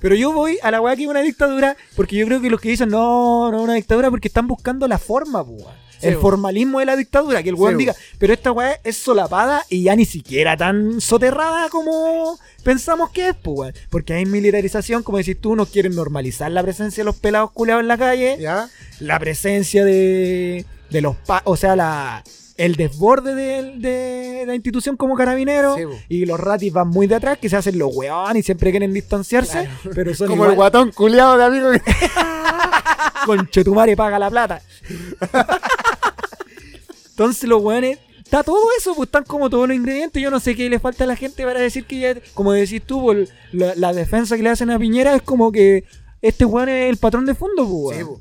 [SPEAKER 2] Pero yo voy a la weá que es una dictadura, porque yo creo que los que dicen, no, no es una dictadura, porque están buscando la forma, pues, weón.
[SPEAKER 3] Sí,
[SPEAKER 2] el
[SPEAKER 3] bo.
[SPEAKER 2] formalismo de la dictadura, que el
[SPEAKER 3] Sí,
[SPEAKER 2] weón
[SPEAKER 3] bo.
[SPEAKER 2] diga, pero esta weá es solapada y ya ni siquiera tan soterrada como pensamos que es, pues, weón. Porque hay militarización, como decís tú, no quieren normalizar la presencia de los pelados culeados en la calle
[SPEAKER 3] ¿Ya?
[SPEAKER 2] la presencia de, de los pa- o sea la el desborde del- de, de la institución como carabinero
[SPEAKER 3] Sí, po.
[SPEAKER 2] y los ratis van muy de atrás que se hacen los weón y siempre quieren distanciarse pero son
[SPEAKER 3] Como el
[SPEAKER 2] igual,
[SPEAKER 3] guatón culiado de amigo. que-
[SPEAKER 2] conchetumare paga la plata entonces los weones está todo eso pues están como todos los ingredientes yo no sé qué le falta a la gente para decir que ya como decís tú por la, la defensa que le hacen a Piñera es como que este weón es el patrón de fondo pues, weón.
[SPEAKER 3] Sí, bo.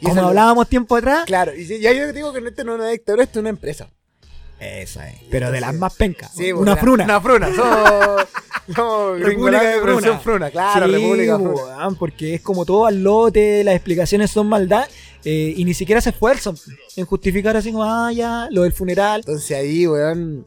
[SPEAKER 3] Y
[SPEAKER 2] como
[SPEAKER 3] esa-
[SPEAKER 2] hablábamos tiempo atrás
[SPEAKER 3] Claro, y ya yo digo que no, esto no es una dictadura, esto es una empresa.
[SPEAKER 2] Esa es. Pero de las
[SPEAKER 3] Entonces-
[SPEAKER 2] más pencas.
[SPEAKER 3] Sí,
[SPEAKER 2] una
[SPEAKER 3] bo,
[SPEAKER 2] fruna.
[SPEAKER 3] Una fruna. Somos, somos
[SPEAKER 2] República de
[SPEAKER 3] Gringolandia,
[SPEAKER 2] Fruna.
[SPEAKER 3] Revolución fruna. Claro,
[SPEAKER 2] Sí,
[SPEAKER 3] República
[SPEAKER 2] bo,
[SPEAKER 3] Fruna.
[SPEAKER 2] weón, porque es como todo al lote, las explicaciones son maldad eh, y ni siquiera se esfuerzan en justificar así como, ah, ya, lo del funeral.
[SPEAKER 3] Entonces ahí, weón.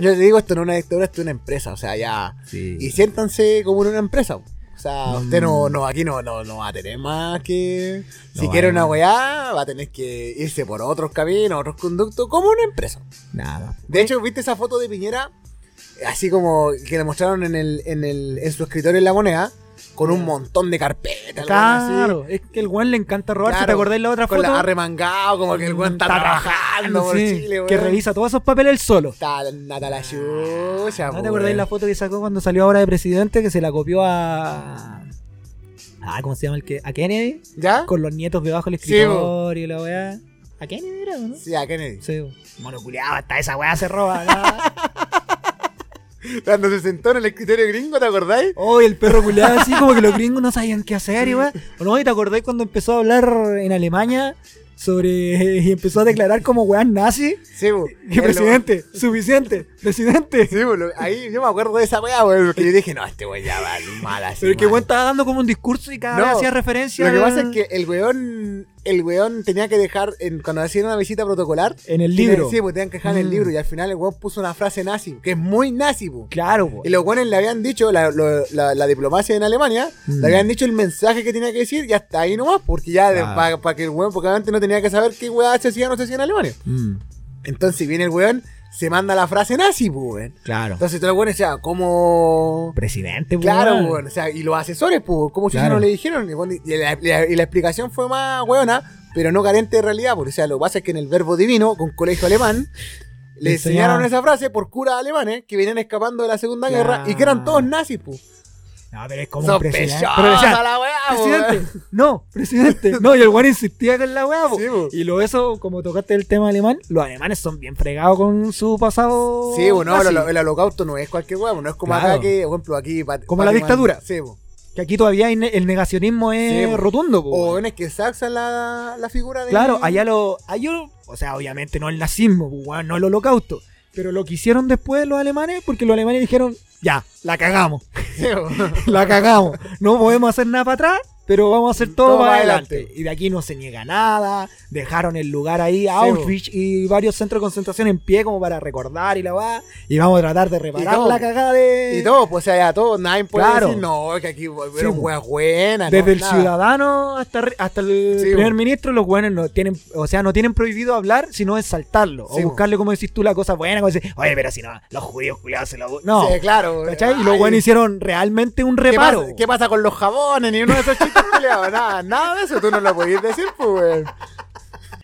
[SPEAKER 3] Yo te digo, esto no es una dictadura, esto es una empresa. O sea, ya. Y
[SPEAKER 2] Sí.
[SPEAKER 3] siéntanse como en una empresa. po. O sea, usted no,
[SPEAKER 2] Mm.
[SPEAKER 3] no aquí no, no, no va a tener más que. Si
[SPEAKER 2] No
[SPEAKER 3] quiere
[SPEAKER 2] hay,
[SPEAKER 3] una
[SPEAKER 2] no.
[SPEAKER 3] weá, va a tener que irse por otros caminos, otros conductos, como una empresa.
[SPEAKER 2] Nada.
[SPEAKER 3] De hecho, ¿viste esa foto de Piñera? Así como que le mostraron en, el, en, el, en su escritorio en la moneda, con un montón de carpetas. algo así.
[SPEAKER 2] Claro, es que el weón le encanta robarse.
[SPEAKER 3] Claro,
[SPEAKER 2] ¿Te acordás la otra
[SPEAKER 3] con
[SPEAKER 2] foto? Mm,
[SPEAKER 3] la arremangado, como que el weón está, trabajando por
[SPEAKER 2] sí,
[SPEAKER 3] Chile, weón.
[SPEAKER 2] Que revisa todos esos papeles él solo.
[SPEAKER 3] Está nata la chucha,
[SPEAKER 2] ¿No te
[SPEAKER 3] Ah, pues, weón.
[SPEAKER 2] acordáis la foto que sacó cuando salió ahora de presidente que se la copió a. Ah, ¿cómo se llama el que? ¿A Kennedy?
[SPEAKER 3] ¿Ya?
[SPEAKER 2] Con los nietos debajo del
[SPEAKER 3] Sí, bo.
[SPEAKER 2] escritorio y la weá. ¿A Kennedy era, o no?
[SPEAKER 3] Sí, a Kennedy.
[SPEAKER 2] Sí. Monoculeado, hasta esa weá se roba. ¿no?
[SPEAKER 3] Cuando se sentó en el escritorio gringo, ¿te acordáis?
[SPEAKER 2] Oh, y el perro culeado así como que los gringos no sabían qué hacer y weá. ¿O no? ¿Y te acordás cuando empezó a hablar en Alemania sobre. y empezó a declarar como weá nazi?
[SPEAKER 3] Sí, bu.
[SPEAKER 2] Y
[SPEAKER 3] Él lo-
[SPEAKER 2] presidente, suficiente, presidente.
[SPEAKER 3] Sí, bu, lo- ahí yo me acuerdo de esa weá, weón, porque yo dije, no, este weón ya va mal así.
[SPEAKER 2] Pero el que
[SPEAKER 3] mal.
[SPEAKER 2] weón estaba dando como un discurso y cada
[SPEAKER 3] No,
[SPEAKER 2] vez hacía referencia.
[SPEAKER 3] Lo
[SPEAKER 2] al-
[SPEAKER 3] que pasa es que el weón, el weón tenía que dejar, en- cuando hacían una visita protocolar,
[SPEAKER 2] En el
[SPEAKER 3] tenía-
[SPEAKER 2] libro.
[SPEAKER 3] Sí, pues tenían que dejar en
[SPEAKER 2] Mm.
[SPEAKER 3] el libro y al final el weón puso una frase nazi, que es muy nazi, bu.
[SPEAKER 2] Claro, po.
[SPEAKER 3] Y los weones le habían dicho, la, lo- la- la diplomacia en Alemania,
[SPEAKER 2] Mm.
[SPEAKER 3] le habían dicho el mensaje que tenía que decir y hasta ahí nomás, porque ya
[SPEAKER 2] Ah.
[SPEAKER 3] para que el weón, porque antes no tenía que saber qué weá se hacía o no se hacía en Alemania.
[SPEAKER 2] Mm,
[SPEAKER 3] Entonces viene el weón, se manda la frase nazi, bu, weón.
[SPEAKER 2] claro.
[SPEAKER 3] Entonces todos los weones, o sea, como...
[SPEAKER 2] Presidente, po,
[SPEAKER 3] Claro,
[SPEAKER 2] weón.
[SPEAKER 3] weón. O sea, y los asesores, pues, como si
[SPEAKER 2] Claro.
[SPEAKER 3] no le dijeron. Y, bueno, y la, la- y la explicación fue más weona, pero no carente de realidad. Porque, o sea, lo que pasa es que en el verbo divino, con colegio alemán,
[SPEAKER 2] Le
[SPEAKER 3] le enseñaron
[SPEAKER 2] enseñaban-
[SPEAKER 3] esa frase por curas alemanes que venían escapando de la Segunda
[SPEAKER 2] Claro.
[SPEAKER 3] Guerra y que eran todos nazis, pues.
[SPEAKER 2] No, pero es como un presidente. Pero le decían,
[SPEAKER 3] Sospechosa la weá, po, weón.
[SPEAKER 2] Presidente, no, presidente. No, y el weón insistía con la weá, po.
[SPEAKER 3] Sí, po.
[SPEAKER 2] Y lo eso, como tocaste el tema alemán, los alemanes son bien fregados con su pasado.
[SPEAKER 3] Sí, bueno,
[SPEAKER 2] nazi.
[SPEAKER 3] el, el holocausto no es cualquier weá, po, no es como
[SPEAKER 2] Claro.
[SPEAKER 3] acá que, por ejemplo, aquí. pa-
[SPEAKER 2] Como la
[SPEAKER 3] Batman-
[SPEAKER 2] dictadura.
[SPEAKER 3] Sí, po.
[SPEAKER 2] Que aquí todavía hay ne- el negacionismo es
[SPEAKER 3] Sí, po.
[SPEAKER 2] rotundo, po,
[SPEAKER 3] O
[SPEAKER 2] Pues, weón.
[SPEAKER 3] en es que saxan la, la figura de.
[SPEAKER 2] Claro, allá lo. allá lo- o sea, obviamente no el nazismo, po, weón, no el holocausto. Pero lo que hicieron después los alemanes, porque los alemanes dijeron, ya, la cagamos,
[SPEAKER 3] Sí, po.
[SPEAKER 2] la cagamos. No podemos hacer nada para atrás. Pero vamos a hacer todo,
[SPEAKER 3] Mm, Todo
[SPEAKER 2] para
[SPEAKER 3] para
[SPEAKER 2] adelante.
[SPEAKER 3] adelante.
[SPEAKER 2] Y de aquí no se niega nada. Dejaron el lugar ahí,
[SPEAKER 3] po.
[SPEAKER 2] Auschwitz y varios centros de concentración en pie como para recordar y la va. Y vamos a tratar de reparar
[SPEAKER 3] todo,
[SPEAKER 2] la
[SPEAKER 3] po.
[SPEAKER 2] cagada de...
[SPEAKER 3] Y todo, pues, o sea, ya todo, nadie puede
[SPEAKER 2] Claro.
[SPEAKER 3] decir, no, que aquí volvieron
[SPEAKER 2] Sí, po.
[SPEAKER 3] weas buenas. no,
[SPEAKER 2] Desde el
[SPEAKER 3] nada.
[SPEAKER 2] ciudadano hasta, arri- hasta el
[SPEAKER 3] Sí,
[SPEAKER 2] primer
[SPEAKER 3] bo.
[SPEAKER 2] ministro, los buenos no tienen, o sea, no tienen prohibido hablar, sino es saltarlo.
[SPEAKER 3] Sí,
[SPEAKER 2] o
[SPEAKER 3] bo.
[SPEAKER 2] buscarle, como decís tú, la cosa buena, como decir, oye, pero si no, los judíos culiados se lo. No.
[SPEAKER 3] Sí, claro.
[SPEAKER 2] ¿Cachai? Y los
[SPEAKER 3] Ay,
[SPEAKER 2] buenos hicieron realmente un
[SPEAKER 3] ¿qué
[SPEAKER 2] reparo.
[SPEAKER 3] pasa, ¿Qué pasa con los jabones? Ni uno de esos chicos culiados. Nada, nada de eso. Tú no lo podías decir, pues, weón.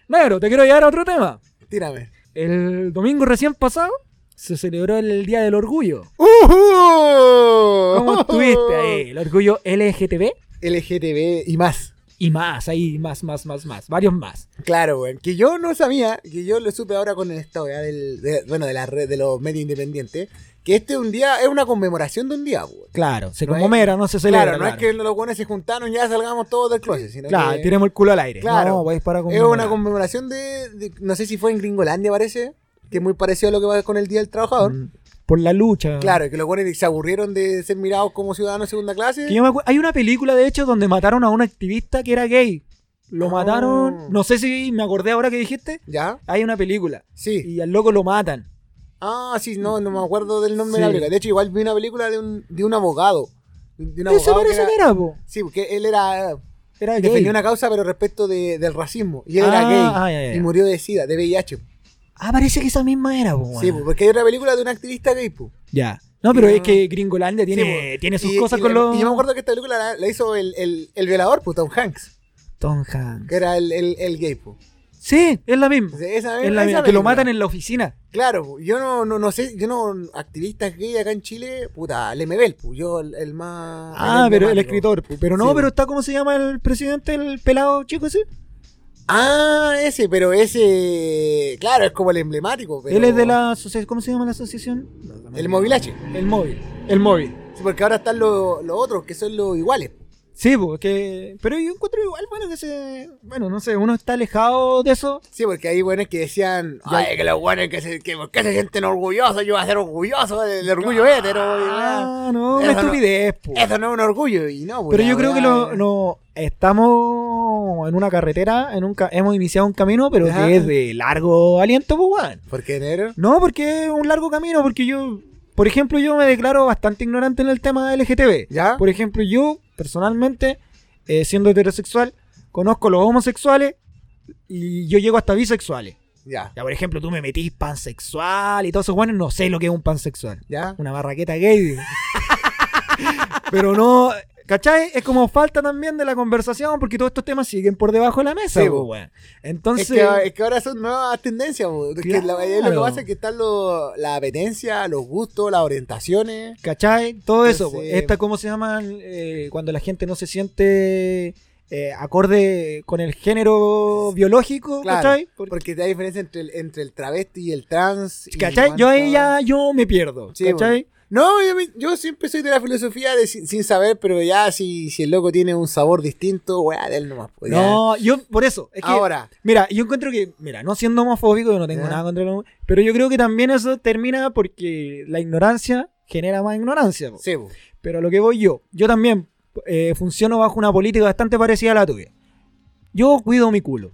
[SPEAKER 2] Negro, te quiero llevar a otro tema.
[SPEAKER 3] Tírame.
[SPEAKER 2] El domingo recién pasado se celebró el Día del Orgullo.
[SPEAKER 3] ¡Ujú!
[SPEAKER 2] ¿Cómo estuviste ahí? El orgullo LGTB
[SPEAKER 3] LGTB y más.
[SPEAKER 2] y más, ahí más, más, más, más, varios más.
[SPEAKER 3] Claro, weón. Que yo no sabía, que yo lo supe ahora con esta weá del, de, bueno, de la red de los medios independientes, que este es un día es una conmemoración de un día, pues, weón.
[SPEAKER 2] Claro, se
[SPEAKER 3] No es-
[SPEAKER 2] conmemora, no se celebra.
[SPEAKER 3] Claro, no es que los buenos se juntaron y ya salgamos todos del closet, sino
[SPEAKER 2] Claro,
[SPEAKER 3] que eh,
[SPEAKER 2] tiremos el culo al aire.
[SPEAKER 3] Claro.
[SPEAKER 2] No, pues, para
[SPEAKER 3] es una
[SPEAKER 2] conmemorar.
[SPEAKER 3] conmemoración de, de- no sé si fue en Gringolandia, parece, que es muy parecido a lo que va con el Día del Trabajador.
[SPEAKER 2] Mm, Por la lucha.
[SPEAKER 3] Claro, que los buenos se aburrieron de ser mirados como ciudadanos de segunda clase.
[SPEAKER 2] Que yo me acuer- Hay una película, de hecho, donde mataron a un activista que era gay. Lo
[SPEAKER 3] Oh.
[SPEAKER 2] mataron, no sé si me acordé ahora que dijiste.
[SPEAKER 3] ¿Ya?
[SPEAKER 2] Hay una película
[SPEAKER 3] Sí.
[SPEAKER 2] y al loco lo matan.
[SPEAKER 3] Ah, sí, no, no me acuerdo del nombre de la
[SPEAKER 2] Sí.
[SPEAKER 3] película. De hecho, igual vi una película de un, de un abogado. De un
[SPEAKER 2] Eso
[SPEAKER 3] abogado que
[SPEAKER 2] parece
[SPEAKER 3] era-
[SPEAKER 2] que era, po.
[SPEAKER 3] Sí, porque él era
[SPEAKER 2] Era gay.
[SPEAKER 3] defendió una causa pero respecto de- del racismo y él
[SPEAKER 2] Ah,
[SPEAKER 3] era gay
[SPEAKER 2] ah, ya, ya.
[SPEAKER 3] y murió de sida, de VIH.
[SPEAKER 2] Ah, parece que esa misma era, po. weón.
[SPEAKER 3] Sí, pues, porque hay otra película de un activista gay. pues.
[SPEAKER 2] Ya. No, pero
[SPEAKER 3] Y
[SPEAKER 2] es
[SPEAKER 3] no-
[SPEAKER 2] que Gringolandia tiene,
[SPEAKER 3] Sí, pues.
[SPEAKER 2] tiene sus
[SPEAKER 3] Y-
[SPEAKER 2] cosas
[SPEAKER 3] y
[SPEAKER 2] con
[SPEAKER 3] la-
[SPEAKER 2] los.
[SPEAKER 3] y yo me acuerdo que esta película la, la hizo el, el, el violador, pues, Tom Hanks,
[SPEAKER 2] Tom Hanks.
[SPEAKER 3] que era el, el, el gay. pues.
[SPEAKER 2] Sí, es la misma.
[SPEAKER 3] O sea, esa-
[SPEAKER 2] Es la misma.
[SPEAKER 3] esa
[SPEAKER 2] Que lo
[SPEAKER 3] película.
[SPEAKER 2] matan en la oficina.
[SPEAKER 3] Claro, pues, yo no, no, no sé, yo no, activistas gay acá en Chile, puta, el MBL, pues, yo el, el más...
[SPEAKER 2] Ah, pero el
[SPEAKER 3] emblemático.
[SPEAKER 2] escritor. po. Pero no,
[SPEAKER 3] Sí,
[SPEAKER 2] pero
[SPEAKER 3] po.
[SPEAKER 2] está como se llama el presidente, el pelado chico, sí.
[SPEAKER 3] Ah, ese, pero ese, claro, es como el emblemático. Pero
[SPEAKER 2] Él es de la asocia- ¿Cómo se llama la asociación?
[SPEAKER 3] El movilache.
[SPEAKER 2] El móvil. El móvil.
[SPEAKER 3] Sí, porque ahora están los los otros, que son los iguales.
[SPEAKER 2] Sí, porque. Pero yo encuentro igual, bueno, que se. Bueno, no sé, uno está alejado de eso.
[SPEAKER 3] Sí, porque hay buenos que decían,
[SPEAKER 2] Ya.
[SPEAKER 3] ay, que los buenos que se, que, ¿por qué se sienten orgullosos, yo voy a ser orgulloso del del orgullo hétero. y weá.
[SPEAKER 2] Ah, no, una
[SPEAKER 3] Eso no.
[SPEAKER 2] estupidez, po.
[SPEAKER 3] Eso no es un orgullo, y no,
[SPEAKER 2] Pero
[SPEAKER 3] pues,
[SPEAKER 2] yo
[SPEAKER 3] la
[SPEAKER 2] creo que
[SPEAKER 3] weá
[SPEAKER 2] lo,
[SPEAKER 3] era-
[SPEAKER 2] no, estamos en una carretera, en un ca- hemos iniciado un camino, pero
[SPEAKER 3] Ya.
[SPEAKER 2] que es de largo aliento, pues, weón.
[SPEAKER 3] ¿Por qué enero?
[SPEAKER 2] No, porque es un largo camino, porque yo, por ejemplo, yo me declaro bastante ignorante en el tema LGTB.
[SPEAKER 3] ¿Ya?
[SPEAKER 2] Por ejemplo, yo, personalmente, eh, siendo heterosexual, conozco los homosexuales y yo llego hasta bisexuales.
[SPEAKER 3] Ya,
[SPEAKER 2] Ya, por ejemplo, tú me metís pansexual y todos esos guanes, no sé lo que es un pansexual.
[SPEAKER 3] ya.
[SPEAKER 2] Una barraqueta gay. digo. Pero no, ¿cachai? Es como falta también de la conversación porque todos estos temas siguen por debajo de la mesa.
[SPEAKER 3] Sí,
[SPEAKER 2] po,
[SPEAKER 3] po.
[SPEAKER 2] weón.
[SPEAKER 3] Es
[SPEAKER 2] Entonces,
[SPEAKER 3] que, ah, es que ahora son nuevas tendencias, po. Es que la mayoría de lo
[SPEAKER 2] Claro.
[SPEAKER 3] que pasa es que están los- la apetencia, los gustos, las orientaciones.
[SPEAKER 2] ¿Cachai? Todo eso. po.
[SPEAKER 3] Entonces,
[SPEAKER 2] Esta, ¿cómo se llama? Eh, cuando la gente no se siente eh, acorde con el género biológico,
[SPEAKER 3] Claro,
[SPEAKER 2] ¿cachai? Porque-
[SPEAKER 3] Porque hay diferencia entre el, entre el travesti y el trans. y
[SPEAKER 2] ¿Cachai? Yo ahí
[SPEAKER 3] cuánta-
[SPEAKER 2] ya yo me pierdo.
[SPEAKER 3] Sí,
[SPEAKER 2] ¿Cachai?
[SPEAKER 3] No, yo, me- yo siempre soy de la filosofía de sin, sin saber, pero ya si, si el loco tiene un sabor distinto, weá, de él nomás. pues, ya.
[SPEAKER 2] No, yo por eso. Es que,
[SPEAKER 3] Ahora,
[SPEAKER 2] Mira, yo encuentro que, mira, no siendo homofóbico, yo no tengo
[SPEAKER 3] Ya.
[SPEAKER 2] nada contra el homo- pero yo creo que también eso termina porque la ignorancia genera más ignorancia. po.
[SPEAKER 3] sí, po.
[SPEAKER 2] Pero a lo que voy yo, yo también eh, funciono bajo una política bastante parecida a la tuya. Yo cuido mi culo.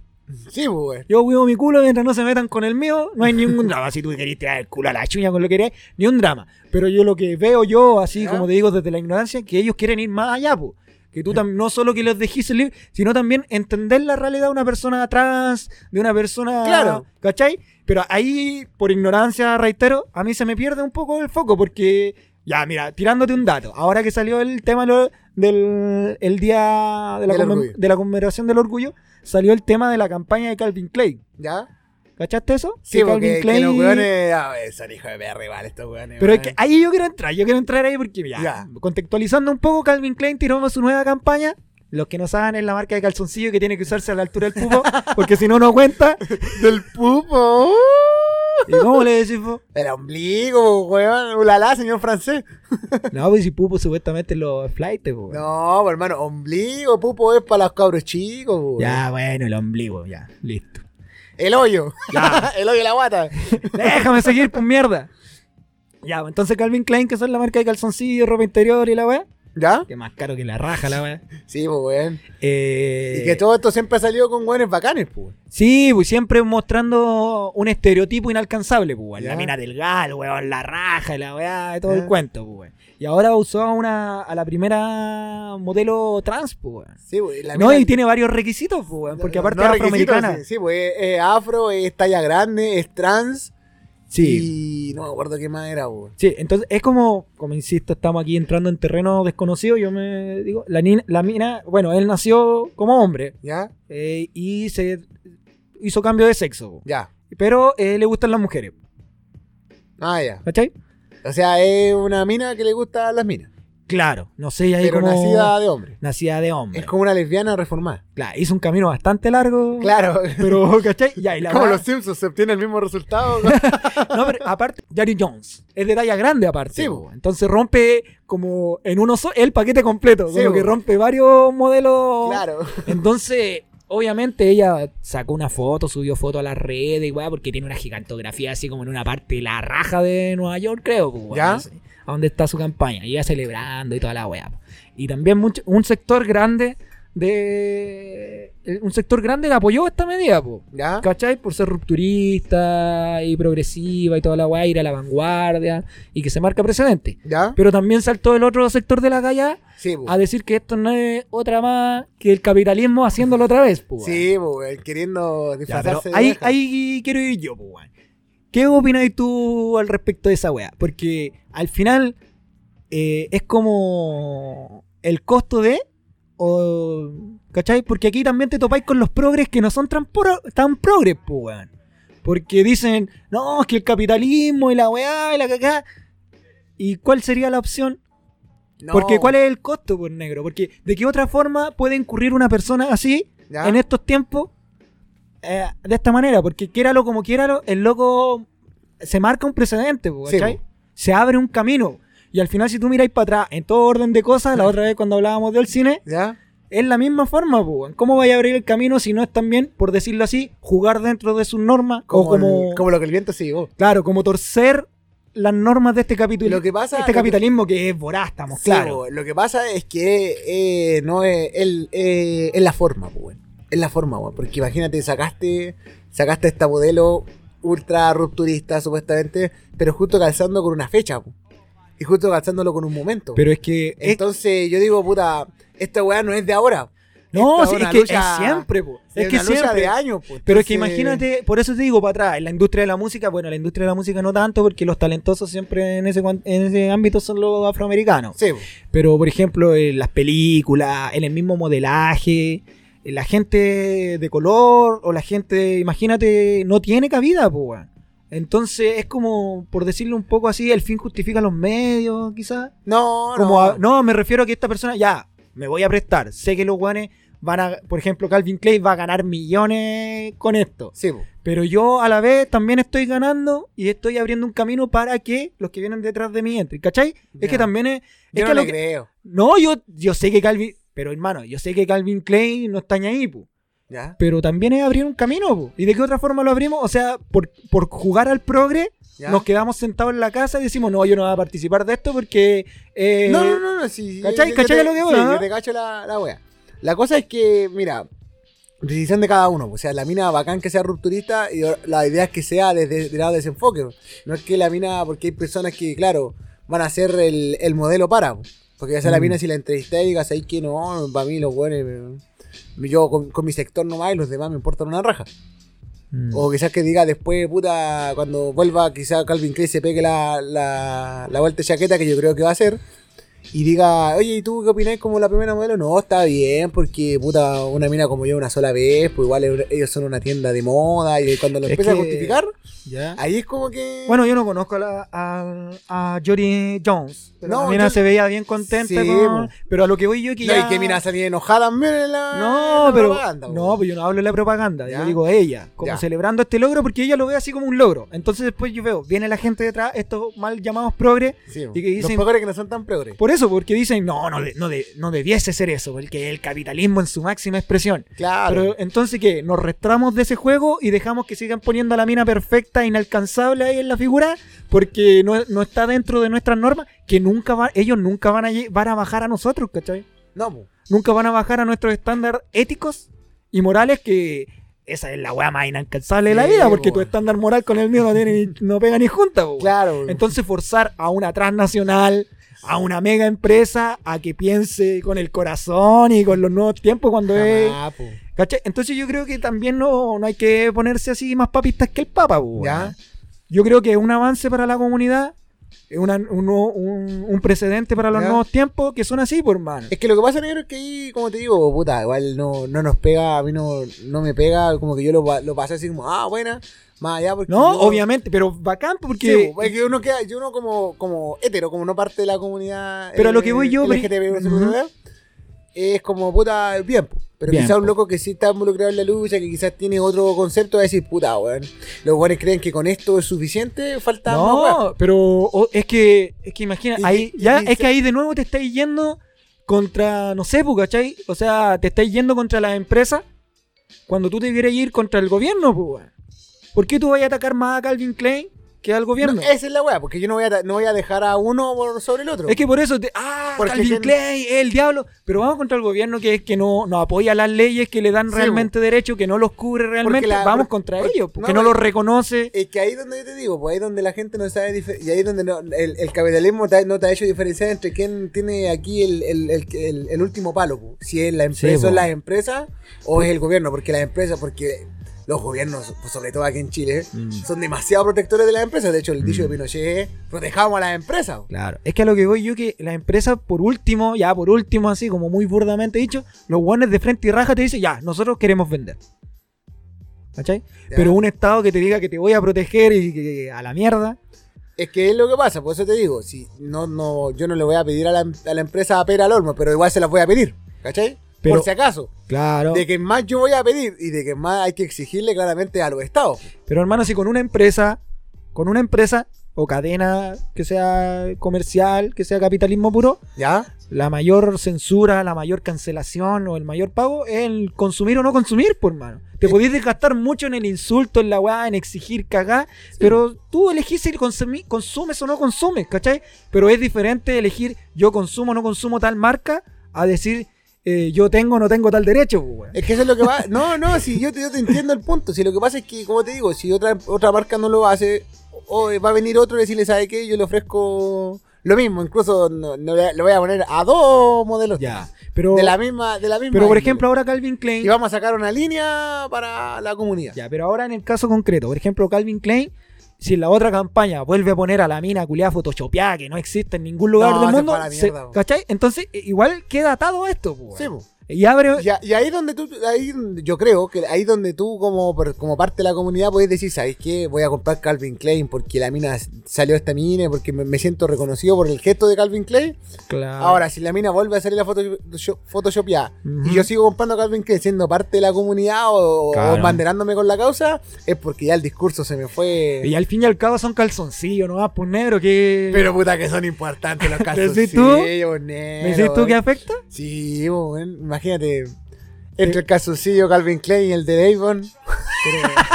[SPEAKER 3] sí, po, weón.
[SPEAKER 2] Yo cuido mi culo mientras no se metan con el mío. No hay ningún drama. Si tú querés tirar el culo a la chuña con lo que querés, ni un drama. Pero yo lo que veo yo, así
[SPEAKER 3] Ya.
[SPEAKER 2] como te digo desde la ignorancia, que ellos quieren ir más allá, po. Que tú tam- no solo que los dejes libre, sino también entender la realidad de una persona trans, de una persona.
[SPEAKER 3] Claro.
[SPEAKER 2] ¿Cachai? Pero ahí, por ignorancia, reitero, a mí se me pierde un poco el foco porque. Ya, mira, tirándote un dato. Ahora que salió el tema lo- del el día de la,
[SPEAKER 3] Del
[SPEAKER 2] conmem-
[SPEAKER 3] orgullo.
[SPEAKER 2] de la conmemoración del orgullo, salió el tema de la campaña de Calvin Klein.
[SPEAKER 3] ¿Ya?
[SPEAKER 2] ¿Cachaste eso?
[SPEAKER 3] Sí,
[SPEAKER 2] Que
[SPEAKER 3] porque
[SPEAKER 2] Calvin
[SPEAKER 3] que
[SPEAKER 2] Klein-
[SPEAKER 3] los weones, a ver, son hijos de perra igual estos weones.
[SPEAKER 2] Pero es
[SPEAKER 3] weón.
[SPEAKER 2] que ahí yo quiero entrar, yo quiero entrar ahí porque ya,
[SPEAKER 3] Ya.
[SPEAKER 2] contextualizando un poco, Calvin Klein tiró su nueva campaña. Los que no saben es la marca de calzoncillo que tiene que usarse a la altura del pupo, porque si no, no cuenta.
[SPEAKER 3] Del pupo.
[SPEAKER 2] ¿Y cómo le decís vos?
[SPEAKER 3] El ombligo, weón. Ulala, señor francés.
[SPEAKER 2] No, pues si pupo supuestamente los flightes, po, weón.
[SPEAKER 3] No, pues, hermano, ombligo, pupo es para los cabros chicos, weón.
[SPEAKER 2] Ya, bueno, el ombligo, ya, listo.
[SPEAKER 3] El hoyo.
[SPEAKER 2] Ya.
[SPEAKER 3] el hoyo de la guata.
[SPEAKER 2] Déjame seguir, pues mierda. Ya, pues, entonces Calvin Klein, que son la marca de calzoncillo, ropa interior y la weá.
[SPEAKER 3] ¿Ya?
[SPEAKER 2] Que más caro que la raja, la weá.
[SPEAKER 3] Sí, pues, weón.
[SPEAKER 2] Eh,
[SPEAKER 3] Y que todo esto siempre ha salido con weones bacanes, pues.
[SPEAKER 2] Sí, pues siempre mostrando un estereotipo inalcanzable, pues, weón. La
[SPEAKER 3] Ya.
[SPEAKER 2] mina del gal, weón, la raja, la weá, todo el
[SPEAKER 3] Ya.
[SPEAKER 2] cuento, pues, weón. Y ahora usó a una, a la primera modelo trans, pues, weón.
[SPEAKER 3] Sí, pues. la
[SPEAKER 2] No,
[SPEAKER 3] mina-
[SPEAKER 2] y tiene varios requisitos, pues, weón, porque
[SPEAKER 3] no,
[SPEAKER 2] aparte
[SPEAKER 3] no
[SPEAKER 2] es
[SPEAKER 3] requisitos,
[SPEAKER 2] afroamericana.
[SPEAKER 3] Sí, sí, pues es, es afro, es talla grande, es trans.
[SPEAKER 2] Sí.
[SPEAKER 3] Y no me acuerdo qué más era, weón.
[SPEAKER 2] Sí, entonces es como, como insisto, estamos aquí entrando en terreno desconocido, yo me digo, la, nin- la mina, bueno, él nació como hombre
[SPEAKER 3] ¿Ya?
[SPEAKER 2] eh, y se hizo cambio de sexo, po.
[SPEAKER 3] Ya.
[SPEAKER 2] pero eh, le gustan las mujeres.
[SPEAKER 3] Ah, ya.
[SPEAKER 2] ¿Cachai?
[SPEAKER 3] O sea, es una mina que le gusta las minas.
[SPEAKER 2] Claro, no sé, y ahí
[SPEAKER 3] Pero
[SPEAKER 2] como
[SPEAKER 3] nacida de hombre.
[SPEAKER 2] nacida de hombre.
[SPEAKER 3] Es como una lesbiana reformada.
[SPEAKER 2] Claro, hizo un camino bastante largo.
[SPEAKER 3] Claro.
[SPEAKER 2] Pero, ¿cachai? Ya, y la
[SPEAKER 3] como
[SPEAKER 2] weá-
[SPEAKER 3] los Simpsons se obtiene el mismo resultado.
[SPEAKER 2] No, pero aparte, Jerry Jones es de talla grande aparte.
[SPEAKER 3] Sí,
[SPEAKER 2] po.
[SPEAKER 3] po.
[SPEAKER 2] Entonces rompe como en uno so- el paquete completo,
[SPEAKER 3] Sí,
[SPEAKER 2] como
[SPEAKER 3] po.
[SPEAKER 2] que rompe varios modelos.
[SPEAKER 3] claro.
[SPEAKER 2] Entonces, obviamente ella sacó una foto, subió foto a las redes, y weá, porque tiene una gigantografía así como en una parte de la raja de Nueva York, creo, po, weá,
[SPEAKER 3] ¿Ya?
[SPEAKER 2] no sé, a donde está su campaña, y ella celebrando y toda la weá. po. Y también mucho- un sector grande de... eh, Un sector grande le apoyó esta medida, po.
[SPEAKER 3] ¿Ya?
[SPEAKER 2] ¿Cachai? Por ser rupturista y progresiva y toda la guaira, la vanguardia y que se marca precedente.
[SPEAKER 3] ¿Ya?
[SPEAKER 2] Pero también saltó el otro sector de la galla
[SPEAKER 3] Sí, po.
[SPEAKER 2] a decir que esto no es otra más que el capitalismo haciéndolo otra vez, pues.
[SPEAKER 3] Sí, po, el
[SPEAKER 2] Ya,
[SPEAKER 3] queriendo
[SPEAKER 2] pero
[SPEAKER 3] disfrazarse de
[SPEAKER 2] ahí,
[SPEAKER 3] oveja.
[SPEAKER 2] ahí quiero ir yo, pues, weón. ¿Qué opináis tú al respecto de esa weá? Porque al final eh, es como el costo de. O, ¿Cachai? Porque aquí también te topáis con los progres que no son tan, pro- tan progres, pues, weón. Porque dicen, no, es que el capitalismo y la weá y la cagá. ¿Y cuál sería la opción?
[SPEAKER 3] No,
[SPEAKER 2] Porque ¿cuál es el costo, pues, negro? Porque ¿de qué otra forma puede incurrir una persona así
[SPEAKER 3] ¿ya?
[SPEAKER 2] en estos tiempos eh, de esta manera, porque quiéralo como quiéralo, el loco se marca un precedente, po,
[SPEAKER 3] Sí, pues.
[SPEAKER 2] ¿cachai?
[SPEAKER 3] po.
[SPEAKER 2] se abre un camino. Y al final, si tú miráis para atrás, en todo orden de cosas, la otra vez cuando hablábamos del cine,
[SPEAKER 3] ¿Ya?
[SPEAKER 2] es la misma forma, po, weón. ¿cómo vaya a abrir el camino si no es también, por decirlo así, jugar dentro de sus normas?
[SPEAKER 3] Como,
[SPEAKER 2] o como,
[SPEAKER 3] el- como lo que el viento se llevó.
[SPEAKER 2] claro, como torcer las normas de este capítulo.
[SPEAKER 3] Lo que pasa-
[SPEAKER 2] este
[SPEAKER 3] lo que-
[SPEAKER 2] capitalismo que, es voraz, estamos
[SPEAKER 3] Sí, pues,
[SPEAKER 2] claro.
[SPEAKER 3] po, lo que pasa es que eh, no es, el- eh, es la forma, po, weón. Es la forma, weón. Porque imagínate, sacaste, sacaste esta modelo ultra rupturista, supuestamente, pero justo calzando con una fecha, po. Y justo calzándolo con un momento.
[SPEAKER 2] Pero es que es-
[SPEAKER 3] Entonces yo digo, puta, esta weá no es de ahora.
[SPEAKER 2] no,
[SPEAKER 3] esta
[SPEAKER 2] sí,
[SPEAKER 3] es
[SPEAKER 2] es
[SPEAKER 3] una
[SPEAKER 2] que
[SPEAKER 3] lucha-
[SPEAKER 2] es siempre, po. es
[SPEAKER 3] Es
[SPEAKER 2] que
[SPEAKER 3] una lucha
[SPEAKER 2] siempre
[SPEAKER 3] de años, po.
[SPEAKER 2] Pero es que
[SPEAKER 3] Entonces,
[SPEAKER 2] imagínate, por eso te digo para atrás, en la industria de la música, bueno, la industria de la música no tanto, porque los talentosos siempre en ese, cuan- en ese ámbito son los afroamericanos.
[SPEAKER 3] Sí, po.
[SPEAKER 2] Pero, por ejemplo, en las películas, en el mismo modelaje, en la gente de color o la gente, imagínate, no tiene cabida, pues, weón. Entonces es como, por decirlo un poco así, el fin justifica los medios, quizás.
[SPEAKER 3] No,
[SPEAKER 2] Como
[SPEAKER 3] no.
[SPEAKER 2] a- no, me refiero a que esta persona, ya, me voy a prestar. Sé que los guanes van a, por ejemplo, Calvin Klein va a ganar millones con esto.
[SPEAKER 3] Sí, po.
[SPEAKER 2] Pero yo a la vez también estoy ganando y estoy abriendo un camino para que los que vienen detrás de mí entren. ¿Cachai?
[SPEAKER 3] Ya.
[SPEAKER 2] Es que también es. es
[SPEAKER 3] Yo
[SPEAKER 2] que
[SPEAKER 3] no
[SPEAKER 2] lo
[SPEAKER 3] le
[SPEAKER 2] que-
[SPEAKER 3] creo.
[SPEAKER 2] no, yo, yo sé que Calvin. Pero hermano, yo sé que Calvin Klein no está ni ahí, pu.
[SPEAKER 3] ¿Ya?
[SPEAKER 2] Pero también es abrir un camino, pu. ¿Y de qué otra forma lo abrimos? O sea, por, por jugar al progre,
[SPEAKER 3] ¿Ya?
[SPEAKER 2] nos quedamos sentados en la casa y decimos, no, yo no voy a participar de esto porque. eh,
[SPEAKER 3] No, no, no, no, sí. sí,
[SPEAKER 2] ¿Cachai?
[SPEAKER 3] yo- yo
[SPEAKER 2] ¿Cachai
[SPEAKER 3] te-
[SPEAKER 2] a lo que voy,
[SPEAKER 3] sí,
[SPEAKER 2] no?
[SPEAKER 3] yo te cacho la, la wea. La cosa es que, mira, decisión de cada uno. pues, O sea, la mina bacán que sea rupturista y la idea es que sea desde el lado de desenfoque. pues. No es que la mina, porque hay personas que, claro, van a ser el, el modelo para. pues. Porque ya sea la
[SPEAKER 2] Mm.
[SPEAKER 3] mina si la entrevisté y digas ahí que no, para mí los buenos. Yo con, con mi sector nomás y los demás me importan una raja.
[SPEAKER 2] mm,
[SPEAKER 3] O quizás que diga después, puta, cuando vuelva, quizás Calvin Klein se pegue la, la, la vuelta de chaqueta que yo creo que va a hacer. Y diga, oye, ¿y tú qué opinás como la primera modelo? No, está bien, porque puta, una mina como yo una sola vez, pues igual e- ellos son una tienda de moda y cuando lo
[SPEAKER 2] Es
[SPEAKER 3] empieza
[SPEAKER 2] que-
[SPEAKER 3] a justificar,
[SPEAKER 2] ya.
[SPEAKER 3] ahí es como que...
[SPEAKER 2] Bueno, yo no conozco a, la- a, a Jory Jones. Pero
[SPEAKER 3] No,
[SPEAKER 2] la mina
[SPEAKER 3] yo-
[SPEAKER 2] se veía bien contenta.
[SPEAKER 3] Sí,
[SPEAKER 2] con-
[SPEAKER 3] po.
[SPEAKER 2] pero a lo que voy yo es que
[SPEAKER 3] no,
[SPEAKER 2] ya...
[SPEAKER 3] y que mina salir enojada, mira la...
[SPEAKER 2] No,
[SPEAKER 3] la
[SPEAKER 2] pero.
[SPEAKER 3] propaganda,
[SPEAKER 2] no,
[SPEAKER 3] po.
[SPEAKER 2] pues yo no hablo de la propaganda.
[SPEAKER 3] Ya.
[SPEAKER 2] Yo digo ella, como
[SPEAKER 3] Ya.
[SPEAKER 2] celebrando este logro, porque ella lo ve así como un logro. Entonces después yo veo, viene la gente detrás, estos mal llamados progres.
[SPEAKER 3] Sí, po.
[SPEAKER 2] y que dicen-
[SPEAKER 3] Los progres que no son tan progres.
[SPEAKER 2] Por eso, porque dicen, no, no, de- no, de- no debiese ser eso, porque el capitalismo en su máxima expresión.
[SPEAKER 3] Claro.
[SPEAKER 2] Pero entonces, ¿qué? ¿Nos restramos de ese juego y dejamos que sigan poniendo a la mina perfecta, inalcanzable ahí en la figura? Porque no, no está dentro de nuestras normas, que nunca va, ellos nunca van a, lle- van a bajar a nosotros, ¿cachai?
[SPEAKER 3] No, po.
[SPEAKER 2] nunca van a bajar a nuestros estándares éticos y morales que esa es la weá más inalcanzable de la
[SPEAKER 3] Sí,
[SPEAKER 2] vida porque
[SPEAKER 3] po.
[SPEAKER 2] tu estándar moral con el mío no, tiene ni- no pega ni junta. po.
[SPEAKER 3] Claro.
[SPEAKER 2] Entonces forzar a una transnacional, a una mega empresa a que piense con el corazón y con los nuevos tiempos cuando es...
[SPEAKER 3] Jamás, po.
[SPEAKER 2] ¿Cachai? Entonces yo creo que también no, no hay que ponerse así más papistas que el Papa. po,
[SPEAKER 3] Ya.
[SPEAKER 2] weón. Yo creo que es un avance para la comunidad Es una- un, nuevo- un- un precedente para los
[SPEAKER 3] Ya.
[SPEAKER 2] nuevos tiempos que son así, por man.
[SPEAKER 3] Es que lo que pasa, negro, es que ahí, como te digo, puta, igual no, no nos pega, a mí no, no me pega, como que yo lo, pa- lo pasé así como, ah, buena, más allá porque...
[SPEAKER 2] No,
[SPEAKER 3] yo-
[SPEAKER 2] obviamente, pero bacán porque...
[SPEAKER 3] Sí, po, es que uno queda, yo uno como, como hetero, como no parte de la comunidad. eh,
[SPEAKER 2] Pero a lo que voy yo,
[SPEAKER 3] LGTB+,
[SPEAKER 2] ujú.
[SPEAKER 3] es como puta, bien. po. Pero
[SPEAKER 2] Bien, pues.
[SPEAKER 3] quizás un
[SPEAKER 2] po.
[SPEAKER 3] loco que sí está involucrado en la lucha, que quizás tiene otro concepto, va a decir, puta, weón. Los weones creen que con esto es suficiente, falta más, weón.
[SPEAKER 2] no, pero o- es que, es que imagina,
[SPEAKER 3] Y-
[SPEAKER 2] ahí,
[SPEAKER 3] y-
[SPEAKER 2] ya,
[SPEAKER 3] y-
[SPEAKER 2] es que ahí de nuevo te estáis yendo contra, no sé, pues, ¿cachai? O sea, te estáis yendo contra las empresas cuando tú debieras ir contra el gobierno, pues, weón. ¿Por qué tú vas a atacar más a Calvin Klein que al gobierno?
[SPEAKER 3] No,
[SPEAKER 2] es,
[SPEAKER 3] esa es la weá, porque yo no voy, a, ta- no voy a dejar a uno por sobre el otro.
[SPEAKER 2] que por eso, te- ah,
[SPEAKER 3] Porque
[SPEAKER 2] Calvin
[SPEAKER 3] gen-
[SPEAKER 2] Klein, el diablo, pero vamos contra el gobierno que es que no, no apoya las leyes que le dan
[SPEAKER 3] Sí,
[SPEAKER 2] realmente derecho, que no los cubre realmente,
[SPEAKER 3] la-
[SPEAKER 2] vamos
[SPEAKER 3] porque-
[SPEAKER 2] contra
[SPEAKER 3] porque-
[SPEAKER 2] ellos, porque
[SPEAKER 3] no,
[SPEAKER 2] no, los
[SPEAKER 3] porque-
[SPEAKER 2] reconoce.
[SPEAKER 3] Es que ahí es donde yo te digo, pues ahí es donde la gente no sabe dife- y ahí es donde no- el, el capitalismo te ha- no te ha hecho diferenciar entre quién tiene aquí el, el- el- el- el último palo, po. si es la
[SPEAKER 2] Sí, pues.
[SPEAKER 3] empresa,
[SPEAKER 2] po.
[SPEAKER 3] son las empresas o es el gobierno, porque las empresas, porque los gobiernos, pues, sobre todo aquí en Chile,
[SPEAKER 2] Mm.
[SPEAKER 3] son demasiado protectores de las empresas. De hecho, el dicho de Pinochet es protejamos a las empresas. po.
[SPEAKER 2] Claro, es que a lo que voy yo que las empresas por último, ya por último así como muy burdamente dicho, los guanes de frente y raja te dicen, ya, nosotros queremos vender. ¿Cachai?
[SPEAKER 3] Ya.
[SPEAKER 2] Pero un Estado que te diga que te voy a proteger y que- a la mierda.
[SPEAKER 3] Es que es lo que pasa, por eso te digo, si no, no, yo no le voy a pedir a la, a la empresa a pera al olmo, pero igual se las voy a pedir, ¿cachai?
[SPEAKER 2] Pero-
[SPEAKER 3] por si acaso.
[SPEAKER 2] Claro.
[SPEAKER 3] De que más yo voy a pedir y de que más hay que exigirle claramente a los estados.
[SPEAKER 2] Pero hermano, si con una empresa, con una empresa o cadena que sea comercial, que sea capitalismo puro,
[SPEAKER 3] ¿Ya?
[SPEAKER 2] la mayor censura, la mayor cancelación o el mayor pago es el consumir o no consumir, por mano. Te
[SPEAKER 3] Eh.
[SPEAKER 2] podías desgastar mucho en el insulto, en la weá, en exigir cagá, pero tú elegís si consumi- consumes o no consumes, ¿cachai? Pero es diferente elegir yo consumo o no consumo tal marca a decir eh, yo tengo o no tengo tal derecho, pues, weón.
[SPEAKER 3] Es que eso es lo que va. No, no, si yo te, yo te entiendo el punto. Si lo que pasa es que, como te digo, si otra, otra marca no lo hace, o eh, va a venir otro y decirle, ¿sabe qué? Yo le ofrezco lo mismo. Incluso no, no le le voy a poner a dos modelos.
[SPEAKER 2] Ya, pero,
[SPEAKER 3] De la misma, de la misma.
[SPEAKER 2] pero por
[SPEAKER 3] índole.
[SPEAKER 2] ejemplo ahora Calvin Klein...
[SPEAKER 3] Y vamos a sacar una línea para la comunidad.
[SPEAKER 2] Ya, pero ahora en el caso concreto, por ejemplo, Calvin Klein, si en la otra campaña vuelve a poner a la mina culiada photoshopeada que no existe en ningún lugar
[SPEAKER 3] No,
[SPEAKER 2] del
[SPEAKER 3] se
[SPEAKER 2] mundo,
[SPEAKER 3] fue a la
[SPEAKER 2] se-
[SPEAKER 3] mierda, po.
[SPEAKER 2] ¿cachai? Entonces, i- igual queda atado a esto, po,
[SPEAKER 3] Sí,
[SPEAKER 2] weón.
[SPEAKER 3] po.
[SPEAKER 2] Y abre.
[SPEAKER 3] Y, a- y ahí donde tú, ahí yo creo que ahí donde tú como, per- como parte de la comunidad podés decir, ¿sabes qué? Voy a comprar Calvin Klein porque la mina s- salió esta mina, porque me, me siento reconocido por el gesto de Calvin Klein.
[SPEAKER 2] Claro.
[SPEAKER 3] Ahora, si la mina vuelve a salir la Photoshop, photoshopeada
[SPEAKER 2] Ujú.
[SPEAKER 3] y yo sigo comprando Calvin Klein siendo parte de la comunidad o, o
[SPEAKER 2] Claro.
[SPEAKER 3] banderándome con la causa, es porque ya el discurso se me fue.
[SPEAKER 2] Y al fin y al cabo son calzoncillos, no vas por negro que.
[SPEAKER 3] Pero puta que son importantes los
[SPEAKER 2] ¿Decís
[SPEAKER 3] calzoncillos,
[SPEAKER 2] tú? ¿Me
[SPEAKER 3] negro, eh.
[SPEAKER 2] decís tú
[SPEAKER 3] weón.
[SPEAKER 2] que afecta?
[SPEAKER 3] Sí, bo, weón, imagínate. Entre el calzoncillo Calvin Klein y el de Davon.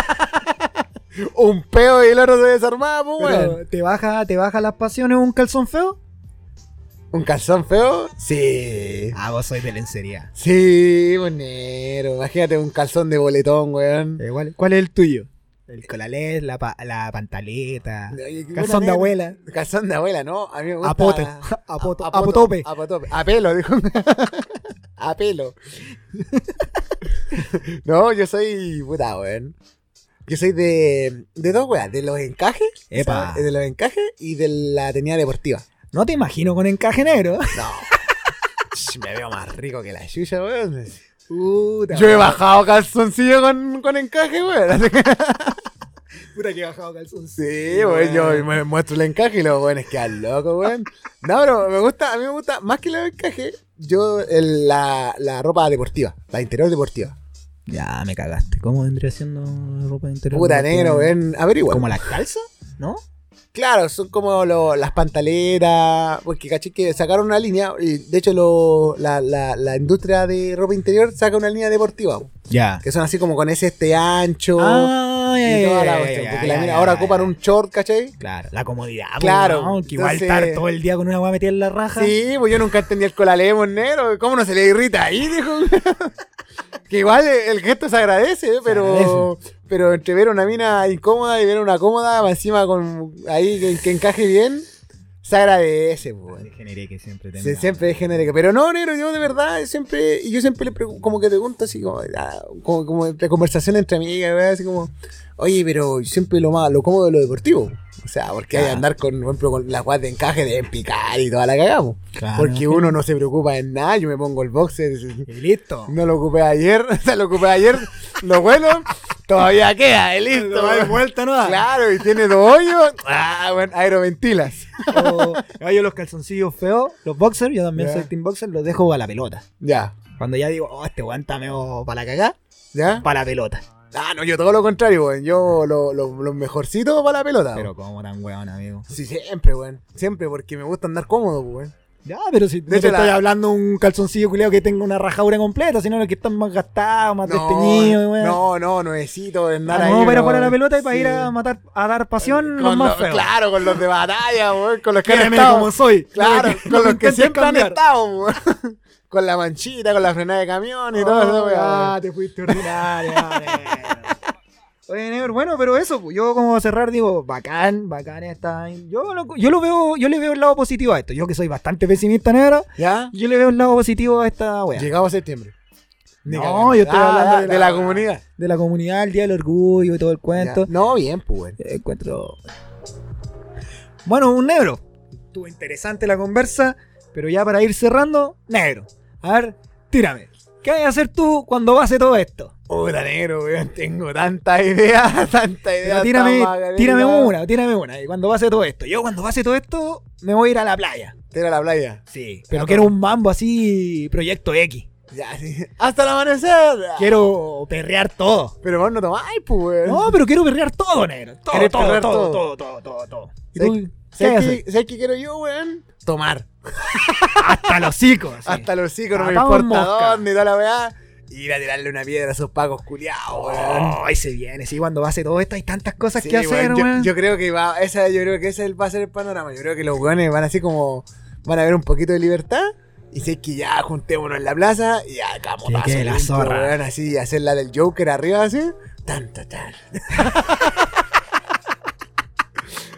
[SPEAKER 3] un peo y el otro se desarmaba, pues,
[SPEAKER 2] Pero,
[SPEAKER 3] weón.
[SPEAKER 2] ¿te, baja, ¿Te baja las pasiones un calzón feo?
[SPEAKER 3] ¿Un calzón feo? Sí.
[SPEAKER 2] Ah, vos sois de lencería.
[SPEAKER 3] Sí, bonero. Imagínate un calzón de boletón, weón.
[SPEAKER 2] Igual, ¿Cuál es el tuyo? El colalet, la, pa- la pantaleta.
[SPEAKER 3] Ay, qué
[SPEAKER 2] Calzón de
[SPEAKER 3] buena
[SPEAKER 2] abuela.
[SPEAKER 3] negra. Calzón de abuela, ¿no? A mí me gusta.
[SPEAKER 2] Apote. Apoto- apotope.
[SPEAKER 3] A A pelo, dijo. a pelo. no, yo soy. Puta, weón. Yo soy de, de dos weas, de los encajes.
[SPEAKER 2] Epa.
[SPEAKER 3] o sea, De los encajes y de la tenida deportiva.
[SPEAKER 2] No te imagino con encaje negro.
[SPEAKER 3] No. Ch, Me veo más rico que la yuya, weón.
[SPEAKER 2] Puta,
[SPEAKER 3] Yo he bajado calzoncillo con, con encaje, weón.
[SPEAKER 2] Puta que he bajado calzoncillo.
[SPEAKER 3] Sí, weón, yo me muestro el encaje y los weones quedan locos, weón. No, pero me gusta, a mí me gusta, más que el encaje, yo el- la, la ropa deportiva, la interior deportiva.
[SPEAKER 2] Ya, me cagaste. ¿Cómo vendría siendo ropa de interior?
[SPEAKER 3] Puta negro, eh, weón, averigua.
[SPEAKER 2] ¿Como las calzas? ¿No?
[SPEAKER 3] Claro, son como lo- las pantaleras, porque caché que sacaron una línea, y de hecho lo- la, la- la industria de ropa interior saca una línea deportiva,
[SPEAKER 2] Ya.
[SPEAKER 3] que son así como con ese este ancho
[SPEAKER 2] Ah,
[SPEAKER 3] y toda la cuestión, porque la mina ahora ocupan un short, ¿cachai?
[SPEAKER 2] Claro, la comodidad.
[SPEAKER 3] Claro,
[SPEAKER 2] Claro. que igual
[SPEAKER 3] entonces-
[SPEAKER 2] estar todo el día con una hueá metida en la raja.
[SPEAKER 3] Sí, pues yo nunca entendí el colalemo negro. ¿Cómo no se le irrita ahí? Dijo. que igual eh, el gesto se agradece, eh, pero, pero entre ver una mina incómoda y ver una cómoda, más encima con ahí que, que encaje bien, se agradece, pues. bueno.
[SPEAKER 2] Degeneré que siempre
[SPEAKER 3] Sí,
[SPEAKER 2] tenía.
[SPEAKER 3] siempre es genérico. Pero no, negro, yo de verdad siempre. Y yo siempre le pregun- como que pregunto así, como, ah, como, como entre conversación entre amigas, ¿verdad? así como, oye, pero siempre lo más, lo cómodo de lo deportivo. O sea, porque hay
[SPEAKER 2] Claro.
[SPEAKER 3] que andar con, por ejemplo, con las guas de encaje de picar y toda la cagamos.
[SPEAKER 2] Claro.
[SPEAKER 3] Porque uno no se preocupa en nada, yo me pongo el boxer,
[SPEAKER 2] Y listo.
[SPEAKER 3] no lo ocupé ayer, o sea, lo ocupé ayer, lo bueno, todavía queda, y listo.
[SPEAKER 2] No hay vuelta, ¿no?
[SPEAKER 3] Claro, y tiene dos hoyos, ah, bueno, aeroventilas.
[SPEAKER 2] O, ah, yo los calzoncillos feos, los boxers, yo también
[SPEAKER 3] Ya.
[SPEAKER 2] soy team boxer, los dejo a la pelota.
[SPEAKER 3] Ya,
[SPEAKER 2] Cuando ya digo, oh, este guanta meo para la cagá,
[SPEAKER 3] ya.
[SPEAKER 2] para la pelota.
[SPEAKER 3] Ah, no, yo todo lo contrario, weón. Yo los lo, los mejorcitos para la pelota.
[SPEAKER 2] Pero como tan weón, amigo.
[SPEAKER 3] Sí, siempre, weón. Siempre, porque me gusta andar cómodo, weón.
[SPEAKER 2] Ya, pero si no
[SPEAKER 3] hecho,
[SPEAKER 2] te
[SPEAKER 3] la-
[SPEAKER 2] estoy hablando un calzoncillo culiado que tenga una rajadura completa, sino los que están más gastados, más desteñidos, Ah, weón.
[SPEAKER 3] no, no, nuevecito, de andar
[SPEAKER 2] Ah,
[SPEAKER 3] ahí.
[SPEAKER 2] no, pero
[SPEAKER 3] no,
[SPEAKER 2] para la pelota y para
[SPEAKER 3] sí.
[SPEAKER 2] ir a matar, a dar pasión,
[SPEAKER 3] Con
[SPEAKER 2] los más
[SPEAKER 3] los-
[SPEAKER 2] feos.
[SPEAKER 3] Claro, con los de batalla, weón. Con los que han
[SPEAKER 2] Mírame
[SPEAKER 3] estado.
[SPEAKER 2] como soy.
[SPEAKER 3] Claro,
[SPEAKER 2] No me- no
[SPEAKER 3] con
[SPEAKER 2] me
[SPEAKER 3] los que
[SPEAKER 2] intentes
[SPEAKER 3] siempre han
[SPEAKER 2] cambiar.
[SPEAKER 3] estado, weón. Con la manchita, con la frenada de camión y todo eso,
[SPEAKER 2] Oh,
[SPEAKER 3] weón.
[SPEAKER 2] ah, te fuiste ordinario. vale. Oye, negro, bueno, pero eso, pues, yo como a cerrar digo, bacán, bacán está. Yo lo, yo lo veo, yo le veo el lado positivo a esto. Yo que soy bastante pesimista, negro,
[SPEAKER 3] ¿Ya?
[SPEAKER 2] yo le veo el lado positivo a esta wea.
[SPEAKER 3] Llegamos a septiembre. Ni
[SPEAKER 2] No,
[SPEAKER 3] cagando.
[SPEAKER 2] yo estoy
[SPEAKER 3] Ah,
[SPEAKER 2] hablando
[SPEAKER 3] ah,
[SPEAKER 2] de
[SPEAKER 3] de,
[SPEAKER 2] la-
[SPEAKER 3] la, comunidad.
[SPEAKER 2] De la comunidad, el Día del Orgullo y todo el cuento.
[SPEAKER 3] Ya. No, bien, pues, weón.
[SPEAKER 2] Eh, Encuentro. Bueno, un negro. Estuvo interesante la conversa, pero ya para ir cerrando, negro. A ver, tírame. ¿Qué vas a hacer tú cuando pase todo esto?
[SPEAKER 3] Hola, negro, weón. Tengo tanta idea, tanta idea.
[SPEAKER 2] Pero
[SPEAKER 3] tan
[SPEAKER 2] tírame,
[SPEAKER 3] bacana.
[SPEAKER 2] tírame una, tírame una. Y cuando pase todo esto, yo cuando pase todo esto, me voy a ir a la playa.
[SPEAKER 3] Tira a la playa.
[SPEAKER 2] Sí. Pero
[SPEAKER 3] Ah,
[SPEAKER 2] quiero un mambo así, proyecto X.
[SPEAKER 3] Ya, sí. Hasta el amanecer.
[SPEAKER 2] Quiero perrear todo.
[SPEAKER 3] Pero vos no tomáis, pues, weón.
[SPEAKER 2] No, pero quiero perrear todo, negro. Todo,
[SPEAKER 3] ¿Quieres
[SPEAKER 2] todo,
[SPEAKER 3] perrear
[SPEAKER 2] todo, todo,
[SPEAKER 3] todo?
[SPEAKER 2] todo, todo, todo. ¿Y
[SPEAKER 3] ¿Sabes-
[SPEAKER 2] tú? pues, ¿Qué
[SPEAKER 3] ¿Sabes
[SPEAKER 2] haces?
[SPEAKER 3] qué- ¿Sabes qué quiero yo, weón? Tomar.
[SPEAKER 2] Hasta los hijos.
[SPEAKER 3] Hasta los hocico, no me
[SPEAKER 2] Tapado en
[SPEAKER 3] importa
[SPEAKER 2] mosca.
[SPEAKER 3] dónde y toda la weá. Ir a tirarle una piedra a esos pacos culiados, weón.
[SPEAKER 2] Ay, Oh, se viene. Sí, cuando pase todo esto hay tantas cosas
[SPEAKER 3] Sí,
[SPEAKER 2] que hacer,
[SPEAKER 3] weón, yo-
[SPEAKER 2] weón.
[SPEAKER 3] Yo, creo que va, esa, yo creo que ese va a ser el panorama. Yo creo que los weones van así como van a ver un poquito de libertad. Y sé que ya juntémonos en la plaza y acá
[SPEAKER 2] quede la zorra.
[SPEAKER 3] Así, hacer la del Joker arriba así. Tanto, tan.